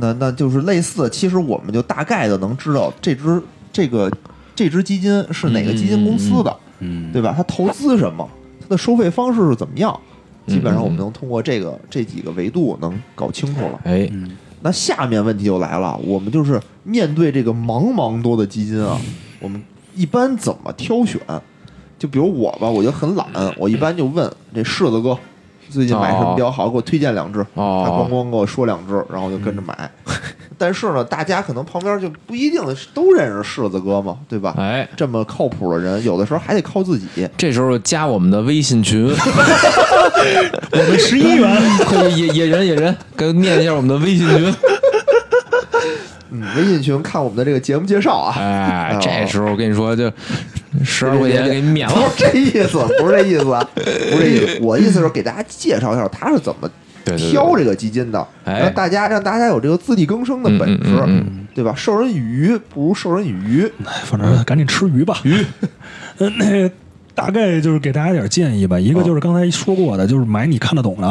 那那就是类似，其实我们就大概的能知道这只这个这只基金是哪个基金公司的。
嗯，
对吧？它投资什么？它的收费方式
嗯
是怎么样？基本上我们能通过这个这几个维度能搞清楚了。
哎，
嗯，
那下面问题就来了，我们就是面对这个茫茫多的基金啊，我们一般怎么挑选？就比如我吧，我就很懒，我一般就问这柿子哥最近买什么比较好，给我推荐两只。
哦嗯
他咣咣给我说两只，然后我就跟着买。 但是呢，大家可能旁边就不一定都认识柿子哥嘛，对吧？
哎，
这么靠谱的人，有的时候还得靠自己。
这时候加我们的微 信群，
我们十一元，
快野野人野人，给念一下我们的微信群。
嗯，微信群看我们的这个节目介绍啊。
哎
哦，
这时候我跟你说，就十二块钱给你 免
不
了
是。这意思，不是这意思， 啊，不是这意思。我意思是给大家介绍一下他是怎么
对对对
挑这个基金的，
哎
让大家让大家有这个自力更生的本事，
嗯嗯嗯嗯
对吧？授人以鱼不如授人以渔，
反
嗯
正赶紧吃鱼吧。 鱼，那大概就是给大家点建议吧。一
哦
个就是刚才说过的，就是买你看得懂 的，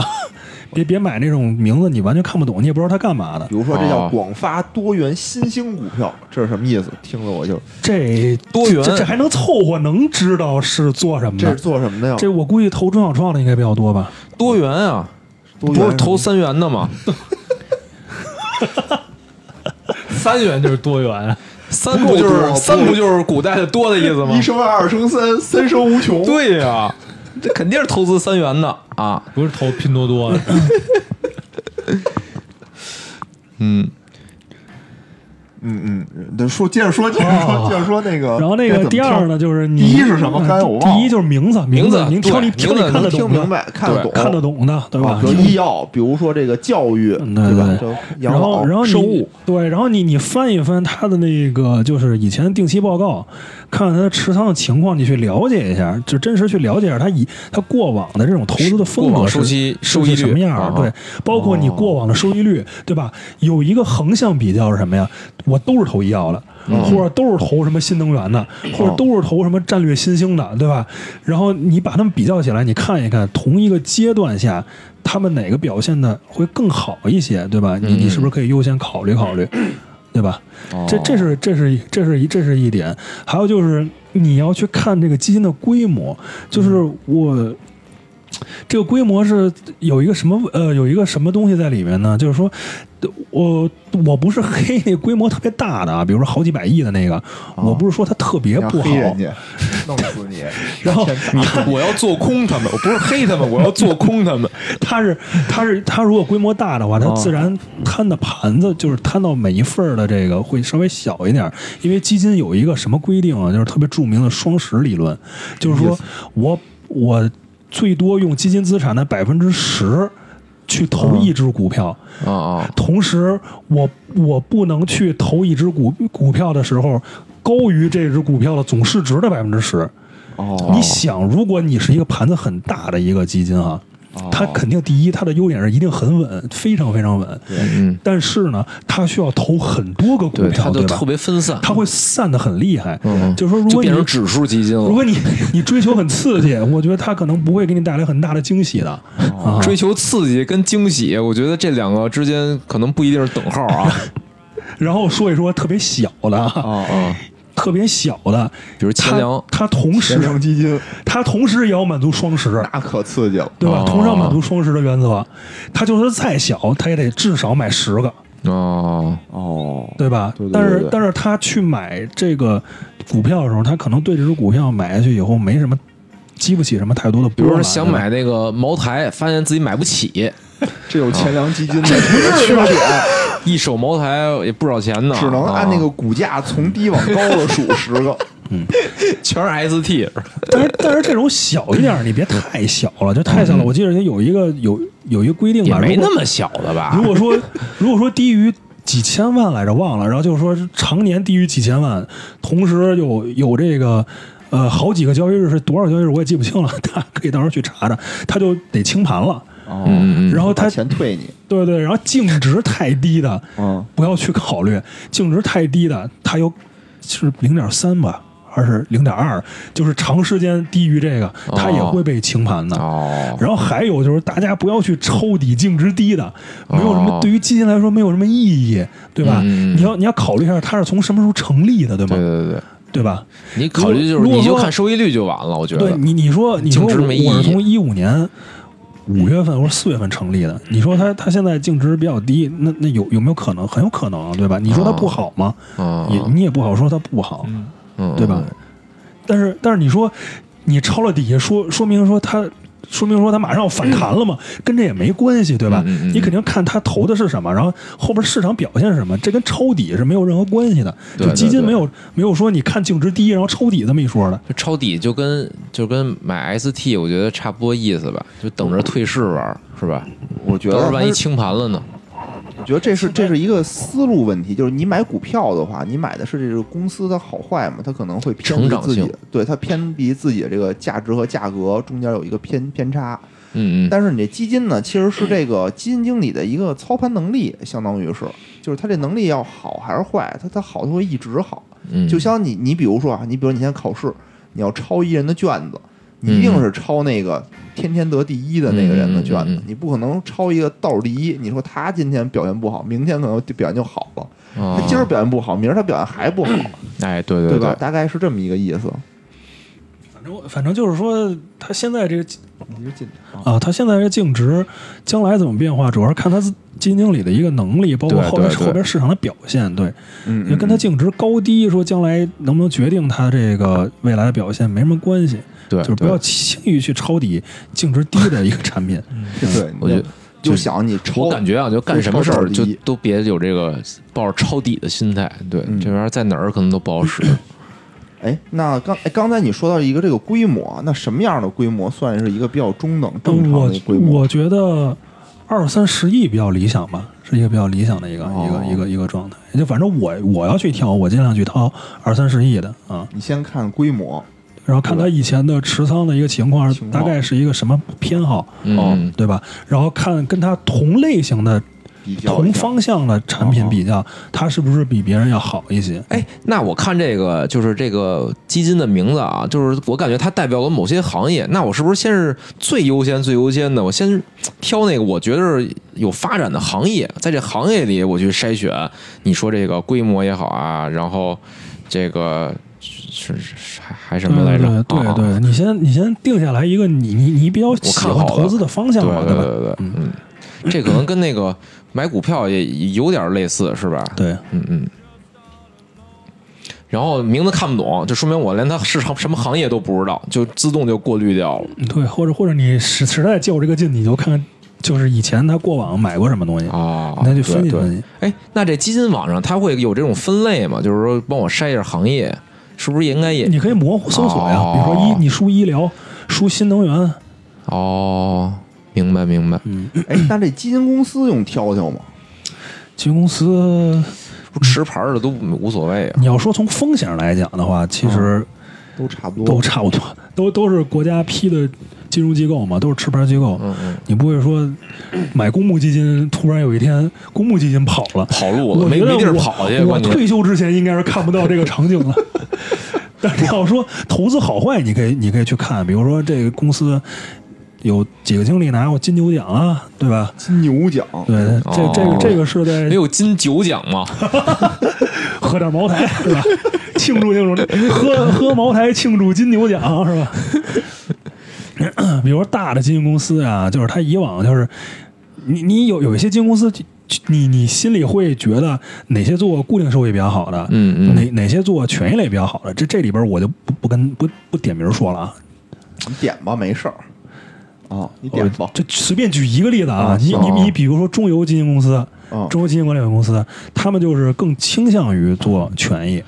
别别买那种名字你完全看不懂，你也不知道它干嘛的
比。如说这叫
哦
广发多元新兴股票，这是什么意思？听着我就
这
多元
这这还能凑合，能知道是做什么
这是
的？
做什么的呀？
这我估计投中小创的应该比较多吧。
多元啊，
多
不
元
是投三元的吗？
三元就是多元，
三不就
不够多
是三不就是古代的多的意思吗
一？生二，二生三，三生无穷。
对呀、这肯定是投资三元的啊。
不是投拼多多的。
嗯，
嗯嗯，那说接着说，接着说，
哦
接着说那个。
然后
呃
那
该怎
个
么
第
挑
二，呢，就是你嗯呃
第一是什么刚才我忘了
第一就是名字，
名字
字，您挑你
对
挑你
名字
看得
能
懂
听
的
明白，看得懂，
看得懂的，对吧
啊？比如医药，比如说这个教育，
嗯对
吧？
对
就
然
养老
后，然后你
生物，
对，然后你你翻一翻他的那个就是以前定期报告，看看他持仓的情况，你去了解一下，就真实去了解一下他以他过往的这种投资的风
过
格
往
是
收息
是
收益率
是什么样
啊
儿，对，包括你过往的收益率，对吧？有一个横向比较是什么呀？我都是投医药的，
嗯
或者都是投什么新能源的，或者都是投什么战略新兴的，对吧？然后你把它们比较起来，你看一看同一个阶段下。他们哪个表现的会更好一些，对吧？你
嗯
你是不是可以优先考虑考虑， 对吧？
哦
这这是这是这是一这是一点，还有就是你要去看这个基金的规模，就是
嗯
我。这个规模是有一个什么呃，有一个什么东西在里面呢？就是说，我我不是黑那个规模特别大的啊，比如说好几百亿的那个，我不是说它特别
哦要
不好
黑，人家，弄死 你，
然后
全打
我要做空他们，我不是黑他们，我要做空他们。
它是它是它如果规模大的话，它自然摊的盘子就是摊到每一份儿的这个会稍微小一点儿，因为基金有一个什么规定啊，就是特别著名的双十理论，就是说我我最多用基金资产的百分之十去投一只股票，
哦
啊啊，
同时我我不能去投一只股股票的时候高于这只股票的总市值的百分之十。
哦，
你想，如果你是一个盘子很大的一个基金啊，
哦
它肯定第一，它的优点是一定很稳，非常非常稳。
嗯，
但是呢，它需要投很多个股
对，它
票，
就
对
特
吧？
别分散，
它会散的很厉害。
嗯
就是说，如
就
果你
变成指数基金
如
了。
果你 你追求很刺激，我觉得它可能不会给你带来很大的惊喜的。啊
追求刺激跟惊喜，我觉得这两个之间可能不一定是等号 啊。
然后说一说特别小的，啊，
啊啊，
特别小的，
比如钱粮
它它同
钱粮
时
基金
它同时也要满足双十，
啊
那可刺激了，
对吧？
哦
同时要满足双十的原则，它就是再小，它也得至少买十个。
哦，
哦，
对吧？
对对
但
对
是
对
但是他去买这个股票的时候，他可能对这只股票买下去以后没什么激不起什么太多的
比
波
如
澜，
说想买那个茅台，发现自己买不起，
这有钱粮基金 的缺点，
一手茅台也不少钱呢，
只
哦
能按那个股价从低往高的数十 个，
啊全是 ST，
但是但是这种小一点儿，你别太小了，就太小了。我记得人家有一个有有一个规定
嗯也
吧，
没
如
那
果
么小的吧？
如果说 如果说低于。几千万来着，忘了。然后就是说，常年低于几千万，同时有有这个，呃，好几个交易日是多少交易日我也记不清了， 大家可以到时候去查查，他就得清盘了。
哦
嗯嗯嗯
然后他
把钱退你，
对对，然后净值太低的，
嗯，
不要去考虑净值太低的，它有是零点三吧，还是零点二，就是长时间低于这个，它也会被清盘的。
哦，
然后还有就是，大家不要去抄底净值低的，没有什么、
哦
对于基金来说没有什么意义，对吧？
嗯嗯嗯
你要你要考虑一下，它是从什么时候成立的，对吗？
对对对，
对吧？
你考虑就是
如果
你就
说
看收益率就完了，我觉
对
得。
你你说你说
净值
我
没意义
我是从一五年，五月份或者四月份成立的，你说它它现在净值比较低，那那有有没有可能？很有可能，啊对吧？你说它不好吗？
啊，
也你也不好说它不好，
嗯，
嗯
对吧？？但是但是你说你抄了底下说说明说它。说明说它马上要反弹了嘛，跟这也没关系，对吧？
嗯嗯嗯
你肯定看它投的是什么，然后后边市场表现是什么，这跟抄底是没有任何关系的。
对
就基
对
金
对
没有没有说你看净值低，然后抄底这么一说的。
就抄底就跟就跟买 ST，我觉得差不多意思吧，就等着退市玩儿是吧？
我觉
到时
得
候万一
它是
清盘了呢？
我觉得这是这是一个思路问题，就是你买股票的话，你买的是这个公司的好坏嘛，它可能会偏
成
离
长
自己
性，
对它偏离自己的这个价值和价格中间有一个偏偏差。
嗯嗯，嗯
但是你这基金呢，其实是这个基金经理的一个操盘能力，相当于是，就是他这能力要好还是坏，他他好，他会一直好。
嗯
就像你，你比如说啊，你比如你现在考试，你要抄一人的卷子，你一定是抄那个天天得第一的那个人的卷
嗯嗯嗯嗯
子
嗯，
你不可能抄一个倒数第一。你说他今天表现不好，明天可能就表现就好了。
啊
他今儿表现不好，明儿他表现还不好，
哎，对
对
对
吧？大概是这么一个意思。
反
嗯
正反正就是说，它现在这个
你就进
啊，它现在这净值将来怎么变化，主要是看它基金经理的一个能力，包括
对
后边
对对
后边市场的表现。对，
嗯，
因为跟它净值高低说将来能不能决定它这个未来的表现没什么关系，
对，
就是不
对
要轻易去抄底净值低的一个产品。
嗯 对，
我觉得
你就就想你抄，
我感觉啊，就干什么事
就
儿
抄
就
底
都别有这个抱着抄底的心态，对，
嗯哦
这玩意儿在哪儿可能都不好使。
哎，那刚哎刚才你说到一个这个规模，那什么样的规模算是一个比较中等正常
我
的规模？
我觉得二三十亿比较理想吧，是一个比较理想的一个、
哦
一个一个一个状态。就反正我我要去挑，我尽量去掏二三十亿的啊，
你先看规模，
然后看他以前的持仓的一个情况，
情
大
况
概是一个什么偏好，
嗯，
对吧？然后看跟他同类型的、
比较哦一
同
下
方向的产品比较，它是不是比别人要好一些？
哎，那我看这个就是这个基金的名字啊，就是我感觉它代表了某些行业。那我是不是先是最优先、最优先的？我先挑那个我觉得有发展的行业，在这行业里我去筛选。你说这个规模也好啊，然后这个是是是还还什么来着？
对嗯对
啊
对对，你先你先定下来一个你你你比较喜
看
欢
好的
投资的方向嘛，
对
吧？
对对，嗯，这可能跟那个买股票也有点类似，是吧？
对，
嗯嗯。然后名字看不懂，就说明我连它市场什么行业都不知道，就自动就过滤掉了。
嗯对，或者或者你实实在较这个劲，你就看看就是以前他过往买过什么东西，
哦
那就分析分
对。
析。
哎，那这基金网上它会有这种分类吗？就是说帮我筛一下行业，是不是也应该也？
你可以模糊搜索呀，
哦
比如说医，你输医疗，输新能源，
哦，明白明白。
嗯，
哎，那这基金公司用挑挑吗？
基金公司，
持牌的都无所谓啊。
你要说从风险上来讲的话，其实
嗯
都差不
都
多。
差不多， 都都是国家批的金融机构嘛，都是持牌机构，
嗯嗯，
你不会说哎买公募基金，突然有一天公募基金跑了，
跑路了，
我
没
觉得
没
我
地儿跑去，
我
关键
退休之前应该是看不到这个 场景了。但是要说投资好坏，你可以你可以去看，比如说这个公司有几个经理拿过金牛奖啊，对吧？
金牛奖，
对，这这
哦
个这个是在
没有金九奖吗？
喝点茅台是吧？ 庆祝庆祝，喝喝茅台庆祝金牛奖是吧？ 比如说大的基金公司啊，就是它以往就是你你有有一些基金公司，你你心里会觉得哪些做固定收益比较好的，
嗯嗯
哪哪些做权益类比较好的，这这里边我就不不跟不不点名说了啊，
你点吧，没事儿。啊，你点吧
我。就随便举一个例子啊，
啊
你
行
你你比如说中油基金公司。
啊，
哦中油基金管理有限公司，他们就是更倾向于做权益，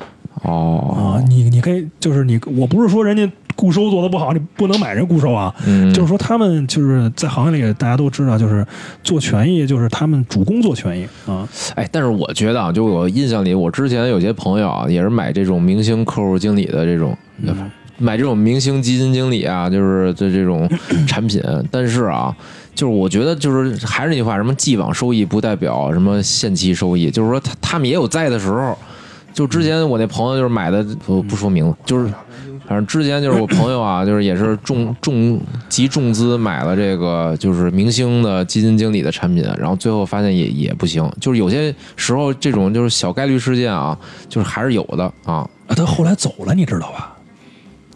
哦，
啊，你你可以就是你，我不是说人家固收做的不好，你不能买人固收啊，
嗯，
就是说他们就是在行业里大家都知道，就是做权益，就是他们主攻做权益啊，
哎，但是我觉得啊，就我印象里，我之前有些朋友啊，也是买这种明星客户经理的这种，呃买这种明星基金经理啊，就是这这种产品。但是啊，就是我觉得就是还是那句话，什么既往收益不代表什么限期收益，就是说他他们也有在的时候。就之前我那朋友就是买的，我不说名字，就是反正之前就是我朋友 啊，就是也是重重集重资买了这个就是明星的基金经理的产品，然后最后发现也也不行，就是有些时候这种就是小概率事件啊，就是还是有的啊。
啊他后来走了，你知道吧？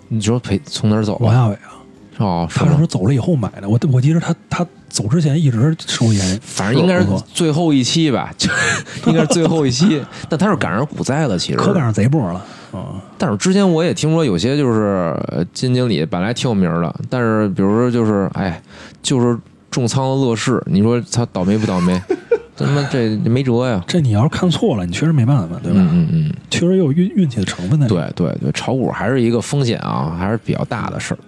你说赔从哪儿走
王
啊？
亚伟啊，
哦，是
他是
吗
不？是走了以后买的？我我记得他他走之前一直收银，
反正应该是
我
最后一期吧， 就是应该是最后一期。但他是赶上股灾了，其实
可赶上贼波了。嗯，
但是之前我也听说有些就是呃基金经理本来挺有名儿的，但是比如说就是哎，就是重仓了乐视，你说他倒霉不倒 霉？他妈这没辙呀！
这你要是看错了，你确实没办法，对吧？
嗯嗯嗯，
确实有运运气的成分在里。，
对对对，炒股还是一个风险啊，还是比较大的事儿。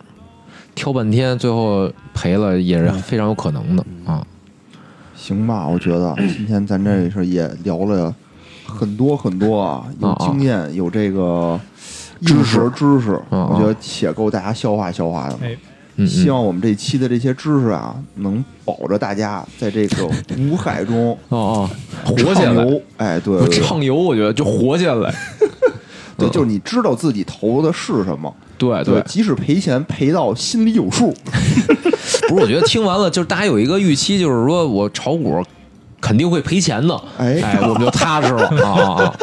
挑半天，最后赔了也是非常有可能的啊。
行吧，我觉得今天咱这是也聊了很多很多啊，有
啊啊
经验，有这个知识知识，
嗯嗯
我觉得且够大家消化消化的。
哎，
嗯
希
嗯，
望我们这期的这些知识啊，能保着大家在这个苦海中
哦哦，活下
畅
来，
游。哎，对
不
对对
畅游，我觉得就活下来。
对，就是你知道自己投的是什么，
对
对，即使赔钱赔到心里有数。
不是，我觉得听完了，就是大家有一个预期，就是说我炒股肯定会赔钱的，
哎
哎，我们就踏 实了啊啊啊，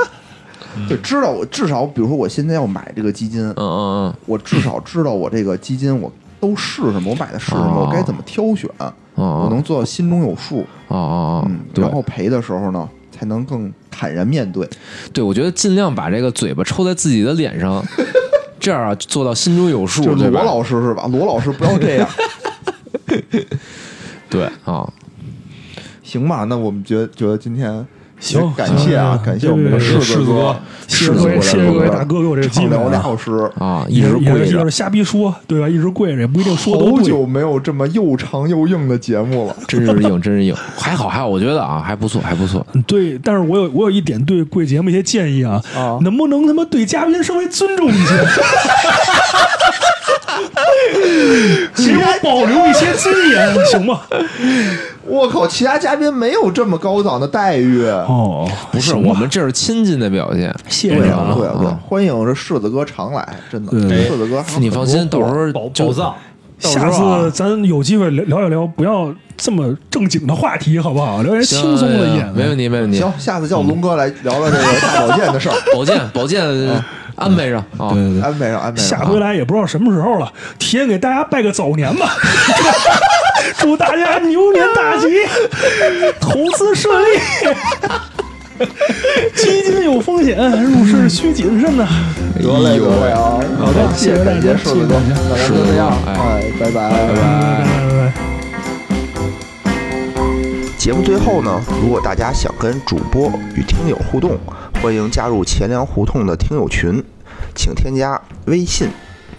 对，知道我至少，比如说我现在要买这个基金，
嗯嗯
我至少知道我这个基金我都是什么，我买的是什么，
哦
我该怎么挑选，
嗯，
我
哦
能做到心中有数。
哦哦，
嗯，
对
然后赔的时候呢，才能更坦然面对。
对，我觉得尽量把这个嘴巴抽在自己的 脸上，这样啊做到心中有数，
就
对
罗
吧？
老师是吧？罗老师不要这样，
对啊，
行吧？那我们觉觉得今天。
行
感谢啊，
行
感谢我们的
对对对
子
柿子
哥
哥，
谢谢各位，谢谢各位大哥给我这个机
畅
会
聊
啊
俩小时，
啊，一
也
直
是也
跪
是也
着
是，瞎逼说，对吧？一直跪着也不一定说都
好
对。
久没有这么又长又硬的节目了。
真是硬，真是硬，还好还好，我觉得啊还不错，还不错。
嗯对，但是我有我有一点对贵节目一些建议啊，
啊
能不能他妈对嘉宾稍微尊重一些，给我保留一些尊严，行吗？
我靠，其他嘉宾没有这么高档的待遇。
哦，
不是，我们这是亲近的表现，
谢谢
对
你
啊，
啊，
对啊，对啊，欢迎这柿子哥常来，真的，
对对
柿子哥还有很多活，
你放心，到时候
宝
就
宝藏，
下次咱有机会聊聊一聊，不要这么正经的话题，好不好？聊点
行
轻松的一
行没
点
问
题。
题，没问题。
行，下次叫龙哥来聊聊这个大保健的事儿，
保健，保健，安排上啊。
对对对，
安排上，安排上啊
下。回来也不知道什么时候了，提前给大家拜个早年吧， 祝大家牛年大吉，投资顺利，基金有风险，入市需谨慎呐、
哎
得嘞，得嘞啊！好
的
谢谢
谢谢大
感
家
谢柿子哥，那咱就这样，哎，拜拜，拜拜。
拜拜。
节目最后呢，如果大家想跟主播与听友互动，欢迎加入钱粮胡同的听友群，请添加微信“